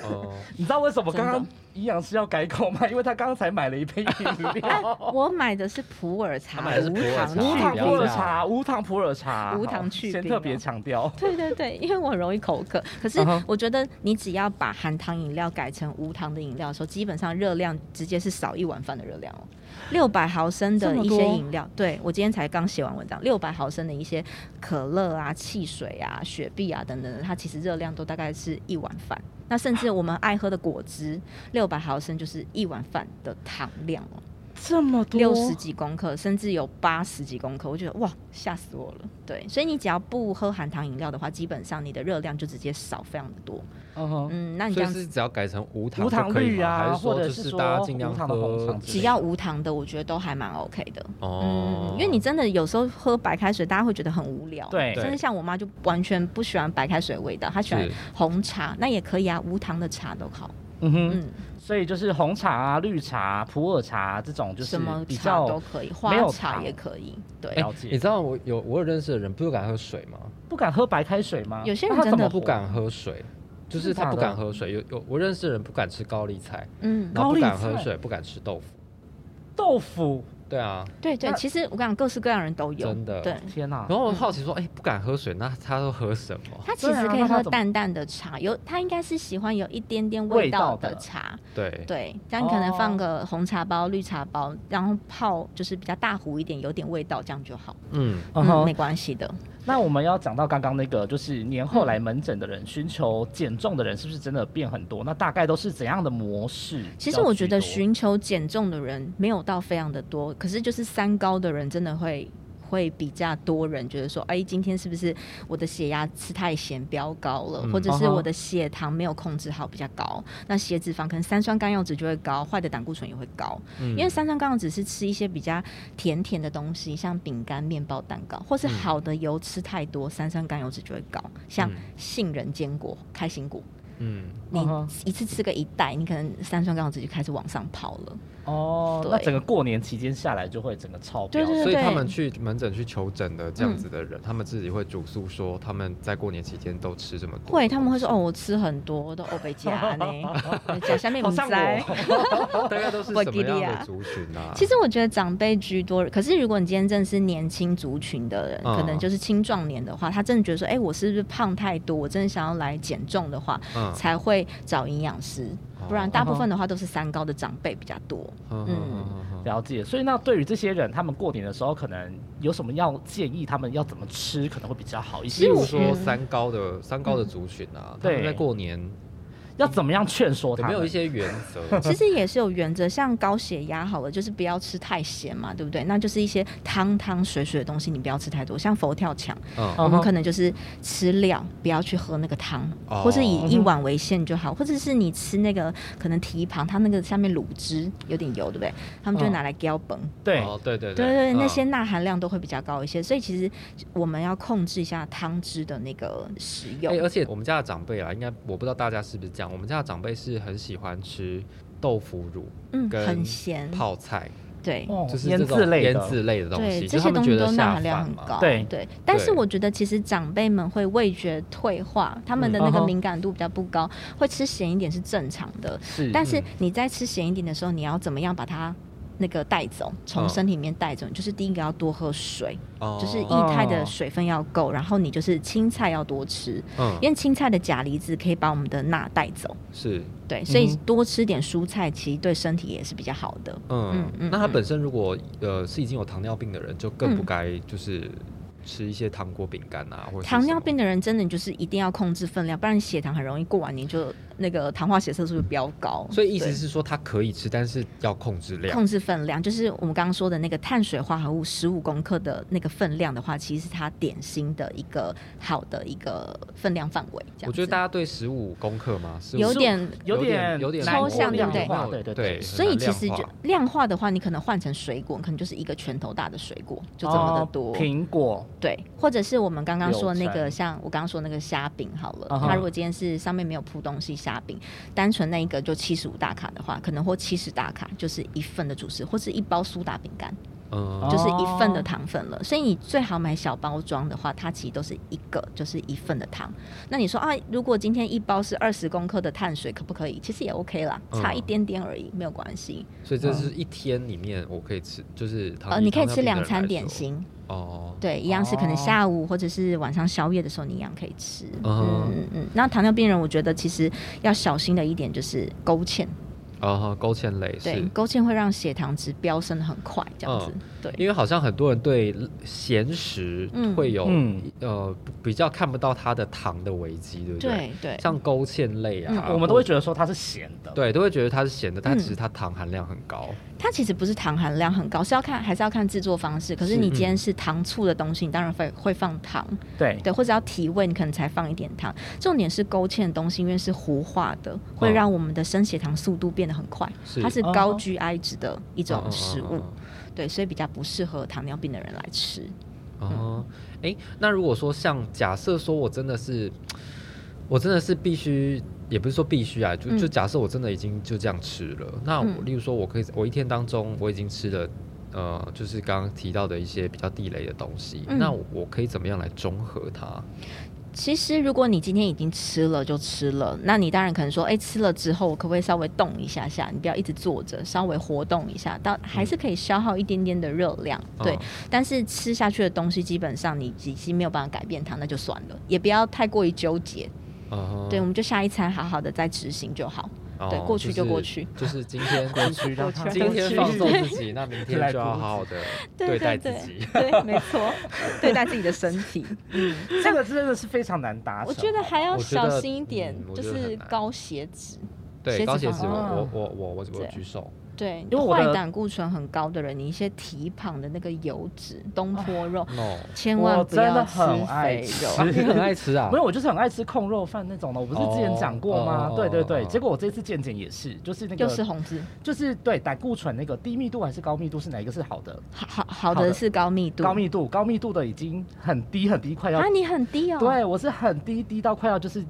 Speaker 6: 哦，
Speaker 5: 你知道为什么刚
Speaker 7: 真
Speaker 5: 刚
Speaker 7: 的
Speaker 5: 营养师要改口吗？因为他刚才买了一杯饮
Speaker 7: [LAUGHS]
Speaker 5: 料，
Speaker 7: 我买的是普洱
Speaker 6: 他
Speaker 7: 茶，
Speaker 6: 买的是
Speaker 7: 哎无
Speaker 6: 普洱茶
Speaker 7: 糖
Speaker 5: 无糖
Speaker 7: 去
Speaker 6: 不要
Speaker 5: 普
Speaker 7: 冰
Speaker 5: 洱
Speaker 6: 这样
Speaker 5: 茶，无糖普洱茶，
Speaker 7: 无糖
Speaker 5: 好
Speaker 7: 去
Speaker 5: 先
Speaker 7: 冰
Speaker 5: 特
Speaker 7: 哦
Speaker 5: 别强调。
Speaker 7: 对对对，因为我很容易口渴，可是
Speaker 5: 啊哈
Speaker 7: 我觉得你只要把含糖饮料改成无糖的饮料的时候，基本上热量直接是少一碗饭的热量哦。六百毫升的一些饮料，对我今天才刚写完文章，六百毫升的一些可乐啊、汽水啊、雪碧啊等等的，它其实热量都大概是一碗饭。那甚至我们爱喝的果汁，六百毫升就是一碗饭的糖量哦，
Speaker 5: 这么
Speaker 7: 六十几公克，甚至有八十几公克，我觉得哇，吓死我了。对，所以你只要不喝含糖饮料的话，基本上你的热量就直接少非常的多。
Speaker 5: 嗯哼，
Speaker 7: 嗯，那你这
Speaker 6: 所以
Speaker 7: 样子
Speaker 6: 是只要改成无糖
Speaker 5: 无糖
Speaker 6: 就可以
Speaker 5: 绿
Speaker 6: 吗
Speaker 5: 啊
Speaker 6: 还是说
Speaker 5: 或者
Speaker 6: 就是
Speaker 5: 说
Speaker 6: 大家尽量
Speaker 5: 无糖的红
Speaker 6: 喝
Speaker 5: 糖？之类
Speaker 7: 只要无糖的，我觉得都还蛮 OK 的。
Speaker 6: 哦
Speaker 7: 嗯，，因为你真的有时候喝白开水，大家会觉得很无聊。
Speaker 5: 对
Speaker 7: 甚至像我妈就完全不喜欢白开水的味道，她喜欢
Speaker 6: 是
Speaker 7: 红茶，那也可以啊，无糖的茶都好。
Speaker 5: 嗯哼，
Speaker 7: 嗯，
Speaker 5: 所以就是红茶啊、绿茶啊、普洱茶啊这种，就是
Speaker 7: 什么
Speaker 5: 比
Speaker 7: 茶都
Speaker 5: 较
Speaker 7: 可以，
Speaker 5: 没
Speaker 7: 花
Speaker 5: 有
Speaker 7: 茶
Speaker 5: 糖
Speaker 7: 也可以。对，
Speaker 6: 哎
Speaker 5: 了解
Speaker 6: 你知道我有我有认识的人不敢喝水吗？
Speaker 5: 不敢喝白开水吗？
Speaker 7: 有些人
Speaker 5: 那他
Speaker 7: 真
Speaker 5: 怎
Speaker 7: 的
Speaker 5: 么
Speaker 6: 不
Speaker 5: 活
Speaker 6: 敢喝水，就是他不敢喝水。有有我认识的人不敢吃高丽菜，
Speaker 7: 嗯，
Speaker 6: 然后不敢
Speaker 5: 高丽
Speaker 6: 喝
Speaker 5: 菜
Speaker 6: 水，不敢吃豆腐。
Speaker 5: 豆腐，
Speaker 6: 对啊，
Speaker 7: 对对，
Speaker 5: 那
Speaker 7: 其实我跟你讲，各式各样的人都有。
Speaker 6: 真的
Speaker 7: 对。
Speaker 5: 天哪！
Speaker 7: 嗯
Speaker 6: 然后我好奇说，哎、不敢喝水，那他都喝什么？
Speaker 7: 他其实可
Speaker 5: 对啊
Speaker 7: 以
Speaker 5: 那他
Speaker 7: 喝
Speaker 5: 怎么
Speaker 7: 淡淡的茶，有他应该是喜欢有一点点味
Speaker 5: 味
Speaker 7: 道
Speaker 5: 道
Speaker 7: 的
Speaker 5: 的
Speaker 7: 茶，
Speaker 6: 对，
Speaker 7: 对，这样你可能
Speaker 5: 哦
Speaker 7: 放个红茶包、绿茶包，然后泡就是比较大壶一点，有点味道，这样就好，
Speaker 6: 嗯，
Speaker 5: 嗯
Speaker 7: 嗯，没
Speaker 5: 哼，
Speaker 7: 关系的。
Speaker 5: 那我们要讲到刚刚那个，就是年后来门诊的人，寻求减重的人，是不是真的变很多？那大概都是怎样的模式？
Speaker 7: 其实我觉得寻求减重的人没有到非常的多，可是就是三高的人真的会。会比较多人觉得说，哎，今天是不是我的血压吃太咸飙高了，
Speaker 6: 嗯
Speaker 7: 或者
Speaker 5: 啊
Speaker 7: 是
Speaker 5: 哈
Speaker 7: 我的血糖没有控制好比较高，那血脂肪可能三酸甘油酯就会高，坏的胆固醇也会高。
Speaker 6: 嗯
Speaker 7: 因为三酸甘油酯是吃一些比较甜甜的东西，像饼干、面包、蛋糕，或是好的油吃太多，三酸甘油酯就会高，像
Speaker 6: 嗯
Speaker 7: 杏仁坚果、开心果。
Speaker 6: 嗯，
Speaker 7: 你
Speaker 5: 啊哈
Speaker 7: 一次吃个一袋，你可能三酸甘油酯就开始往上跑了。
Speaker 5: 哦，那
Speaker 7: 对
Speaker 5: 整个过年期间下来就会整个超标。
Speaker 7: 对对嗯
Speaker 6: 所以他们去门诊去求诊的这样子的人，他们自己会主诉说他们在过年期间都吃这么多，
Speaker 7: 会，他们会说哦，，我吃很多，都欧北加呢，假下面
Speaker 5: 好
Speaker 7: 不
Speaker 5: 像
Speaker 7: 在。
Speaker 5: 我
Speaker 6: 大概都是
Speaker 7: 哦我
Speaker 6: 什么
Speaker 7: 记得
Speaker 6: 样的
Speaker 7: 啊
Speaker 6: 族群啊？
Speaker 7: 其实我觉得长辈居多，可是如果你今天真的是年轻族群的人，
Speaker 6: 嗯
Speaker 7: 可能就是青壮年的话，他真的觉得说，哎、我是不是胖太多？我真的想要来减重的话，
Speaker 6: 嗯哦
Speaker 7: 才会找营养师。不然大部分的话都是三高的长辈比较多。
Speaker 6: 嗯嗯
Speaker 5: [LAUGHS] 了解。所以那对于这些人，他们过年的时候可能有什么要建议？他们要怎么吃可能会比较好一
Speaker 6: 例
Speaker 5: 些？
Speaker 6: 如说三高的三高的族群啊，他们
Speaker 5: 对
Speaker 6: 在过年
Speaker 5: 要怎么样劝说
Speaker 6: 有
Speaker 5: 他
Speaker 6: 没
Speaker 5: 们？
Speaker 6: 有一些原则？
Speaker 7: 其实也是有原则，像高血压好了，就是不要吃太咸嘛，对不对？那就是一些汤汤水水的东西，你不要吃太多，像佛跳墙。
Speaker 6: 嗯
Speaker 5: 嗯
Speaker 7: 我们
Speaker 5: 哼
Speaker 7: 可能就是吃料，不要去喝那个汤，
Speaker 6: 哦
Speaker 7: 或是以
Speaker 5: 嗯
Speaker 7: 一
Speaker 5: 哼
Speaker 7: 碗为限就好，或者是你吃那个可能蹄膀，它那个下面卤汁有点油，对不对？他们就会
Speaker 5: 嗯
Speaker 7: 拿来浇本。
Speaker 5: 对，
Speaker 6: 哦对哦对
Speaker 7: 对对，对
Speaker 6: 嗯
Speaker 7: 那些钠含量都会比较高一些，所以其实我们要控制一下汤汁的那个食用。
Speaker 6: 欸而且我们家的长辈啦，应该我不知道大家是不是这样，我们家的长辈是很喜欢吃豆腐乳、
Speaker 7: 嗯，
Speaker 6: 跟
Speaker 7: 很咸，
Speaker 6: 泡菜，
Speaker 7: 对。
Speaker 5: 哦
Speaker 6: 就是
Speaker 5: 腌
Speaker 6: 这种
Speaker 5: 制类的，
Speaker 6: 腌制类的东西，
Speaker 7: 对，
Speaker 6: 就是
Speaker 7: 这
Speaker 6: 他
Speaker 7: 些
Speaker 6: 们
Speaker 7: 东
Speaker 6: 觉
Speaker 7: 西
Speaker 6: 得
Speaker 7: 都钠
Speaker 6: 下
Speaker 7: 含量
Speaker 6: 饭
Speaker 7: 很
Speaker 6: 嘛。
Speaker 7: 高，
Speaker 5: 对
Speaker 7: 对。但是
Speaker 6: 对
Speaker 7: 我觉得其实长辈们会味觉退化，他们的
Speaker 5: 嗯
Speaker 7: 那
Speaker 5: 嗯
Speaker 7: 个
Speaker 5: 哼
Speaker 7: 敏感度比较不高，会吃咸一点是正常的。
Speaker 5: 是
Speaker 7: 但是
Speaker 6: 嗯
Speaker 7: 你在吃咸一点的时候，你要怎么样把它那个带走，从
Speaker 6: 嗯
Speaker 7: 身体里面带走？你就是第一个要多喝水，
Speaker 6: 哦
Speaker 7: 就是液态
Speaker 5: 哦
Speaker 7: 的水分要够，然后你就是青菜要多吃，
Speaker 6: 嗯
Speaker 7: 因为青菜的钾离子可以把我们的钠带走。
Speaker 6: 是
Speaker 7: 对，所以
Speaker 5: 嗯
Speaker 7: 多吃点蔬菜，其实对身体也是比较好的。
Speaker 6: 嗯
Speaker 7: 嗯嗯
Speaker 6: 那他
Speaker 7: 嗯
Speaker 6: 本身如果呃是已经有糖尿病的人，就更不
Speaker 7: 嗯
Speaker 6: 该就是吃一些糖果、饼干啊，或者是
Speaker 7: 糖
Speaker 6: 什
Speaker 7: 尿
Speaker 6: 么
Speaker 7: 病的人真的就是一定要控制分量，不然血糖很容易过完年就那个糖化血色素就飙高。
Speaker 6: 所以意思
Speaker 7: 对
Speaker 6: 是说，它可以吃，但是要控制量。
Speaker 7: 控制分量，就是我们刚刚说的那个碳水化合物十五公克的那个分量的话，其实是它点心的一个好的一个分量范围。这样子
Speaker 6: 我觉得大家对十五公克嘛，15
Speaker 7: 有点
Speaker 5: 有点
Speaker 6: 有点
Speaker 7: 抽
Speaker 6: 模
Speaker 7: 象
Speaker 6: 糊
Speaker 7: 对不对
Speaker 6: 没有
Speaker 5: 对对
Speaker 6: 对，
Speaker 7: 所以
Speaker 6: 很
Speaker 7: 其
Speaker 6: 难
Speaker 7: 实
Speaker 6: 量
Speaker 7: 就
Speaker 6: 化
Speaker 7: 量化的话，你可能换成水果，可能就是一个拳头大的水果，就这么的
Speaker 5: 哦
Speaker 7: 多。
Speaker 5: 苹果，
Speaker 7: 对，或者是我们刚刚说那
Speaker 5: 柳
Speaker 7: 个，
Speaker 5: 橙
Speaker 7: 像我刚刚说那个虾饼好了，
Speaker 6: 嗯
Speaker 5: 啊哈
Speaker 7: 它如果今天是上面没有铺东西虾饼，单纯那一个就七十五大卡的话，可能或七十大卡就是一份的主食，或是一包苏打饼干，
Speaker 6: 嗯
Speaker 7: 就是一份
Speaker 5: 哦
Speaker 7: 的糖分了。所以你最好买小包装的话，它其实都是一个就是一份的糖。那你说啊，如果今天一包是二十公克的碳水，可不可以？其实也 OK 啦，差一
Speaker 6: 嗯
Speaker 7: 点点而已，没有关系。
Speaker 6: 所以这
Speaker 5: 哦
Speaker 6: 是一天里面我可以吃，就是糖
Speaker 7: 呃，
Speaker 6: 以
Speaker 7: 你可以
Speaker 6: 糖尿
Speaker 7: 吃
Speaker 6: 病的
Speaker 7: 两
Speaker 6: 人
Speaker 7: 餐
Speaker 6: 来
Speaker 7: 点
Speaker 6: 说
Speaker 7: 心，
Speaker 6: 哦，
Speaker 7: 对，一样是可能
Speaker 5: 哦
Speaker 7: 下午或者是晚上宵夜的时候，你一样可以吃。
Speaker 6: 嗯
Speaker 7: 嗯嗯嗯。那糖尿病人，我觉得其实要小心的一点就是勾芡，
Speaker 6: 哦，勾芡类
Speaker 7: 对
Speaker 6: 是，。嗯
Speaker 7: 勾芡会让血糖值飙升的很快，这样子。对，
Speaker 6: 因为好像很多人对咸食
Speaker 7: 嗯
Speaker 6: 会有、
Speaker 5: 嗯
Speaker 6: 呃比较看不到它的糖的危机，对不
Speaker 7: 对对
Speaker 6: 像勾芡类啊，
Speaker 7: 嗯
Speaker 5: 我们都会
Speaker 6: 得
Speaker 5: 觉得说它是咸的。
Speaker 6: 对，都会觉得它是咸的，但
Speaker 7: 嗯
Speaker 6: 其实它糖含量很高。
Speaker 7: 它其实不是糖含量很高，是要看还是要看制作方式。可是
Speaker 6: 是
Speaker 7: 你今
Speaker 6: 嗯
Speaker 7: 天是糖醋的东西，你当然会会放糖，
Speaker 5: 对
Speaker 7: 对，或者要提味，你可能才放一点糖。重点是勾芡的东西，因为是糊化的，会
Speaker 6: 嗯
Speaker 7: 让我们的升血糖速度变得很快。
Speaker 6: 是
Speaker 7: 它是
Speaker 5: 哦
Speaker 7: 高 GI 值的
Speaker 6: 嗯
Speaker 7: 一
Speaker 6: 嗯嗯
Speaker 7: 种食物
Speaker 6: 嗯，嗯
Speaker 7: 对，所以比较不适合糖尿病的人来吃。
Speaker 6: 哦，哎、那如果说像假设说我真的是，我真的是必须，也不是说必须啊，就、就
Speaker 7: 嗯
Speaker 6: 假设我真的已经就这样吃了，那我、
Speaker 7: 嗯
Speaker 6: 例如说我可以，我一天当中我已经吃了。呃，就是刚刚提到的一些比较地雷的东西，
Speaker 7: 嗯
Speaker 6: 那我我可以怎么样来中和它？
Speaker 7: 其实，如果你今天已经吃了就吃了，那你当然可能说，哎，吃了之后我可不可以稍微动一下下？你不要一直坐着，稍微活动一下，到还是可以消耗一点点的热量，
Speaker 6: 嗯
Speaker 7: 对。但是吃下去的东西，基本上你已经没有办法改变它，那就算了，也不要太过于纠结。
Speaker 6: 嗯
Speaker 7: 对，我们就下一餐好好的再执行
Speaker 6: [LAUGHS]
Speaker 7: 就好。
Speaker 6: 哦
Speaker 7: 对过去就过去
Speaker 6: [LAUGHS] 就是，就是今
Speaker 7: [LAUGHS]
Speaker 6: 天过去，
Speaker 5: 让它
Speaker 6: 今天放纵自己，那明天
Speaker 5: 来
Speaker 6: 就要
Speaker 5: 过
Speaker 6: 好好的
Speaker 7: 对
Speaker 6: 对
Speaker 7: 对
Speaker 6: 待自
Speaker 7: 对
Speaker 6: 己。
Speaker 7: 对，没错，对待自己的身
Speaker 6: [LAUGHS]
Speaker 7: 体。
Speaker 5: [LAUGHS] 这个真的是非常难达成。
Speaker 7: 我觉得还要
Speaker 6: 我觉
Speaker 7: 小
Speaker 6: 得
Speaker 7: 心一点
Speaker 6: 嗯，我
Speaker 7: 就
Speaker 6: 觉得很
Speaker 7: 是
Speaker 6: 难
Speaker 7: 高血脂。
Speaker 6: 对，
Speaker 7: 血
Speaker 6: 高
Speaker 7: 脂
Speaker 6: 血
Speaker 7: 肪
Speaker 6: 脂我，
Speaker 5: 啊
Speaker 6: 我我我我我
Speaker 7: 对
Speaker 6: 举手，
Speaker 7: 对，
Speaker 5: 因为我
Speaker 7: 坏
Speaker 5: 的
Speaker 7: 胆固醇很高的人，你一些蹄膀的那个油脂、东坡肉，
Speaker 6: no， [LAUGHS]
Speaker 7: 千
Speaker 5: 我
Speaker 7: 万不
Speaker 5: 真的
Speaker 7: 要吃
Speaker 5: 很爱
Speaker 7: 肥
Speaker 5: 吃
Speaker 7: 肉。
Speaker 6: 啊你很爱吃啊
Speaker 5: 没？有，我就是很爱吃控肉饭那种的。我不是之前讲过吗？
Speaker 6: 哦
Speaker 5: 对对对，
Speaker 6: 哦
Speaker 5: 结果我这次健检也是，就是那个
Speaker 7: 又是红字，
Speaker 5: 就是对胆固醇那个低密度还是高密度是哪一个是好的？
Speaker 7: 好好好
Speaker 5: 好的
Speaker 7: 的是高密度，
Speaker 5: 高密度，高密度的已经很低很低，快要、
Speaker 7: 啊，你很低哦。
Speaker 5: 对我是很低低到快要就是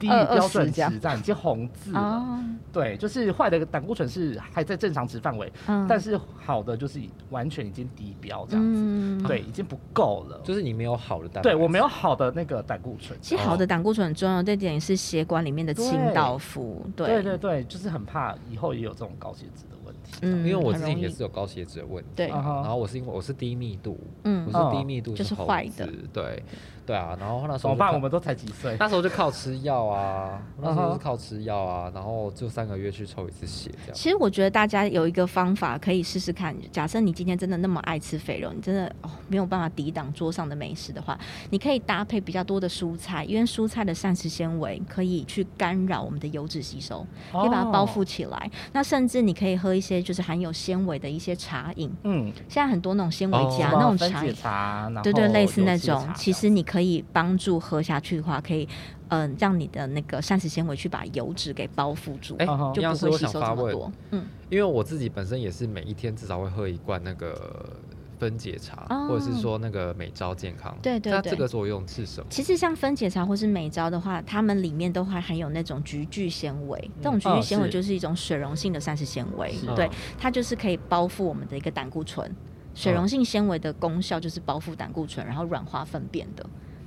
Speaker 5: 低于
Speaker 7: 二二
Speaker 5: 标
Speaker 7: 十
Speaker 5: 准值
Speaker 7: 这样
Speaker 5: 这样，已经红字了。
Speaker 7: 哦，
Speaker 5: 对，就是坏的胆固醇是还在正常值范围，
Speaker 7: 嗯
Speaker 5: 但是好的就是完全已经低标这样子，
Speaker 7: 嗯，
Speaker 5: 对，已经不够了。
Speaker 6: 就是你没有好的蛋白质，
Speaker 5: 对我没有好的那个胆固醇，
Speaker 7: 其实好的胆固醇很重要，这点是血管里面的清道夫。对
Speaker 5: 哦对对对，就是很怕以后也有这种高血脂的问题。
Speaker 7: 嗯，
Speaker 6: 因为我
Speaker 7: 很
Speaker 6: 自己
Speaker 7: 容
Speaker 6: 也
Speaker 7: 易
Speaker 6: 是有高血脂的问题，
Speaker 7: 对
Speaker 5: 啊哈
Speaker 6: 然后我是因为我是低密度，
Speaker 5: 哦
Speaker 7: 嗯
Speaker 6: 我是低密度
Speaker 7: 就是
Speaker 6: 猴
Speaker 7: 坏
Speaker 6: 子
Speaker 7: 的，
Speaker 6: 对对啊，然后那时
Speaker 5: 怎
Speaker 6: 候
Speaker 5: 么
Speaker 6: 就
Speaker 5: 办？
Speaker 6: 靠
Speaker 5: 我们都才几岁，
Speaker 6: 那时候就靠吃药啊，那时候
Speaker 5: 啊哈
Speaker 6: 就是靠吃药啊，然后就三个月去抽一次血这样。
Speaker 7: 其实我觉得大家有一个方法可以试试看。假设你今天真的那么爱吃肥肉，你真的哦没有办法抵挡桌上的美食的话，你可以搭配比较多的蔬菜，因为蔬菜的膳食纤维可以去干扰我们的油脂吸收，可以把它包覆
Speaker 5: 哦。
Speaker 7: 起来。那甚至你可以喝一些就是含有纤维的一些茶饮，
Speaker 5: 嗯，
Speaker 7: 现在很多那种纤维
Speaker 6: 哦
Speaker 7: 加、
Speaker 5: 什么
Speaker 7: 那种
Speaker 5: 分
Speaker 7: 茶
Speaker 5: 解
Speaker 7: 饮。
Speaker 5: 茶，然后
Speaker 7: 对对，类似
Speaker 5: 有
Speaker 7: 那
Speaker 5: 机的
Speaker 7: 种
Speaker 5: 茶，
Speaker 7: 其
Speaker 5: 这
Speaker 7: 实
Speaker 5: 样
Speaker 7: 你可以帮助喝下去的话，可以，嗯、让你的那个膳食纤维去把油脂给包覆住，
Speaker 6: 哎
Speaker 5: 哦
Speaker 7: 就
Speaker 6: 要
Speaker 7: 不
Speaker 6: 是
Speaker 7: 会
Speaker 6: 我
Speaker 7: 吸
Speaker 6: 想
Speaker 7: 收这
Speaker 6: 发
Speaker 7: 么
Speaker 6: 问
Speaker 7: 多。嗯，
Speaker 6: 因为我自己本身也是每一天至少会喝一罐那个分解茶，
Speaker 7: 哦
Speaker 6: 或者是说那个美招健康。
Speaker 7: 对对
Speaker 6: 那
Speaker 7: 对
Speaker 6: 这个作用是什么？
Speaker 7: 其实像分解茶或是美招的话，它们里面都还含有那种菊苣纤维，这种菊
Speaker 5: 哦
Speaker 7: 苣纤维
Speaker 5: 是
Speaker 7: 就是一种水溶性的膳食纤维，
Speaker 5: 是哦
Speaker 7: 对
Speaker 6: 嗯，
Speaker 7: 它就是可以包覆我们的一个胆固醇。水溶性纤维的功效就是包覆胆固醇，然后软化粪便的。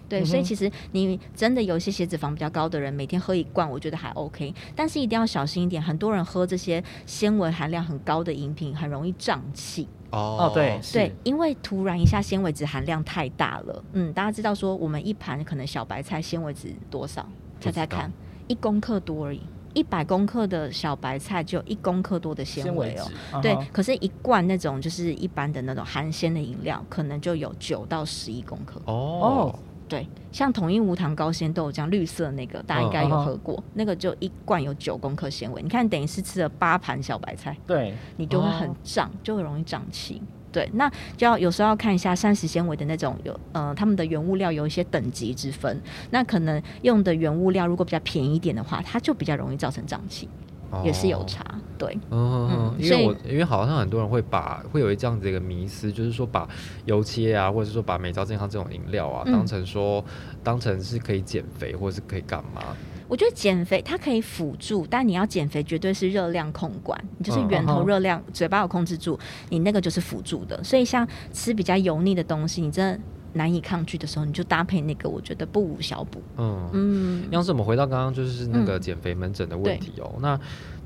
Speaker 7: 对，所以
Speaker 5: 嗯哼
Speaker 7: 其实你真的有一些血脂肪比较高的人，每天喝一罐，我觉得还 OK，但是一定要小心一点。很多人喝这些纤维含量很高的饮品，很容易胀气。
Speaker 6: 哦
Speaker 5: 哦对是
Speaker 7: 对，因为突然一下纤维质含量太大了。嗯，大家知道说我们一盘可能小白菜纤维质多少？
Speaker 6: 不
Speaker 7: 猜
Speaker 6: 知道
Speaker 7: 猜看，一公克多而已。一百公克的小白菜就有一公克多的纤
Speaker 5: 纤维
Speaker 7: 维
Speaker 5: 质
Speaker 7: 哦。，
Speaker 5: 啊
Speaker 7: 对
Speaker 5: 哈，
Speaker 7: 可是，一罐那种就是一般的那种含鲜的饮料，可能就有九到十一公克。
Speaker 6: 哦
Speaker 7: 对，像统一无糖高纤豆浆绿色那个，大家应
Speaker 5: 嗯
Speaker 7: 该有喝过，那个就一罐有九公克纤维。你看，等于是吃了八盘小白菜。
Speaker 5: 对，
Speaker 7: 你就会很胀，就会容易胀气。对，那就要有时候要看一下膳食纤维的那种有呃，他们的原物料有一些等级之分。那可能用的原物料如果比较便宜一点的话，它就比较容易造成胀气，
Speaker 6: 哦
Speaker 7: 也是有。差。对，
Speaker 6: 嗯，
Speaker 7: 嗯
Speaker 6: 因
Speaker 7: 所
Speaker 6: 为
Speaker 7: 以
Speaker 6: 我因为好像很多人会把会有这样子一个迷思，就是说把油切啊，或者是说把美招健康这种饮料啊，
Speaker 7: 嗯
Speaker 6: 当成说当成是可以减肥，或者是可以干嘛？
Speaker 7: 我觉得减肥它可以辅助，但你要减肥绝对是热量控管，你就是
Speaker 6: 嗯
Speaker 7: 源
Speaker 5: 嗯
Speaker 7: 头
Speaker 5: 哼
Speaker 7: 热量，嘴巴有控制住，你那个就是辅助的。所以像吃比较油腻的东西，你真的难以抗拒的时候，你就搭配那个，我觉得不无小补。
Speaker 6: 嗯
Speaker 7: 嗯，
Speaker 6: 要是我们回到刚刚就是那个
Speaker 7: 嗯
Speaker 6: 减肥门诊的问题哦，那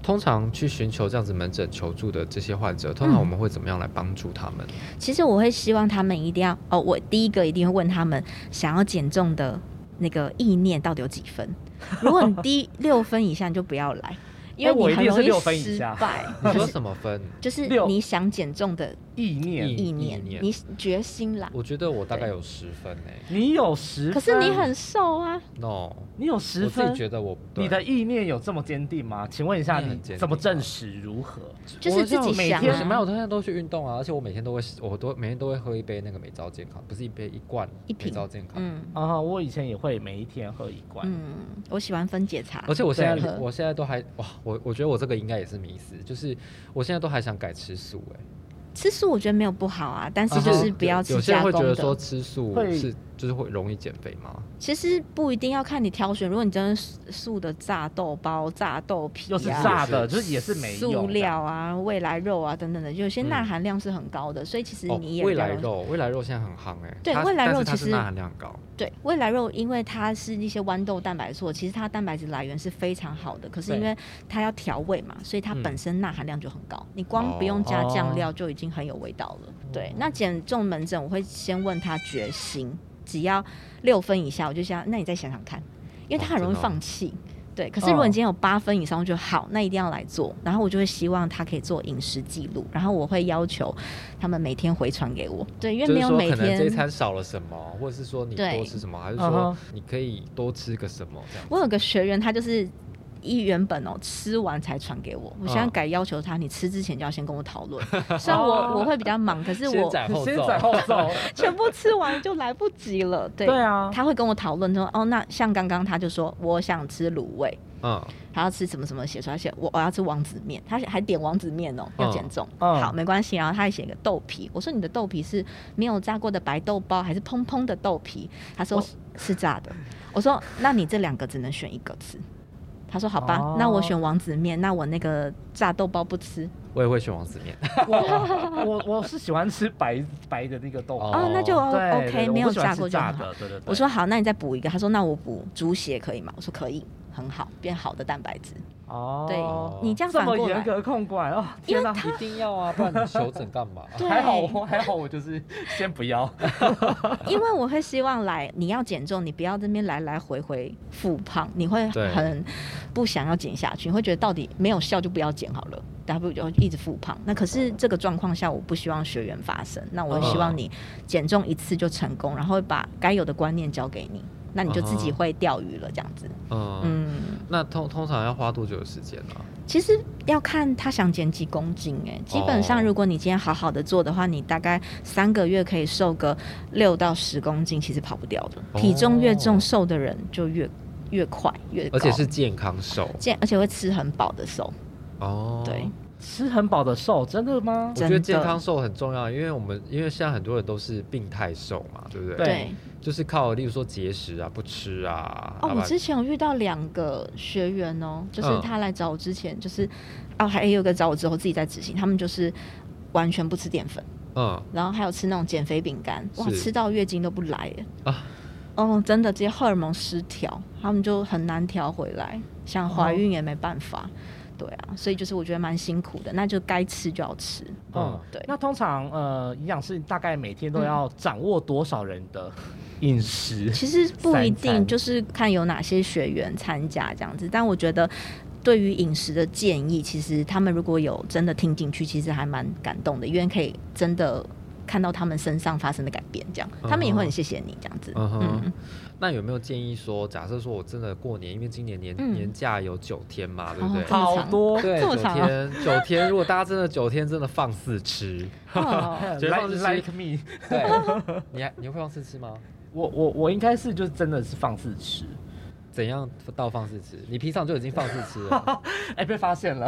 Speaker 6: 通常去寻求这样子门诊求助的这些患者，通常我们会怎么样来帮助他们？
Speaker 7: 其实我会希望他们一定要哦，我第一个一定会问他们想要减重的那个意念到底有几分。如果你低六分以下，你就不要来，因为
Speaker 5: 哎我
Speaker 7: 你
Speaker 5: 一
Speaker 7: 很
Speaker 5: 定
Speaker 7: 容
Speaker 5: 是
Speaker 7: 易
Speaker 5: 六分以
Speaker 7: 失
Speaker 5: 下
Speaker 7: 败。
Speaker 6: 你说什么分？
Speaker 7: 就是
Speaker 5: 六
Speaker 7: 你想减重的
Speaker 5: 意念，
Speaker 6: 意
Speaker 7: 意念，
Speaker 6: 念
Speaker 7: 你决心啦。
Speaker 6: 我觉得我大概有十分诶、
Speaker 5: 你有十分，
Speaker 7: 可是你很瘦啊，
Speaker 6: no，
Speaker 5: 你有
Speaker 6: 我
Speaker 5: 十
Speaker 6: 自己
Speaker 5: 分，
Speaker 6: 觉得我对
Speaker 5: 你的意念有这么坚定吗？请问一下，
Speaker 6: 意念
Speaker 5: 你
Speaker 6: 很坚定
Speaker 5: 怎么证实如何？
Speaker 7: 就是自己
Speaker 5: 每
Speaker 7: 想
Speaker 5: 天
Speaker 6: 我没有，
Speaker 7: 啊
Speaker 6: 我。现在都去运动啊，而且我每天都会，我都每天都会喝一杯那个美招健康，不是一杯一罐
Speaker 7: 一
Speaker 6: 美
Speaker 7: 瓶
Speaker 6: 招健康。
Speaker 7: 嗯
Speaker 5: 啊，我以前也会每一天喝一罐，
Speaker 7: 嗯，我喜欢分解茶
Speaker 6: 而。且我现
Speaker 7: 对
Speaker 6: 在，我现在都还哇，我我觉得我这个应该也是迷思，就是我现在都还想改吃素哎、
Speaker 7: 吃素我觉得没有不好啊，但是
Speaker 6: 啊
Speaker 7: 就是
Speaker 6: 有
Speaker 7: 不要
Speaker 6: 有
Speaker 7: 吃
Speaker 6: 些人
Speaker 7: 加
Speaker 6: 会
Speaker 7: 工
Speaker 6: 觉得说
Speaker 7: 的。
Speaker 6: 吃素
Speaker 5: 会
Speaker 6: 是就是会容易减肥吗？
Speaker 7: 其实不一定要看你挑选，如果你真的是素的炸豆包、炸豆皮
Speaker 5: 又是
Speaker 7: 啊，
Speaker 5: 炸的，就是也是没
Speaker 7: 塑
Speaker 5: 用的
Speaker 7: 料啊、未来肉啊等等的，有些钠
Speaker 6: 嗯
Speaker 7: 含量是很高的，所以其
Speaker 5: 哦
Speaker 7: 实你也
Speaker 6: 哦未
Speaker 7: 比较
Speaker 6: 来
Speaker 7: 容易
Speaker 6: 肉，未来肉现在很夯哎、
Speaker 7: 对
Speaker 6: 它
Speaker 7: 未来
Speaker 6: 但
Speaker 7: 肉
Speaker 6: 是它
Speaker 7: 其
Speaker 6: 是
Speaker 7: 实
Speaker 6: 钠含量很高，
Speaker 7: 对未来肉，因为它是一些豌豆蛋白素，其实它蛋白质来源是非常好的，可是
Speaker 5: 对
Speaker 7: 因为它要调味嘛，所以它
Speaker 6: 嗯
Speaker 7: 本身钠含量就很高，你光不用加酱料就已经很有味道了。对，哦那减重门诊我会先问他决心，只要六分以下，我就想那你再想想看，因为他
Speaker 6: 哦
Speaker 7: 很容
Speaker 6: 真
Speaker 7: 易
Speaker 6: 的哦
Speaker 7: 放弃。对，可是如果
Speaker 5: 哦
Speaker 7: 你今天有八分以上，我就好，那一定要来做。然后我就会希望他可以做饮食记录，然后我会要求他们每天回传给我。对，因为
Speaker 6: 就
Speaker 7: 没
Speaker 6: 是
Speaker 7: 有
Speaker 6: 说
Speaker 7: 每
Speaker 6: 可能这一
Speaker 7: 天
Speaker 6: 餐少了什么，或者是说你
Speaker 7: 对
Speaker 6: 多吃什么，还是
Speaker 5: 嗯
Speaker 6: 说
Speaker 5: 哼
Speaker 6: 你可以多吃个什么这样子。
Speaker 7: 我有个学员，他就是医原本哦吃完才传给我，我现在
Speaker 6: 嗯
Speaker 7: 改要求他，你吃之前就要先跟我讨论。虽然我我会比较忙，可是
Speaker 6: 先
Speaker 7: 我
Speaker 6: 斩后
Speaker 5: 先
Speaker 6: 奏，
Speaker 5: 斩后奏，
Speaker 7: 全部吃完就来不及了。 [LAUGHS] 对，
Speaker 5: [LAUGHS] 对啊，
Speaker 7: 他会跟我讨论说，哦，那像刚刚他就说我想吃卤味，
Speaker 6: 嗯，
Speaker 7: 他要吃什么什么写出来写我我要吃王子面，他还点王子面哦，
Speaker 6: 嗯
Speaker 7: 要减重。
Speaker 5: 嗯
Speaker 7: 好，没关系。然啊后他还写个豆皮，我说你的豆皮是没有炸过的白豆包，还是蓬蓬的豆皮？他说是炸的。我说那你这两个只能选一个吃。他说好吧，
Speaker 5: 哦
Speaker 7: 那我选王子面，那我那个炸豆包不吃。
Speaker 6: 我也会选王子面，
Speaker 5: 我我我是喜欢吃白白的那个豆
Speaker 6: 哦
Speaker 5: 腐。
Speaker 7: 哦，那就
Speaker 5: 对对
Speaker 7: OK，
Speaker 5: 对
Speaker 7: 没有
Speaker 5: 我不喜欢
Speaker 7: 炸
Speaker 5: 吃
Speaker 7: 过就
Speaker 5: 炸
Speaker 7: 很好。
Speaker 5: 的，对对对。
Speaker 7: 我说好，那你再补一个。他说那我补猪血可以吗？我说可以，很好，变好的蛋白质。
Speaker 5: 哦，
Speaker 7: 对你这样
Speaker 5: 这
Speaker 7: 反
Speaker 5: 么
Speaker 7: 过
Speaker 5: 严
Speaker 7: 来，
Speaker 5: 格控管哦，天哪！
Speaker 6: 一定要啊，不然你求诊干嘛？
Speaker 7: 对
Speaker 5: 还好我还好我就是先不要，
Speaker 7: 因为我会希望来，你要减重，你不要这边来来回回复胖，你会
Speaker 6: 对
Speaker 7: 很不想要减下去，你会觉得到底没有效就不要减好了，大不了就一直复胖。那可是这个状况下，我不希望学员发生，那我
Speaker 6: 嗯
Speaker 7: 希望你减重一次就成功，然后会把该有的观念交给你，那你就自己
Speaker 6: 嗯哼
Speaker 7: 会钓鱼了，这样子。
Speaker 6: 嗯，
Speaker 7: 嗯，
Speaker 6: 那通通常要花多久的时间啊呢？
Speaker 7: 其实要看他想减几公斤哎、基本
Speaker 6: 哦
Speaker 7: 上如果你今天好好的做的话，你大概三个月可以瘦个六到十公斤，其实跑不掉
Speaker 6: 哦
Speaker 7: 的。体重越重，瘦的人就越越快越高，
Speaker 6: 而且是健康瘦
Speaker 7: 健，而且会吃很饱的瘦。
Speaker 6: 哦，
Speaker 7: 对，
Speaker 5: 吃很饱的瘦，真的吗
Speaker 6: 我？
Speaker 7: 真
Speaker 6: 觉得健
Speaker 7: 的
Speaker 6: 康瘦很重要，因为我们因为现在很多人都是病态瘦嘛，对不对？
Speaker 5: 对
Speaker 6: 就是靠例如说节食啊、不吃啊。要
Speaker 7: 哦，
Speaker 6: 不
Speaker 7: 我
Speaker 6: 然
Speaker 7: 之前有遇到两个学员哦，就是
Speaker 6: 嗯
Speaker 7: 他来找我之前，就是哦，还有一个找我之后自己在执行，他们就是完全不吃淀粉，
Speaker 6: 嗯
Speaker 7: 然后还有吃那种减肥饼干，哇，
Speaker 6: 是
Speaker 7: 吃到月经都不来耶。
Speaker 6: 啊，
Speaker 7: 哦，真的，这些荷尔蒙失调，他们就很难调回来，想怀孕也没办法。对啊，所以就是我觉得蛮辛苦的，那就该吃就要吃。
Speaker 6: 嗯
Speaker 5: 嗯，
Speaker 7: 对，
Speaker 5: 那通常呃，营养师大概每天
Speaker 7: 嗯
Speaker 5: 都要掌握多少人的 [LAUGHS] 饮食？
Speaker 7: 其实不一
Speaker 5: 三
Speaker 7: 定，
Speaker 5: 餐
Speaker 7: 就是看有哪些学员参加这样子。但我觉得，对于饮食的建议，其实他们如果有真的听进去，其实还蛮感动的，因为可以真的看到他们身上发生的改变，这样他们也会很谢谢你这样子。
Speaker 6: 嗯哼
Speaker 7: 嗯，
Speaker 6: 那有没有建议说，假设说我真的过年，因为今年年、
Speaker 7: 嗯
Speaker 6: 年假有九天嘛，对
Speaker 7: 哦
Speaker 6: 不对？
Speaker 7: 这么
Speaker 5: 好多
Speaker 6: 对，
Speaker 7: 这么
Speaker 6: 九
Speaker 7: 长啊
Speaker 6: 天，九天。如果大家真的九天真的放肆吃，
Speaker 7: 哦
Speaker 6: 绝
Speaker 5: ，like
Speaker 6: 望之心
Speaker 5: like me，
Speaker 6: 对，
Speaker 7: [LAUGHS]
Speaker 6: 你还你会放肆吃吗？
Speaker 5: 我我我应该是就是真的是放肆吃，
Speaker 6: 怎样到放肆吃？你平常就已经放肆吃
Speaker 7: [LAUGHS]
Speaker 6: 了，
Speaker 5: 哎，被发现了，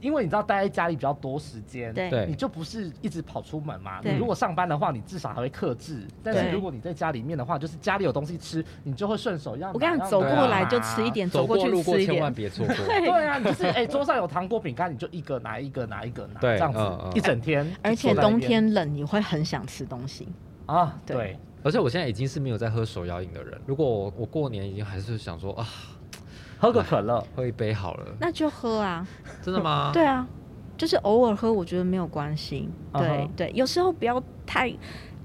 Speaker 5: 因为你知道待在家里比较多时间，
Speaker 7: 对
Speaker 6: 对
Speaker 5: 你就不是一直跑出门嘛。
Speaker 7: 对
Speaker 5: 你如果上班的话，你至少还会克制，但是
Speaker 7: 对
Speaker 5: 如果你在家里面的话，就是家里有东西吃，你就会顺手要买。
Speaker 7: [LAUGHS] 我跟你讲，
Speaker 5: 要
Speaker 7: 走
Speaker 5: 拿
Speaker 7: 过
Speaker 5: 要
Speaker 7: 来
Speaker 5: 拿
Speaker 7: 就吃一。点，
Speaker 6: 啊走
Speaker 7: 过
Speaker 6: 过
Speaker 7: 去
Speaker 6: 路过
Speaker 7: 吃一
Speaker 6: 千万
Speaker 7: 点。
Speaker 6: 别错
Speaker 7: [LAUGHS]
Speaker 6: 过。
Speaker 7: 对
Speaker 5: 啊对啊，你就是哎、桌上有糖果饼干，你就一个拿一个拿一个拿，
Speaker 6: 对
Speaker 5: 这样
Speaker 6: 嗯嗯
Speaker 5: 子一整天。
Speaker 7: 而且
Speaker 5: 就坐在那
Speaker 7: 冬
Speaker 5: 边
Speaker 7: 天冷，你会很想吃东西。
Speaker 5: 啊，
Speaker 7: 对
Speaker 5: 对，
Speaker 6: 而且我现在已经是没有在喝手摇饮的人。如果我我过年已经还是想说啊，
Speaker 5: 喝个可乐，
Speaker 6: 喝一杯好了，
Speaker 7: 那就喝啊，
Speaker 6: 真的吗？
Speaker 7: [LAUGHS] 对啊，就是偶尔喝，我觉得没有关系。
Speaker 6: 啊
Speaker 7: 对、
Speaker 5: 嗯哼
Speaker 7: 对，有时候不要太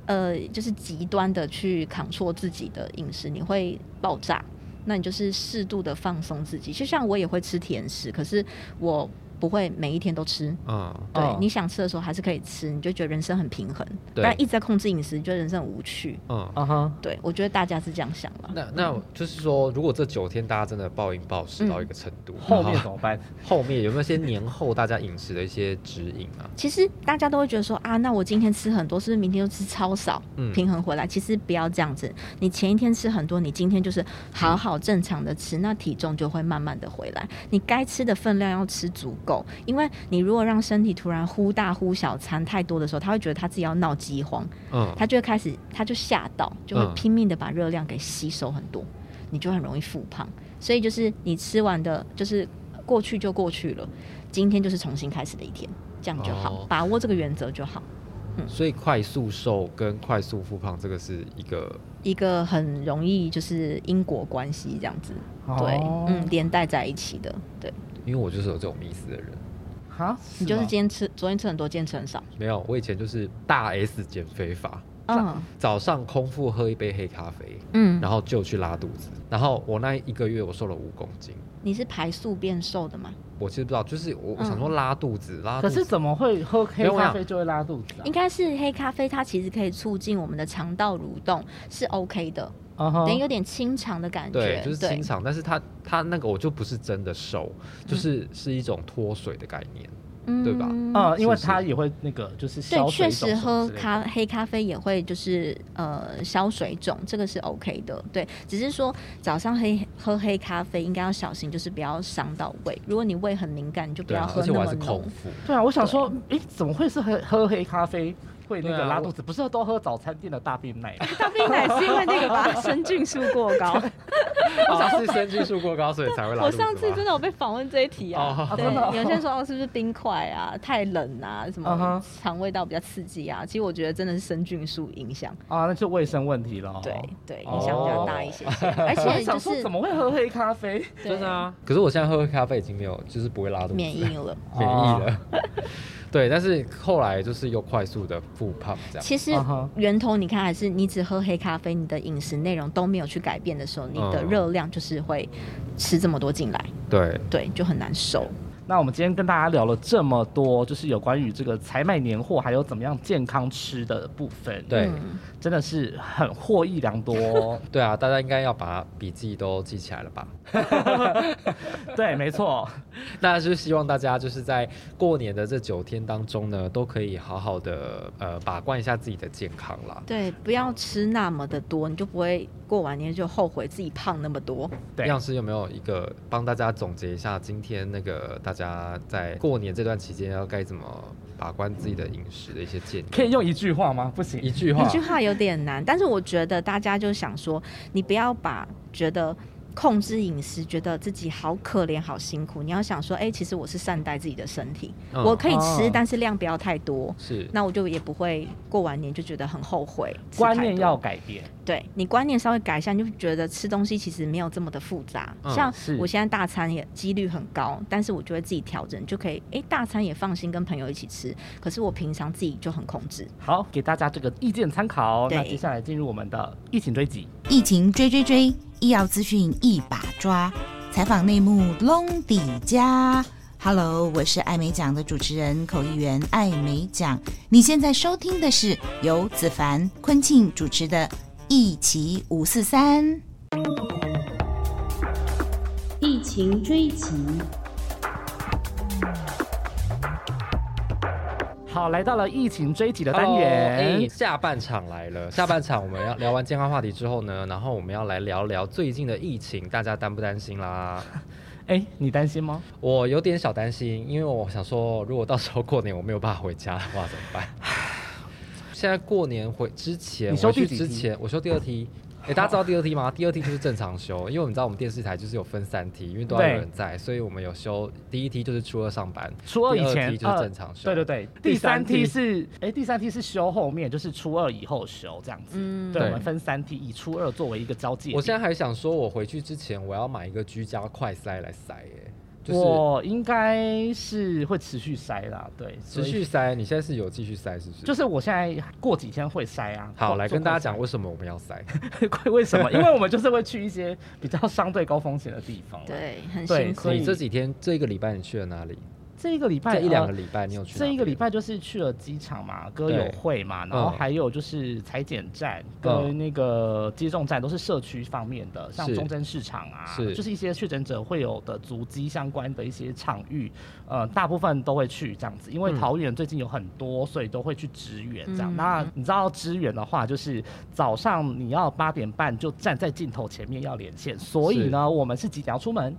Speaker 7: 呃，就是极端的去扛错自己的饮食，你会爆炸。那你就是适度的放松自己，就像我也会吃甜食，可是我不会每一天都吃。
Speaker 6: 嗯，
Speaker 7: 对，
Speaker 5: 哦
Speaker 7: 你想吃的时候还是可以吃，你就觉得人生很平衡。不
Speaker 6: 对
Speaker 7: 然一直在控制饮食，你觉得人生很无趣。
Speaker 6: 嗯
Speaker 5: 啊哈，
Speaker 7: 对，我觉得大家是这样想吧。
Speaker 6: 那那我就是说，如果这九天大家真的暴饮暴食到一个程度，
Speaker 7: 嗯
Speaker 5: 后面
Speaker 6: 然
Speaker 5: 怎
Speaker 6: 后
Speaker 5: 么办？
Speaker 6: 后面有没有些年后大家饮食的一些指引啊？
Speaker 7: 其实大家都会觉得说啊，那我今天吃很多，是不是明天就吃超少，
Speaker 6: 嗯
Speaker 7: 平衡回来？其实不要这样子，你前一天吃很多，你今天就是好好正常的吃，那体重就会慢慢的回来。你该吃的分量要吃足够，因为你如果让身体突然忽大忽小，餐太多的时候，他会觉得他自己要闹饥荒，
Speaker 6: 嗯，
Speaker 7: 他就会开始，他就吓到，就会
Speaker 6: 嗯
Speaker 7: 拼命的把热量给吸收很多，你就很容易复胖。所以就是你吃完的，就是过去就过去了，今天就是重新开始的一天，这样就好，
Speaker 6: 哦
Speaker 7: 把握这个原则就好。
Speaker 6: 所以快速瘦跟快速复胖这个是一个
Speaker 7: 一个很容易就是因果关系这样子，对，
Speaker 5: 哦
Speaker 7: 嗯，连带在一起的，对
Speaker 6: 因为我就是有这种迷思的人，
Speaker 5: 哈，
Speaker 7: 你就是
Speaker 5: 吗
Speaker 7: 今天吃，昨天吃很多，今天吃很少，
Speaker 6: 没有，我以前就是大 S 减肥法，
Speaker 7: 嗯
Speaker 6: 早上空腹喝一杯黑咖啡，
Speaker 7: 嗯，
Speaker 6: 然后就去拉肚子，然后我那一个月我瘦了五公斤，
Speaker 7: 你是排宿变瘦的吗？
Speaker 6: 我其实不知道，就是我我想说
Speaker 7: 嗯
Speaker 6: 拉肚子，拉肚
Speaker 5: 可
Speaker 6: 子，
Speaker 5: 是怎么会喝
Speaker 6: 没
Speaker 5: 黑
Speaker 6: 有我
Speaker 5: 咖
Speaker 6: 想
Speaker 5: 啡就会拉肚子啊
Speaker 7: 应？该是黑咖啡，它其实可以促进我们的肠道蠕动，是 OK 的。
Speaker 5: 嗯哼
Speaker 7: 等于有点清肠的感
Speaker 6: 哦对
Speaker 7: 觉，，
Speaker 6: 就是
Speaker 7: 对
Speaker 6: 清肠，但是它它那个我就不是真的瘦，就是是一种脱水的概念。对吧
Speaker 7: 嗯
Speaker 5: 嗯，因为
Speaker 6: 是是
Speaker 5: 它也会那个就是
Speaker 7: 对，
Speaker 5: 消水
Speaker 7: 确
Speaker 5: 肿
Speaker 7: 实
Speaker 5: 什么
Speaker 7: 喝
Speaker 5: 之类的
Speaker 7: 咖黑咖啡也会就是呃消水肿，这个是 OK 的。对，只是说早上黑喝黑咖啡应该要小心，就是不要伤到胃。如果你胃很敏感，你就不
Speaker 6: 对
Speaker 7: 要
Speaker 6: 啊，
Speaker 7: 喝
Speaker 6: 而且
Speaker 7: 那
Speaker 6: 我还
Speaker 7: 么
Speaker 6: 是空
Speaker 7: 浓。
Speaker 5: [LAUGHS]
Speaker 7: [LAUGHS]
Speaker 6: 腹。
Speaker 5: 对啊，我想说，诶，怎么会是喝喝黑咖啡会那
Speaker 6: 对
Speaker 5: 个
Speaker 6: 啊
Speaker 5: 拉
Speaker 6: 我
Speaker 5: 肚子？不是都喝早餐店的大便奶？
Speaker 7: 咖啡奶是因为那个吧，生菌数过
Speaker 6: [LAUGHS]
Speaker 7: 高。
Speaker 6: 哦，是生菌数过高，所以才会拉
Speaker 7: 我
Speaker 6: 肚子吗。
Speaker 7: 上次真的有被访问这一题啊
Speaker 6: 哦， [LAUGHS]
Speaker 7: 对
Speaker 5: 真的哦，
Speaker 7: 有些人说哦是不是冰块啊，太冷啊，什
Speaker 5: 嗯
Speaker 7: 么
Speaker 5: 哼
Speaker 7: 肠胃道比较刺激啊。其实我觉得真的是生菌数影响，
Speaker 5: [LAUGHS] 啊，那就卫生问题了。
Speaker 7: 对。对，
Speaker 5: 哦
Speaker 7: 影响比较大一些
Speaker 5: [LAUGHS]
Speaker 7: 些。而
Speaker 5: 我
Speaker 7: 且
Speaker 5: 还
Speaker 7: 就
Speaker 5: 想说，
Speaker 7: 是
Speaker 5: 怎么会喝黑咖啡？ [LAUGHS]
Speaker 7: 对
Speaker 6: 真的啊。可是我现在喝咖啡已经没有，就是不会拉肚子，
Speaker 7: 免疫了。
Speaker 6: [LAUGHS] 免疫了。 [LAUGHS] 对，但是后来就是又快速的复胖这样。
Speaker 7: 其实
Speaker 5: 嗯哼
Speaker 7: 源头你看，还是你只喝黑咖啡，你的饮食内容都没有去改变的时候，你的
Speaker 6: 嗯
Speaker 7: 热量就是会吃这么多进来，
Speaker 6: 对，
Speaker 7: 对，就很难受。
Speaker 5: 那我们今天跟大家聊了这么多，就是有关于这个采买年货，还有怎么样健康吃的部分。
Speaker 6: 对
Speaker 7: 嗯，
Speaker 5: 真的是很获益良多
Speaker 7: [LAUGHS]
Speaker 5: 哦。
Speaker 6: 对啊，大家应该要把笔记都记起来了吧？
Speaker 5: 对，没错。
Speaker 6: 那就是希望大家就是在过年的这九天当中呢，都可以好好的呃把关一下自己的健康啦。
Speaker 7: 对，不要吃那么的多，你就不会过完年就后悔自己胖那么多。
Speaker 5: 对
Speaker 6: 样师有没有一个帮大家总结一下今天那个大家在过年这段期间要该怎么把关自己的饮食的一些建议？
Speaker 5: 可以用一句话吗？不行
Speaker 6: 一。句话
Speaker 7: 一，句话有点难，但是我觉得大家就想说，你不要把觉得。控制饮食，觉得自己好可怜、好辛苦。你要想说，哎、其实我是善待自己的身体，
Speaker 6: 嗯
Speaker 7: 我可以吃，
Speaker 5: 哦
Speaker 7: 但是量不要太多。
Speaker 6: 是
Speaker 7: 那我就也不会过完年就觉得很后悔。吃
Speaker 5: 观
Speaker 7: 太
Speaker 5: 念
Speaker 7: 多
Speaker 5: 要改变，
Speaker 7: 对你观念稍微改一下，你就觉得吃东西其实没有这么的复杂。
Speaker 6: 嗯
Speaker 7: 像
Speaker 5: 是
Speaker 7: 我现在大餐也几率很高，但是我就会自己调整，就可以诶，大餐也放心跟朋友一起吃。可是我平常自己就很控制。
Speaker 5: 好，给大家这个意见参考。
Speaker 7: 对
Speaker 5: 那接下来进入我们的疫情追击。
Speaker 9: 疫情追追追，医药资讯一把抓，采访内幕拢底加。Hello，我是艾美奖的主持人口译员艾美奖。你现在收听的是由子凡、昆庆主持的《一起五四三》。
Speaker 8: 疫情追击，
Speaker 5: 好，来到了疫情追击的单
Speaker 6: Hello，
Speaker 5: 元。
Speaker 6: 哎下半场来了。下半场我们要聊完健康话题之后呢，然后我们要来聊聊最近的疫情，大家担不担心啦？
Speaker 5: 哎、你担心吗？
Speaker 6: 我有点小担心，因为我想说，如果到时候过年我没有办法回家的话，怎么
Speaker 5: [SIGHS]
Speaker 6: 办？现在过年回之前，
Speaker 5: 你休
Speaker 6: 回去
Speaker 5: 第几
Speaker 6: 之
Speaker 5: 梯
Speaker 6: 前，我休第二梯。哎、大家知道第二梯吗？第二梯就是正常休，因为我们知道我们电视台就是有分三梯，因为都要有
Speaker 5: 对
Speaker 6: 人在，所以我们有休第一梯就是初二上班，
Speaker 5: 初二以
Speaker 6: 第
Speaker 5: 前呃
Speaker 6: 梯就是正常休，
Speaker 5: 对对对，第三梯是哎、第三梯是休后面，就是初二以后休这样子。
Speaker 7: 嗯
Speaker 5: 对，
Speaker 6: 对
Speaker 5: 我们分三梯，以初二作为一个交界点。
Speaker 6: 我现在还想说，我回去之前我要买一个居家快筛来筛，哎，就是
Speaker 5: 我应该是会持续筛啦，对，
Speaker 6: 持
Speaker 5: 所以
Speaker 6: 续筛。你现在是有继续筛是不是？
Speaker 5: 就是我现在过几天会筛啊。
Speaker 6: 好，
Speaker 5: 做
Speaker 6: 来
Speaker 5: 做
Speaker 6: 跟大家
Speaker 5: 快
Speaker 6: 讲
Speaker 5: 筛
Speaker 6: 为什么我们要筛。
Speaker 5: [LAUGHS] 为为什么？因为我们就是会去一些比较相对高风险的地方。，
Speaker 7: 对，很
Speaker 5: 对
Speaker 7: 辛苦
Speaker 5: 所。以
Speaker 6: 你这几天这一个礼拜你去了哪里？
Speaker 5: 这一个礼拜
Speaker 6: 这一两个
Speaker 5: 呃
Speaker 6: 礼拜你有去哪
Speaker 5: 这
Speaker 6: 边？嗯
Speaker 5: 一个礼拜就是去了机场嘛，歌友会嘛，然后还有就是裁剪站跟那个接种站都是社区方面的，像
Speaker 6: 是
Speaker 5: 中正市场啊，
Speaker 6: 是
Speaker 5: 就是一些确诊者会有的足迹相关的一些场域，呃，大部分都会去这样子，因为
Speaker 6: 嗯
Speaker 5: 桃园最近有很多，所以都会去支援这样。
Speaker 7: 嗯
Speaker 5: 那你知道支援的话，就是早上你要八点半就站在镜头前面要连线，所以呢，我们是几点要出门？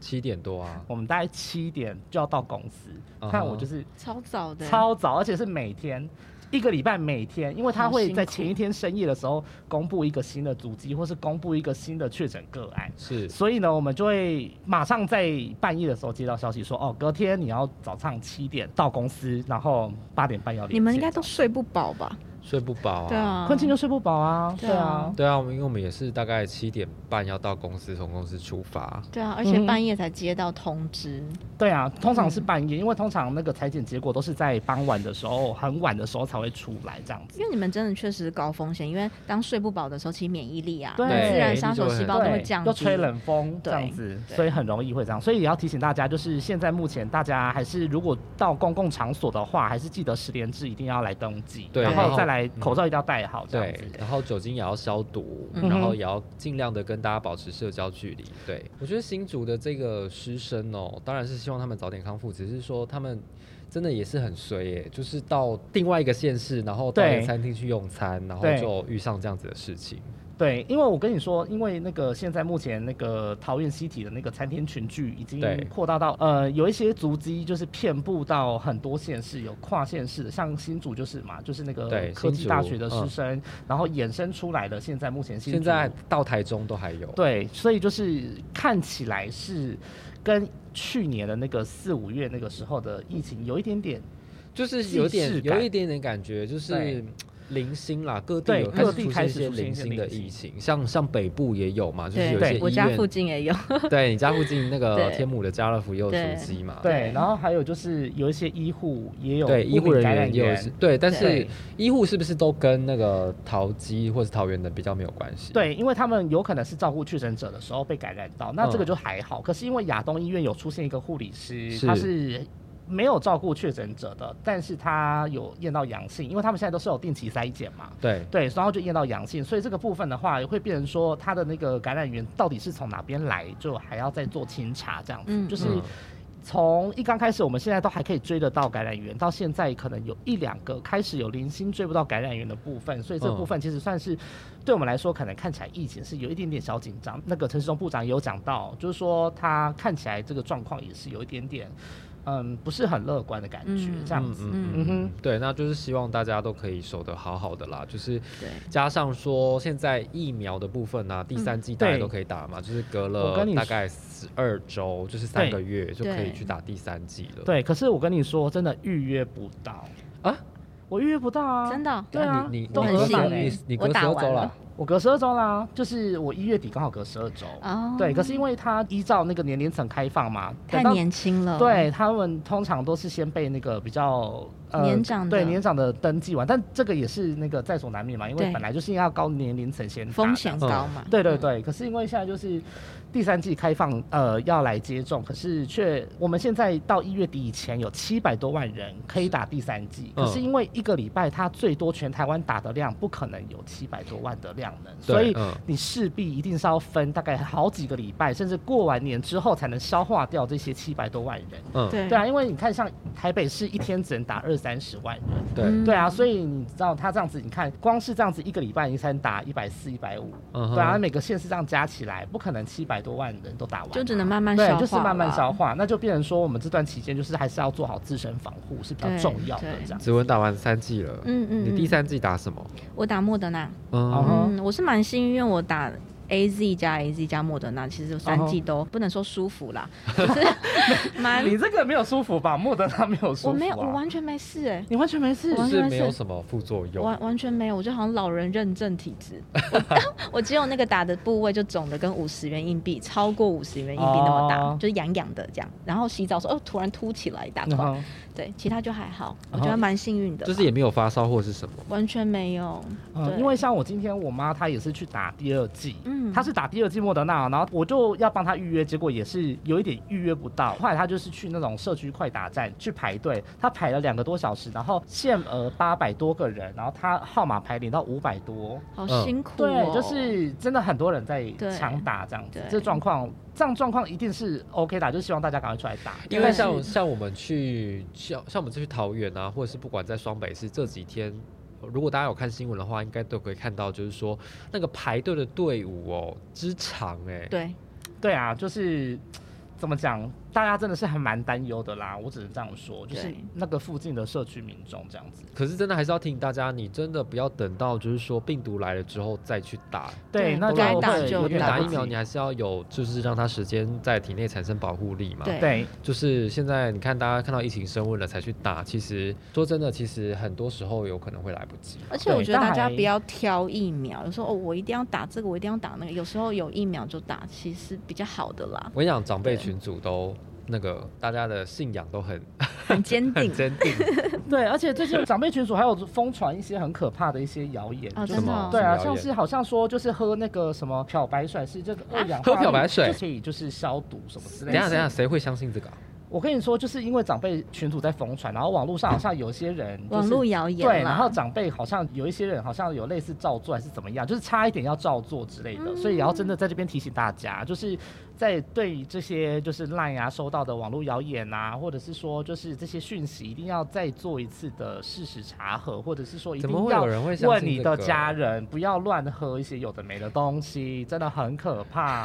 Speaker 6: 七点多啊，
Speaker 5: 我们大概七点就要到公司，
Speaker 6: 嗯哼
Speaker 5: 看我就是。
Speaker 7: 超早的，
Speaker 5: 超早，而且是每天。一个礼拜每天，因为他会在前一天深夜的时候公布一个新的足迹，或是公布一个新的确诊个案，
Speaker 6: 是
Speaker 5: 所以呢，我们就会马上在半夜的时候接到消息说，哦，隔天你要早上七点到公司，然后八点半要离。
Speaker 7: 你们应该都睡不饱吧？
Speaker 6: 睡不饱啊。
Speaker 7: 对。啊，
Speaker 5: 困清就睡不饱啊，
Speaker 7: 对
Speaker 5: 对
Speaker 7: 啊
Speaker 5: 啊，
Speaker 6: 对啊，我们因为我们也是大概七点半要到公司，从公司出发。
Speaker 7: 对啊，而且
Speaker 5: 嗯
Speaker 7: 半夜才接到通知，
Speaker 5: 对啊，通常是半夜，因为通常那个裁剪结果都是在傍晚的时候，很晚的时候才会出来这样子。
Speaker 7: 因为你们真的确实高风险，因为当睡不饱的时候，其实免疫力啊，
Speaker 5: 对
Speaker 7: 自然杀手细胞都
Speaker 5: 对，
Speaker 7: 会降低，
Speaker 5: 又吹冷风这
Speaker 7: 对
Speaker 5: 样子，
Speaker 7: 对
Speaker 5: 所以很容易会这样。所以也要提醒大家，就是现在目前大家还是如果到公共场所的话，还是记得十连制一定要来登记，
Speaker 6: 对，嗯
Speaker 5: 然后再来口罩一定要戴好，这样
Speaker 6: 对
Speaker 5: 子，。
Speaker 6: 然后酒精也要消毒，
Speaker 7: 嗯哼
Speaker 6: 然后也要尽量的跟大家保持社交距离。对我觉得新竹的这个师生哦，当然是希望他们早点康复，只是说他们真的也是很衰耶，就是到另外一个县市，然后到
Speaker 5: 对
Speaker 6: 一个餐厅去用餐，然后
Speaker 5: 对
Speaker 6: 就遇上这样子的事情。
Speaker 5: 对，因为我跟你说，因为那个现在目前那个桃园西体的那个餐厅群聚已经
Speaker 6: 对
Speaker 5: 扩大到呃有一些足迹就是遍布到很多县市，有跨县市的，像新竹就是嘛，就是那个
Speaker 6: 对
Speaker 5: 科技
Speaker 6: 新竹
Speaker 5: 大学的师
Speaker 6: 嗯
Speaker 5: 生，然后衍生出来的现在目前新竹
Speaker 6: 现在到台中都还有。
Speaker 5: 对，所以就是看起来是跟去年的那个四五月那个时候的疫情有一点点
Speaker 6: 就是有
Speaker 5: 既视
Speaker 6: 点
Speaker 5: 感
Speaker 6: 有一点点感觉，就是
Speaker 5: 对
Speaker 6: 零星啦，各地
Speaker 5: 对
Speaker 6: 有
Speaker 5: 各地开
Speaker 6: 出
Speaker 5: 始
Speaker 6: 现
Speaker 5: 出现
Speaker 6: 零
Speaker 5: 一些
Speaker 6: 星的
Speaker 5: 零星
Speaker 6: 疫情，像像北部也有嘛，就是有一些
Speaker 7: 对，我
Speaker 6: 医
Speaker 7: 家
Speaker 6: 院
Speaker 7: 附近也有，
Speaker 6: 对你家附近那个
Speaker 7: [LAUGHS] 对
Speaker 6: 天母的家乐福也有足迹嘛？
Speaker 5: 对，然后还有就是有一些医护也有
Speaker 6: 哦对，
Speaker 5: 不
Speaker 6: 医护
Speaker 5: 明
Speaker 6: 人
Speaker 5: 感染
Speaker 6: 员也有
Speaker 5: 源
Speaker 6: 对，但是
Speaker 5: 对
Speaker 6: 医护是不是都跟那个桃机或是桃园的比较没有关系？
Speaker 5: 对，因为他们有可能是照顾确诊者的时候被感染到，那这个
Speaker 6: 嗯
Speaker 5: 就还好。可是因为亚东医院有出现一个护理师，
Speaker 6: 是
Speaker 5: 他是没有照顾确诊者的，但是他有验到阳性，因为他们现在都是有定期筛检嘛。
Speaker 6: 对
Speaker 5: 对，然后就验到阳性，所以这个部分的话，会变成说他的那个感染源到底是从哪边来，就还要再做清查这样子。
Speaker 7: 嗯
Speaker 5: 就是
Speaker 6: 嗯
Speaker 5: 从一刚开始，我们现在都还可以追得到感染源，到现在可能有一两个开始有零星追不到感染源的部分，所以这
Speaker 6: 嗯
Speaker 5: 部分其实算是、对我们来说，可能看起来疫情是有一点点小紧张。那个陈时中部长也有讲到，就是说他看起来这个状况也是有一点点，嗯，不是很乐观的感觉，
Speaker 7: 嗯
Speaker 5: 这样子。
Speaker 7: 嗯
Speaker 5: 嗯哼
Speaker 6: 对，那就是希望大家都可以守得好好的啦。就是
Speaker 7: 对
Speaker 6: 加上说现在疫苗的部分啊，第三季大家
Speaker 5: 嗯对
Speaker 6: 都可以打嘛，就是隔
Speaker 5: 我
Speaker 6: 了
Speaker 5: 跟你
Speaker 6: 大
Speaker 5: 说
Speaker 6: 概十二周，就是三
Speaker 5: 对
Speaker 6: 个月就可以
Speaker 7: 对
Speaker 6: 去打第三季了。
Speaker 5: 对，可是我跟你说，真的预约不到
Speaker 6: 啊，
Speaker 5: 我预约不到啊，
Speaker 7: 真的哦。
Speaker 5: 对啊
Speaker 6: 你你你
Speaker 5: 都
Speaker 7: 很
Speaker 6: 隔
Speaker 7: 幸
Speaker 6: 多
Speaker 7: 运
Speaker 6: 你你
Speaker 7: 我
Speaker 6: 隔
Speaker 7: 打
Speaker 6: 多
Speaker 7: 完
Speaker 6: 周
Speaker 7: 了
Speaker 6: 了，
Speaker 5: 我隔十二周啦，就是我一月底刚好隔十二周。
Speaker 7: 哦，
Speaker 5: 对，可是因为它依照那个年龄层开放嘛，
Speaker 7: 太
Speaker 5: 等到
Speaker 7: 年轻了，
Speaker 5: 对他们通常都是先被那个比较、呃
Speaker 7: 年长的
Speaker 5: 对年长的登记完，但这个也是那个在所难免嘛，因为
Speaker 7: 对
Speaker 5: 本来就是要高年龄层先打
Speaker 7: 风
Speaker 5: 的
Speaker 7: 险高嘛，
Speaker 5: 对对对，可是因为现在就是第三季开放，呃，要来接种，可是却我们现在到一月底以前有七百多万人可以打第三季，
Speaker 6: 嗯
Speaker 5: 可是因为一个礼拜它最多全台湾打的量不可能有七百多万的量能，所
Speaker 6: 对
Speaker 5: 以
Speaker 6: 嗯
Speaker 5: 你势必一定是要分大概好几个礼拜，甚至过完年之后才能消化掉这些七百多万人。
Speaker 6: 嗯，
Speaker 7: 对
Speaker 5: 对啊，因为你看，像台北市一天只能打二三十万人，
Speaker 6: 对，
Speaker 7: 嗯
Speaker 5: 对啊，所以你知道他这样子，你看光是这样子一个礼拜，你才能打一百四、一百五，
Speaker 6: 嗯哼
Speaker 5: 对啊，每个县市这样加起来，不可能七百多万人都打完啊，
Speaker 7: 嗯就只能慢慢消
Speaker 5: 对，
Speaker 7: 化
Speaker 5: 就是慢慢
Speaker 7: 啦
Speaker 5: 消化，那就变成说我们这段期间就是还是要做好自身防护是比较
Speaker 7: 对
Speaker 5: 重要的
Speaker 7: 对
Speaker 5: 这样。
Speaker 6: 子文打完三季了，
Speaker 7: 嗯嗯
Speaker 6: 你第
Speaker 7: 嗯
Speaker 6: 三季打什么？
Speaker 7: 我打莫德纳，
Speaker 5: 嗯
Speaker 6: 嗯，
Speaker 5: 哼
Speaker 7: 嗯，我是蛮幸运，因为我打 A Z 加 A Z 加莫德纳，其实三季都不能说舒服啦，就是蛮
Speaker 5: 你这个没有舒服吧？莫德纳没有舒服、
Speaker 7: 嗯我
Speaker 5: 啊，
Speaker 7: 没有，我完全没事哎、
Speaker 5: 你完全没事
Speaker 7: 我。完
Speaker 6: 就是
Speaker 7: 全
Speaker 6: 没有
Speaker 7: 是
Speaker 6: 什么副作用
Speaker 7: 完。完全没有，我就好像老人认证体质，我 [LAUGHS] 我只有那个打的部位就肿的跟五十元硬币超过五十元硬币那么大，
Speaker 5: 哦
Speaker 7: 就是痒痒的这样。然后洗澡的时候哦突然凸起来一大
Speaker 5: 嗯
Speaker 7: 块，
Speaker 5: 哼
Speaker 7: 对，其他就还好，我
Speaker 5: 哦
Speaker 7: 觉得蛮幸运的啦，
Speaker 6: 就是也没有发烧或是什么，
Speaker 7: 完全没有，
Speaker 5: 嗯，
Speaker 7: 对
Speaker 5: 因为像我今天我妈她也是去打第二剂，
Speaker 7: 嗯
Speaker 5: 她是打第二剂莫德纳，然后我就要帮她预约，结果也是有一点预约不到。后来她就是去那种社区快打站去排队，她排了两个多小时，然后限额八百多个人，然后她号码排领到五百多，
Speaker 7: 好
Speaker 6: 嗯
Speaker 7: 辛苦、哦
Speaker 5: 对，就是真的很多人在
Speaker 7: 对
Speaker 5: 抢打这样子
Speaker 7: 对，
Speaker 5: 这状况这样状况一定是 OK 的，就希望大家赶快出来打。
Speaker 6: 因为
Speaker 7: 对
Speaker 6: 像像我们去像像我们去桃园啊，或者是不管在双北市这几天，如果大家有看新闻的话，应该都可以看到，就是说那个排队的队伍哦之长哎、
Speaker 7: 对，
Speaker 5: 对啊，就是怎么讲，大家真的是还蛮担忧的啦。我只能这样说，就是
Speaker 7: 对
Speaker 5: 那个附近的社区民众这样子。
Speaker 6: 可是真的还是要提醒大家，你真的不要等到就是说病毒来了之后再去打，
Speaker 7: 对
Speaker 5: 对，那就
Speaker 7: 该
Speaker 5: 会
Speaker 7: 打
Speaker 5: 有
Speaker 7: 就
Speaker 5: 点
Speaker 7: 打
Speaker 6: 打
Speaker 5: 来不
Speaker 6: 疫苗
Speaker 5: 及
Speaker 6: 你还是要有就是让它时间在体内产生保护力嘛。
Speaker 7: 对 [LAUGHS]
Speaker 5: 对
Speaker 6: 就是现在，你看大家看到疫情升温了才去打，其实说真的，其实很多时候有可能会来不及。，
Speaker 7: 而且我
Speaker 5: 对
Speaker 7: 觉得
Speaker 5: 但
Speaker 7: 大家
Speaker 5: 还
Speaker 7: 不要挑疫苗，有时候哦，我一定要打这个，我一定要打那个。有时候有疫苗就打，其实比较好的啦
Speaker 6: 我跟你讲，长辈群组都那个，大家的信仰都很 [LAUGHS]
Speaker 7: 很坚
Speaker 6: 很 [LAUGHS]
Speaker 7: 定。
Speaker 6: 坚定。
Speaker 5: [LAUGHS] 对，而且最近长辈群组还有疯传一些很可怕的一些谣言，
Speaker 7: 哦
Speaker 5: 就
Speaker 7: 真
Speaker 5: 是
Speaker 7: 的哦
Speaker 5: 对啊，
Speaker 6: 什么谣
Speaker 5: 像
Speaker 6: 言
Speaker 5: 是好像说就是喝那个什么
Speaker 7: 啊
Speaker 5: 漂白水是这个二氧化
Speaker 6: 喝漂
Speaker 5: 氯
Speaker 6: 白水
Speaker 5: 就可以就是消毒什么之
Speaker 6: 等
Speaker 5: 类的。
Speaker 6: 一下等一下，谁会相信这个啊、
Speaker 7: 我
Speaker 5: 我跟你说，就是因为长辈群组在疯传，然后网络上好像有些人、就是、
Speaker 7: 网络谣言啦
Speaker 5: 对，然后长辈好像有一些人好像有类似照做还是怎么样，就是差一点要照做之类的，
Speaker 7: 嗯
Speaker 5: 所以也要真的在这边提醒大家，就是在对这些就是 LINE 啊收到的网络谣言啊，或者是说就是这些讯息，一定要再做一次的事实查核，或者是说一
Speaker 6: 怎么
Speaker 5: 定
Speaker 6: 会
Speaker 5: 要
Speaker 6: 有人会相
Speaker 5: 问
Speaker 6: 信
Speaker 5: 你
Speaker 6: 这
Speaker 5: 的
Speaker 6: 个啊
Speaker 5: 家人，不要乱喝一些有的没的东西，真的很可
Speaker 7: [LAUGHS]
Speaker 5: 怕。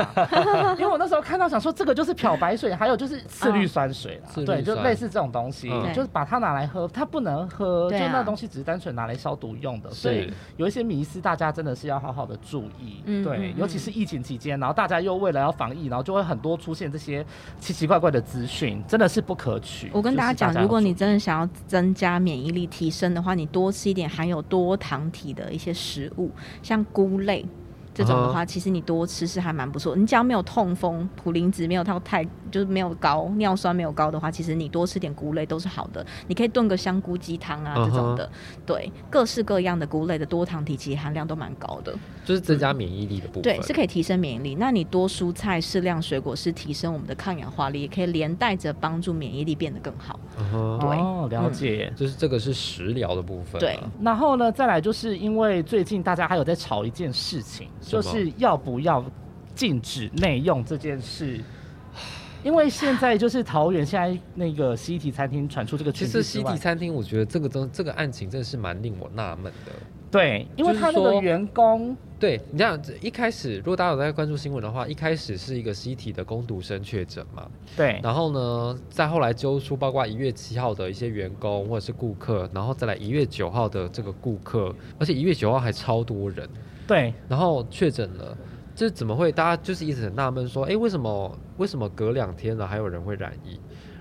Speaker 5: 因为我那时候看到想说，这个就是漂白水，还有就是
Speaker 7: 啊
Speaker 5: 次氯酸水啦，
Speaker 6: 次氯
Speaker 5: 对，就
Speaker 6: 酸
Speaker 5: 类似这种东西，
Speaker 6: 嗯
Speaker 5: 就是把它拿来喝，它不能喝，
Speaker 7: 对
Speaker 5: 就
Speaker 7: 啊
Speaker 5: 那东西只是单纯拿来消毒用的，所以
Speaker 6: 是
Speaker 5: 有一些迷思，大家真的是要好好的注意，
Speaker 7: 嗯
Speaker 5: 对
Speaker 7: 嗯，
Speaker 5: 尤其是疫情期间，然后大家又为了要防疫，然后就会很多出现这些奇奇怪怪的资讯，真的是不可取。
Speaker 7: 我
Speaker 5: 就
Speaker 7: 跟
Speaker 5: 是
Speaker 7: 大
Speaker 5: 大
Speaker 7: 家讲，
Speaker 5: 要
Speaker 7: 如果你
Speaker 5: 注意
Speaker 7: 真的想要增加免疫力、提升的话，你多吃一点含有多糖体的一些食物，像菇类这种
Speaker 5: 嗯
Speaker 7: 的话，其实你多吃是还蛮不错。你只要没有痛风、普林值没有到太，就是没有高尿酸没有高的话，其实你多吃点菇类都是好的。你可以炖个香菇鸡汤
Speaker 5: 嗯
Speaker 7: 啊这种的，对，各式各样的菇类的多糖体其实含量都蛮高的，
Speaker 6: 就是增加免疫力的部分。
Speaker 7: 对，是可以提升免疫力。那你多蔬菜、适量水果是提升我们的抗氧化力，也可以连带着帮助免疫力变得更好。
Speaker 6: 嗯哼
Speaker 7: 对
Speaker 5: 哦，了解。
Speaker 6: 就是这个是食疗的部分啊。
Speaker 7: 对
Speaker 5: 然后呢，再来就是因为最近大家还有在吵一件事情，
Speaker 6: 什
Speaker 5: 就
Speaker 6: 么
Speaker 5: 是要不要禁止内用这件事。因为现在就是桃园现在那个西体餐厅传出这个
Speaker 6: 其
Speaker 5: 群
Speaker 6: 实
Speaker 5: 体
Speaker 6: 西
Speaker 5: 之
Speaker 6: 底
Speaker 5: 外，
Speaker 6: 餐厅，我觉得这个东这个案情真的是蛮令我纳闷的。
Speaker 5: 对，因为
Speaker 6: 就是
Speaker 5: 他那个
Speaker 6: 说
Speaker 5: 员工
Speaker 6: 对你这样子，一开始如果大家有在关注新闻的话，一开始是一个西体的攻读生确诊嘛，
Speaker 5: 对
Speaker 6: 然后呢，再后来揪出包括一月七号的一些员工或者是顾客，然后再来一月九号的这个顾客，而且一月九号还超多人，
Speaker 5: 对
Speaker 6: 然后确诊了。这怎么会？大家就是一直很纳闷，说，哎，为什么为什么隔两天了还有人会染疫？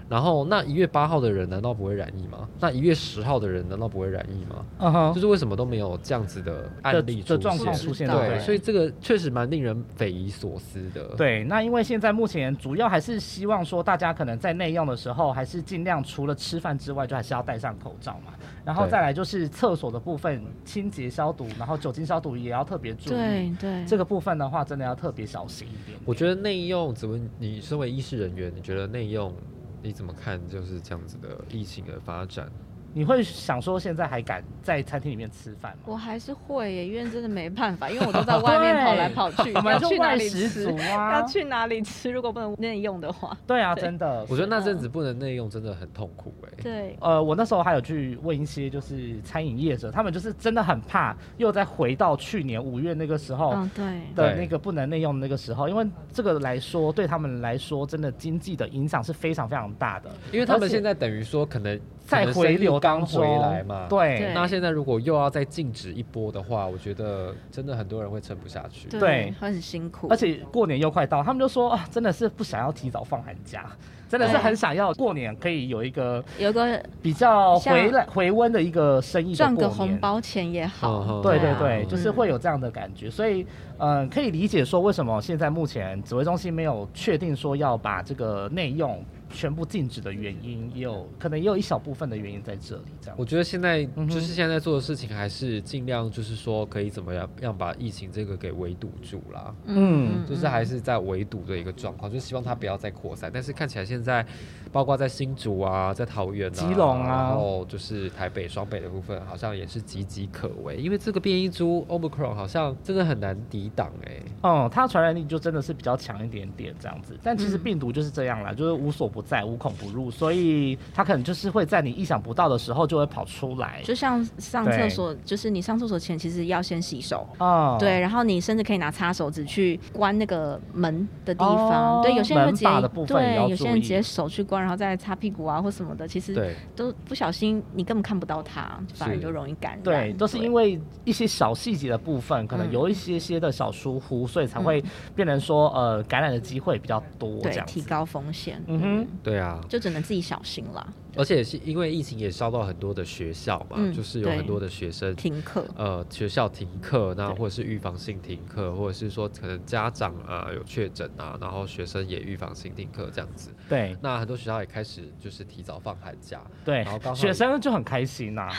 Speaker 6: 然后那一月八号的人难道不会染疫吗？那一月十号的人难道不会染疫吗？
Speaker 5: 嗯
Speaker 6: 就
Speaker 5: 哼，
Speaker 6: 是为什么都没有这样子的
Speaker 5: 的
Speaker 6: 案例
Speaker 5: 的状况
Speaker 6: 现
Speaker 5: 出现
Speaker 7: 不知道
Speaker 6: 对，
Speaker 7: 欸
Speaker 6: 所以这个确实蛮令人匪夷所思的。，
Speaker 5: 对，那因为现在目前主要还是希望说，大家可能在内用的时候，还是尽量除了吃饭之外，就还是要戴上口罩嘛。然后
Speaker 6: 对
Speaker 5: 再来就是厕所的部分，清洁消毒，然后酒精消毒也要特别注意。
Speaker 7: 对对，
Speaker 5: 这个部分的话，真的要特别小心一点。
Speaker 6: 我觉得内用怎么？你身为医师人员，你觉得内用你怎么看？就是这样子的疫情的发展，
Speaker 5: 你会想说，现在还敢在餐厅里面吃饭吗？
Speaker 7: 我还是会耶，因为真的没办法，因为我都在外
Speaker 5: [LAUGHS]
Speaker 7: 面
Speaker 5: 对
Speaker 7: 跑来跑去，
Speaker 5: 我们
Speaker 7: 要
Speaker 5: 就
Speaker 7: 去哪
Speaker 5: 外
Speaker 7: 里
Speaker 5: 食
Speaker 7: 吃
Speaker 5: 族？啊
Speaker 7: [LAUGHS] 要，去哪里吃？如果不能内用的话，
Speaker 5: 对啊，
Speaker 7: 对
Speaker 5: 真的。
Speaker 6: 我觉得那阵子不能内用真的很痛苦哎、
Speaker 7: 对，
Speaker 5: 呃，我那时候还有去问一些就是餐饮业者，他们就是真的很怕，又再回到去年五月那个时候。
Speaker 7: 嗯对，
Speaker 5: 的
Speaker 6: 对
Speaker 5: 那个不能内用的那个时候，因为这个来说，对他们来说，真的经济的影响是非常非常大的。
Speaker 6: 因为他
Speaker 5: 而
Speaker 6: 们
Speaker 5: 且
Speaker 6: 现在等于说可能可
Speaker 5: 在
Speaker 6: 能
Speaker 5: 回
Speaker 6: 生意
Speaker 5: 流当
Speaker 6: 刚
Speaker 5: 中
Speaker 6: 回来嘛，。
Speaker 5: 对
Speaker 6: 那现在如果又要再禁止一波的话，我觉得真的很多人会撑不下去。
Speaker 5: 对
Speaker 7: 会很辛苦，
Speaker 5: 而且过年又快到，他们就说啊，真的是不想要提早放寒假，真的是
Speaker 7: 对
Speaker 5: 很想要过年可以有一个
Speaker 7: 有个
Speaker 5: 比较
Speaker 7: 像
Speaker 5: 回来回温的一个生意的
Speaker 7: 赚个
Speaker 5: 过年
Speaker 7: 红。包钱也好，
Speaker 6: 嗯
Speaker 5: 对对
Speaker 7: 啊
Speaker 5: 对，就是
Speaker 7: 嗯
Speaker 5: 会有这样的感觉，所以，嗯、可以理解说为什么现在目前指挥中心没有确定说要把这个内用全部禁止的原因，也有可能也有一小部分的原因在这里，这样
Speaker 6: 我。觉得现在
Speaker 5: 嗯哼
Speaker 6: 就是现在做的事情，还是尽量就是说可以怎么样样把疫情这个给围堵住啦，
Speaker 5: 嗯
Speaker 6: 就是还是在围堵的一个状况，就希望它不要再扩散。但是看起来现在，包括在新竹啊，在桃园、啊、
Speaker 5: 基隆啊
Speaker 6: 然后就是台北、双北的部分，好像也是岌岌可危，因为这个变异株 Omicron 好像真的很难抵挡哎、
Speaker 5: 哦、它传染力就真的是比较强一点点这样子，但其
Speaker 7: 嗯
Speaker 5: 实病毒就是这样啦，就是无所不在、无孔不入，所以它可能就是会在你意想不到的时候就会跑出来。
Speaker 7: 嗯就像上
Speaker 5: 对
Speaker 7: 厕所，就是你上厕所前其实要先洗手。
Speaker 5: 哦，
Speaker 7: 对，，然后你甚至可以拿擦手指去关那个门的地方。
Speaker 5: 哦
Speaker 7: 对，有些人会
Speaker 5: 门
Speaker 7: 直
Speaker 5: 把的部
Speaker 7: 接
Speaker 5: 分也要
Speaker 7: 对，有些人
Speaker 5: 注意
Speaker 7: 直接手去关，然后再擦屁股啊或什么的。其实
Speaker 6: 对，
Speaker 7: 都不小心，你根本看不到它，反而
Speaker 6: 是
Speaker 7: 就容易感染。
Speaker 5: 对，都是因为一些小细节的部分，可能
Speaker 7: 嗯
Speaker 5: 有一些些的小疏忽，所以才会变成说，呃，感染的机会比较多这
Speaker 7: 对
Speaker 5: 样
Speaker 7: 提
Speaker 5: 子。
Speaker 7: 高风险。
Speaker 5: 嗯哼，
Speaker 6: 对啊，
Speaker 7: 就只能自己小心啦。的
Speaker 6: 而，且是因为疫情也烧到很多的学校嘛，
Speaker 7: 嗯
Speaker 6: 就是有
Speaker 7: 对
Speaker 6: 很多的学生
Speaker 7: 停课。
Speaker 6: 呃学校停课，那
Speaker 7: 对
Speaker 6: 或者是预防性停课，或者是说可能家长啊有确诊啊，然后学生也预防性停课这样子。
Speaker 5: 对
Speaker 6: 那很多学校也开始就是提早放寒假，
Speaker 5: 对
Speaker 6: 然后刚，好
Speaker 5: 学生就很开心呐、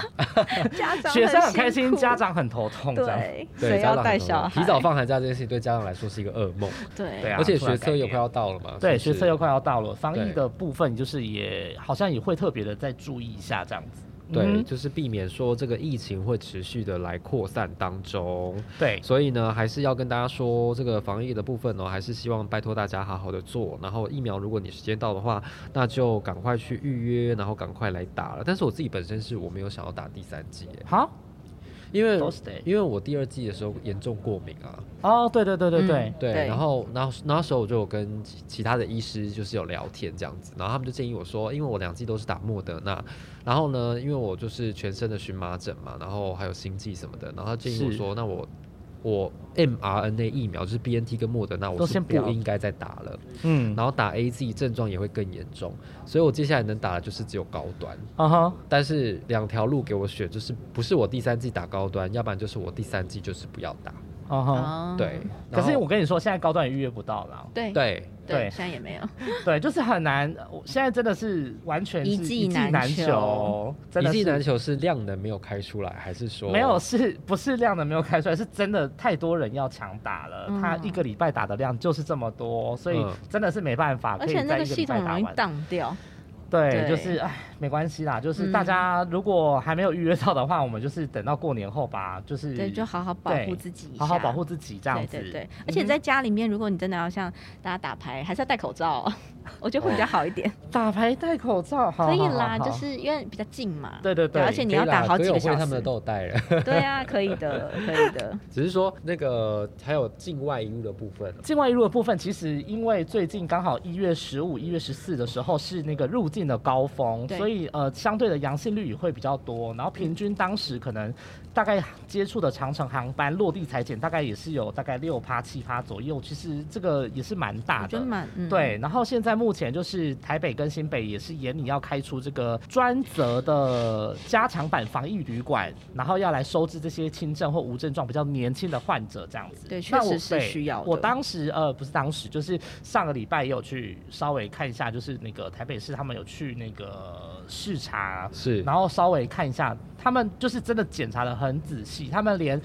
Speaker 7: 家长
Speaker 5: 哎学生很
Speaker 7: 辛
Speaker 5: 开心，
Speaker 7: 苦
Speaker 5: 家长很头痛，这样。
Speaker 7: 对，
Speaker 6: 对
Speaker 7: 谁
Speaker 6: 家
Speaker 7: 要
Speaker 6: 长
Speaker 7: 带
Speaker 6: 很头
Speaker 7: 小
Speaker 6: 痛
Speaker 7: 孩？
Speaker 6: 提早放寒假这件事情对家长来说是一个噩梦，
Speaker 7: 对
Speaker 5: 对啊
Speaker 6: 而且
Speaker 5: 突然
Speaker 6: 学
Speaker 5: 改
Speaker 6: 测又
Speaker 5: 变
Speaker 6: 快要到了嘛，
Speaker 5: 对，
Speaker 6: 是
Speaker 5: 学
Speaker 6: 不是
Speaker 5: 测又快要到了，防疫
Speaker 6: 对
Speaker 5: 的部分就是也好像也会特别的再注意一下这样子。
Speaker 6: 对，
Speaker 5: 嗯
Speaker 6: 就是避免说这个疫情会持续的来扩散当中。
Speaker 5: 对，
Speaker 6: 所以呢，还是要跟大家说，这个防疫的部分呢、还是希望拜托大家好好的做。然后疫苗，如果你时间到的话，那就赶快去预约，然后赶快来打了。但是我自己本身是我没有想要打第三剂耶，
Speaker 5: 好，
Speaker 6: 因为
Speaker 5: 都是的
Speaker 6: 因为我第二季的时候严重过敏啊，
Speaker 5: 哦，对对对对对
Speaker 7: 嗯，
Speaker 6: 对，
Speaker 7: 对
Speaker 6: 然后然后那时候我就有跟其其他的医师就是有聊天这样子，然后他们就建议我说，因为我两剂都是打莫德纳，然后呢，因为我就是全身的荨麻疹嘛，然后还有心悸什么的，然后他建议我
Speaker 5: 是
Speaker 6: 说，那我我 mRNA 疫苗就是 BNT 跟莫德纳，
Speaker 5: 都
Speaker 6: 我是
Speaker 5: 先不要
Speaker 6: 不应该再打了，
Speaker 5: 嗯，
Speaker 6: 然后打 AZ 症状也会更严重，所以我接下来能打的就是只有高端，
Speaker 5: 啊哈，
Speaker 6: 但是两条路给我选，就是不是我第三季打高端，要不然就是我第三季就是不要打，
Speaker 5: 啊哈。
Speaker 7: 啊
Speaker 6: 对，
Speaker 5: 可
Speaker 6: 然
Speaker 5: 是
Speaker 6: 后
Speaker 5: 我跟你说，现在高端也预约不到啦。
Speaker 7: 对
Speaker 6: 对。
Speaker 5: 对
Speaker 7: 现在也没有。
Speaker 5: 对，就是很难。我现在真的是完全是
Speaker 7: 一
Speaker 5: 一
Speaker 7: 剂
Speaker 5: 剂
Speaker 7: 难
Speaker 5: 难
Speaker 7: 求
Speaker 5: 求，真
Speaker 6: 一
Speaker 5: 的
Speaker 6: 剂难哦
Speaker 5: 是
Speaker 6: 求是量能没有开出来，还是说
Speaker 5: 没有是不是量能没有开出来，是真的太多人要强打了。
Speaker 7: 嗯
Speaker 5: 他一个礼拜打的量就是这么多，所以
Speaker 6: 嗯
Speaker 5: 真的是没办法，可
Speaker 7: 而
Speaker 5: 以
Speaker 7: 且那
Speaker 5: 在
Speaker 7: 个
Speaker 5: 一个礼
Speaker 7: 系统
Speaker 5: 拜打
Speaker 7: 容易
Speaker 5: 完。
Speaker 7: 荡掉，
Speaker 5: 对，就
Speaker 7: 对
Speaker 5: 是唉，没关系啦，就是
Speaker 7: 嗯
Speaker 5: 大家如果还没有预约到的话，我们就是等到过年后吧，就是
Speaker 7: 对，就好好保护自己一
Speaker 5: 好好
Speaker 7: 下
Speaker 5: 保护自己这样子。嗯
Speaker 7: 对对对，而且在家里面，如果你真的要像大家打牌，还是要戴口罩 [LAUGHS] 哦、我觉得会比较好一点。
Speaker 5: 打牌戴口罩，好
Speaker 7: 可以
Speaker 5: 好好
Speaker 7: 啦，
Speaker 5: 好
Speaker 7: 就是因为比较近嘛。
Speaker 5: 对对对
Speaker 7: 而且你
Speaker 6: 可以
Speaker 7: 要
Speaker 6: 啦
Speaker 7: 打好
Speaker 6: 歌
Speaker 7: 几
Speaker 6: 友会
Speaker 7: 个小
Speaker 6: 他们
Speaker 7: 时。
Speaker 6: 都有带了， [LAUGHS]
Speaker 5: [LAUGHS]
Speaker 7: 对啊，可以的，可以的。
Speaker 6: 只是说那个还有境外一路的部分。
Speaker 5: 境外一入的部分，其实因为最近刚好一月十五、一月十四的时候是那个入境的高峰，
Speaker 7: 对
Speaker 5: 所以呃相对的阳性率也会比较多。然后平均当时可能大概接触的长程航班落地裁剪大概也是有大概六趴七趴左右，其实这个也是蛮大
Speaker 7: 我
Speaker 5: 的
Speaker 7: 觉得。蛮嗯，
Speaker 5: 对，然后现在目前就是台北跟新北也是严拟要开出这个专责的加强版防疫旅馆，然后要来收治这些轻症或无症状比较年轻的患者这样子。
Speaker 7: 对确
Speaker 5: 那我
Speaker 7: 实是
Speaker 5: 对
Speaker 7: 需要的
Speaker 5: 我当时呃不是当时，就是上个礼拜也有去稍微看一下，就是那个台北市他们有去那个视察，
Speaker 6: 是
Speaker 5: 然后稍微看一下，他们就是真的检查的很仔细，他们连。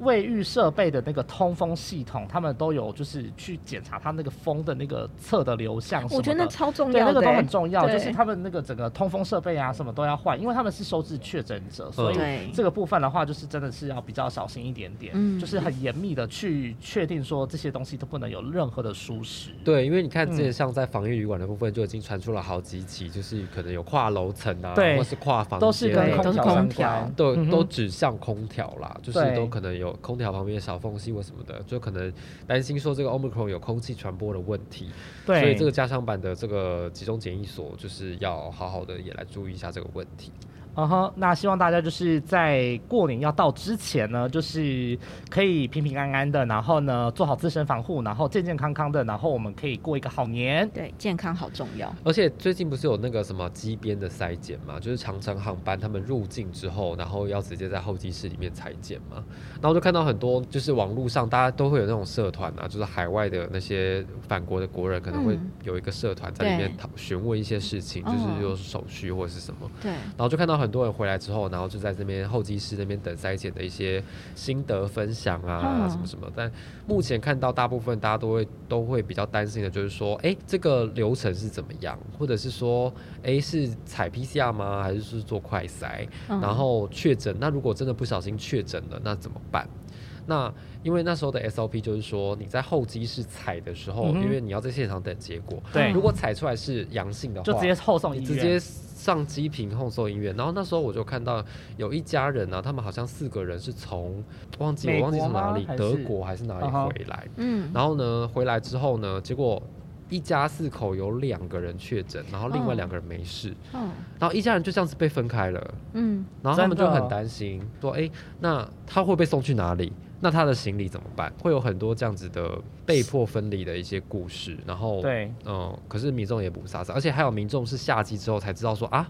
Speaker 5: 卫浴设备的那个通风系统，他们都有就是去检查它那个风的那个测的流向什么的。
Speaker 7: 我觉得那超重
Speaker 5: 对，
Speaker 7: 要
Speaker 5: 那
Speaker 7: 的、
Speaker 5: 个都很重要，
Speaker 7: 对
Speaker 5: 就是他们那个整个通风设备啊，什么都要换，因为他们是收治确诊
Speaker 6: 嗯
Speaker 5: 者，所以
Speaker 7: 对
Speaker 5: 这个部分的话，就是真的是要比较小心一点点，
Speaker 7: 嗯
Speaker 5: 就是很严密的去确定说这些东西都不能有任何的疏失。
Speaker 6: 对，因为你看，
Speaker 5: 嗯
Speaker 6: 之前像在防疫旅馆的部分就已经传出了好几起，就是可能有跨楼层啊，
Speaker 5: 对
Speaker 6: 或是跨房间啊，
Speaker 5: 都是跟
Speaker 7: 对都
Speaker 5: 空
Speaker 7: 是
Speaker 5: 调
Speaker 7: 空
Speaker 5: 相
Speaker 7: 调
Speaker 5: 关，
Speaker 6: 都
Speaker 5: 嗯哼
Speaker 6: 都指向空调啦，就是
Speaker 5: 对
Speaker 6: 都可能有空调旁边的小缝隙或什么的，就可能担心说这个 Omicron 有空气传播的问题，
Speaker 5: 对，
Speaker 6: 所以这个加强版的这个集中检疫所就是要好好的也来注意一下这个问题。
Speaker 5: 嗯哼，那希望大家就是在过年要到之前呢，就是可以平平安安的，然后呢做好自身防护，然后健健康康的，然后我们可以过一个好年。
Speaker 7: 对健康好重要。
Speaker 6: 而且最近不是有那个什么机边的筛检嘛，就是长城航班他们入境之后，然后要直接在候机室里面裁剪嘛。然后就看到很多就是网络上大家都会有那种社团啊，就是海外的那些返国的国人可能会
Speaker 7: 嗯
Speaker 6: 有一个社团在里面
Speaker 7: 对嗯
Speaker 6: 讨询问一些事情，就是有手续或者是什么。
Speaker 7: 对，
Speaker 6: 然后就看到很多人回来之后，然后就在这边候机室那边等筛检的一些心得分享啊，
Speaker 7: 嗯
Speaker 6: 什么什么。但目前看到大部分大家都会都会比较担心的，就是说，哎，这个流程是怎么样，或者是说，哎，是采 PCR 吗？还是是做快筛？
Speaker 7: 嗯
Speaker 6: 然后确诊，那如果真的不小心确诊了，那怎么办？那因为那时候的 SOP 就是说，你在候机室采的时候，
Speaker 5: 嗯哼
Speaker 6: 因为你要在现场等结果，
Speaker 5: 对
Speaker 6: 如果采出来是阳性的话，
Speaker 5: 就直接后送医
Speaker 6: 你
Speaker 5: 院，
Speaker 6: 直接上机坪后送医院。然后那时候我就看到有一家人啊，他们好像四个人是从忘记
Speaker 5: 美
Speaker 6: 我
Speaker 5: 国
Speaker 6: 忘记从哪
Speaker 5: 吗
Speaker 6: 里
Speaker 5: 还，是
Speaker 6: 德国还是哪里
Speaker 5: 嗯哼
Speaker 6: 回来。
Speaker 7: 嗯，
Speaker 6: 然后呢，回来之后呢，结果一家四口有两个人确诊，然后另外
Speaker 7: 嗯
Speaker 6: 两个人没事，
Speaker 7: 嗯
Speaker 6: 然后一家人就这样子被分开了。
Speaker 7: 嗯
Speaker 6: 然后他们
Speaker 5: 真
Speaker 6: 就
Speaker 5: 的
Speaker 6: 很担心，说：“哎、那他会被送去哪里？那他的行李怎么办？会有很多这样子的被迫分离的一些故事。然后，
Speaker 5: 对，
Speaker 6: 嗯，可是民众也不傻傻，而且还有民众是下机之后才知道说啊，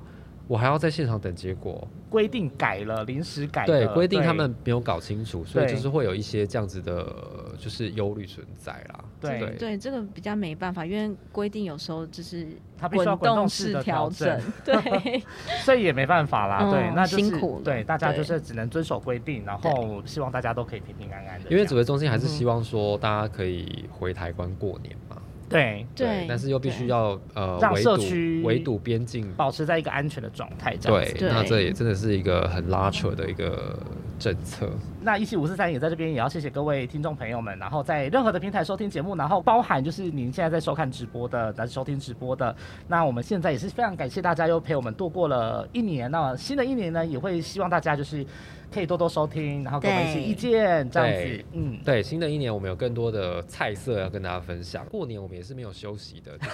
Speaker 6: 我还要在现场等结果。
Speaker 5: 规定改了，临时改
Speaker 6: 对，
Speaker 5: 了
Speaker 6: 规定
Speaker 5: 对
Speaker 6: 他们没有搞清楚，所以
Speaker 5: 对
Speaker 6: 就是会有一些这样子的，呃就是忧虑存在啦。
Speaker 5: 对
Speaker 6: 对
Speaker 7: 对，这个比较没办法，因为规定有时候就是
Speaker 5: 它必须要滚动
Speaker 7: 动
Speaker 5: 式
Speaker 7: 式
Speaker 5: 的
Speaker 7: 调
Speaker 5: 调
Speaker 7: 整， [LAUGHS]
Speaker 5: [LAUGHS]
Speaker 7: 对，
Speaker 5: 所以也没办法啦，
Speaker 7: 嗯
Speaker 5: 对，那就是
Speaker 7: 辛苦了
Speaker 5: 对大家就
Speaker 7: 对
Speaker 5: 是只能遵守规定，然后希望大家都可以平平安安的这样，
Speaker 6: 因为指挥中心还是希望说大家可以回台湾过年嘛。
Speaker 5: 对
Speaker 7: 对
Speaker 6: 但是又必须
Speaker 7: 对
Speaker 6: 要呃
Speaker 5: 让
Speaker 6: 围
Speaker 5: 社
Speaker 6: 堵
Speaker 5: 区
Speaker 6: 围堵边境。
Speaker 5: 保持在一个安全的状态这样
Speaker 6: 对
Speaker 5: 子。，
Speaker 7: 对
Speaker 6: 那这也真的是一个很拉扯的一个政策。
Speaker 5: 那一七五四三也在这边，也要谢谢各位听众朋友们，然后在任何的平台收听节目，然后包含就是您现在在收看直播的，来收听直播的。那我们现在也是非常感谢大家又陪我们度过了一年。那新的一年呢，也会希望大家就是可以多多收听，然后给我们一些
Speaker 2: 对
Speaker 5: 意见，这样子
Speaker 6: 对。
Speaker 5: 嗯，
Speaker 6: 对，新的一年我们有更多的菜色要跟大家分享。过年我们也是没有休息的，就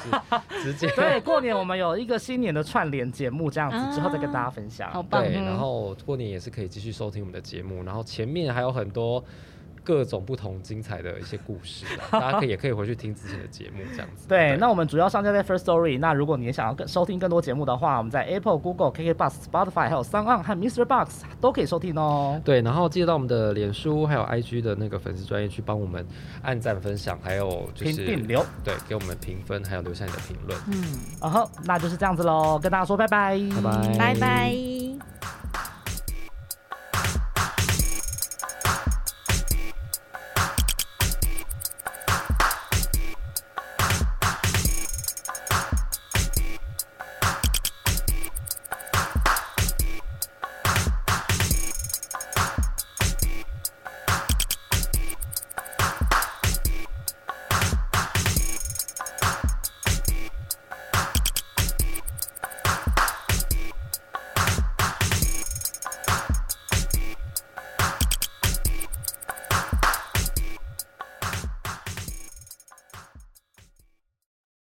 Speaker 6: 是直接
Speaker 5: [LAUGHS] 对，过年我们有一个新年的串联节目，这样子之后再跟大家分享。
Speaker 7: 好棒
Speaker 6: 对，
Speaker 5: 嗯
Speaker 6: 然后过年也是可以继续收听我们的节目，然后前面还有很多各种不同精彩的一些故事啊，大家可以也可以回去听之前的节目这样
Speaker 5: [LAUGHS]
Speaker 6: 子。
Speaker 5: 对，那我们主要上架在 First Story。那如果你也想要更收听更多节目的话，我们在 Apple、Google、KK Bus、Spotify 还有 s o n On 和 Mr. Box 都可以收听哦。
Speaker 6: 对，然后记得到我们的脸书还有 IG 的那个粉丝专业去帮我们按赞、分享，还有就
Speaker 5: 评
Speaker 6: 是
Speaker 5: 并留
Speaker 6: 对，给我们评分，还有留下你的评论。
Speaker 5: 嗯然后那就是这样子喽，跟大家说拜拜，
Speaker 6: 拜拜，
Speaker 7: 拜拜。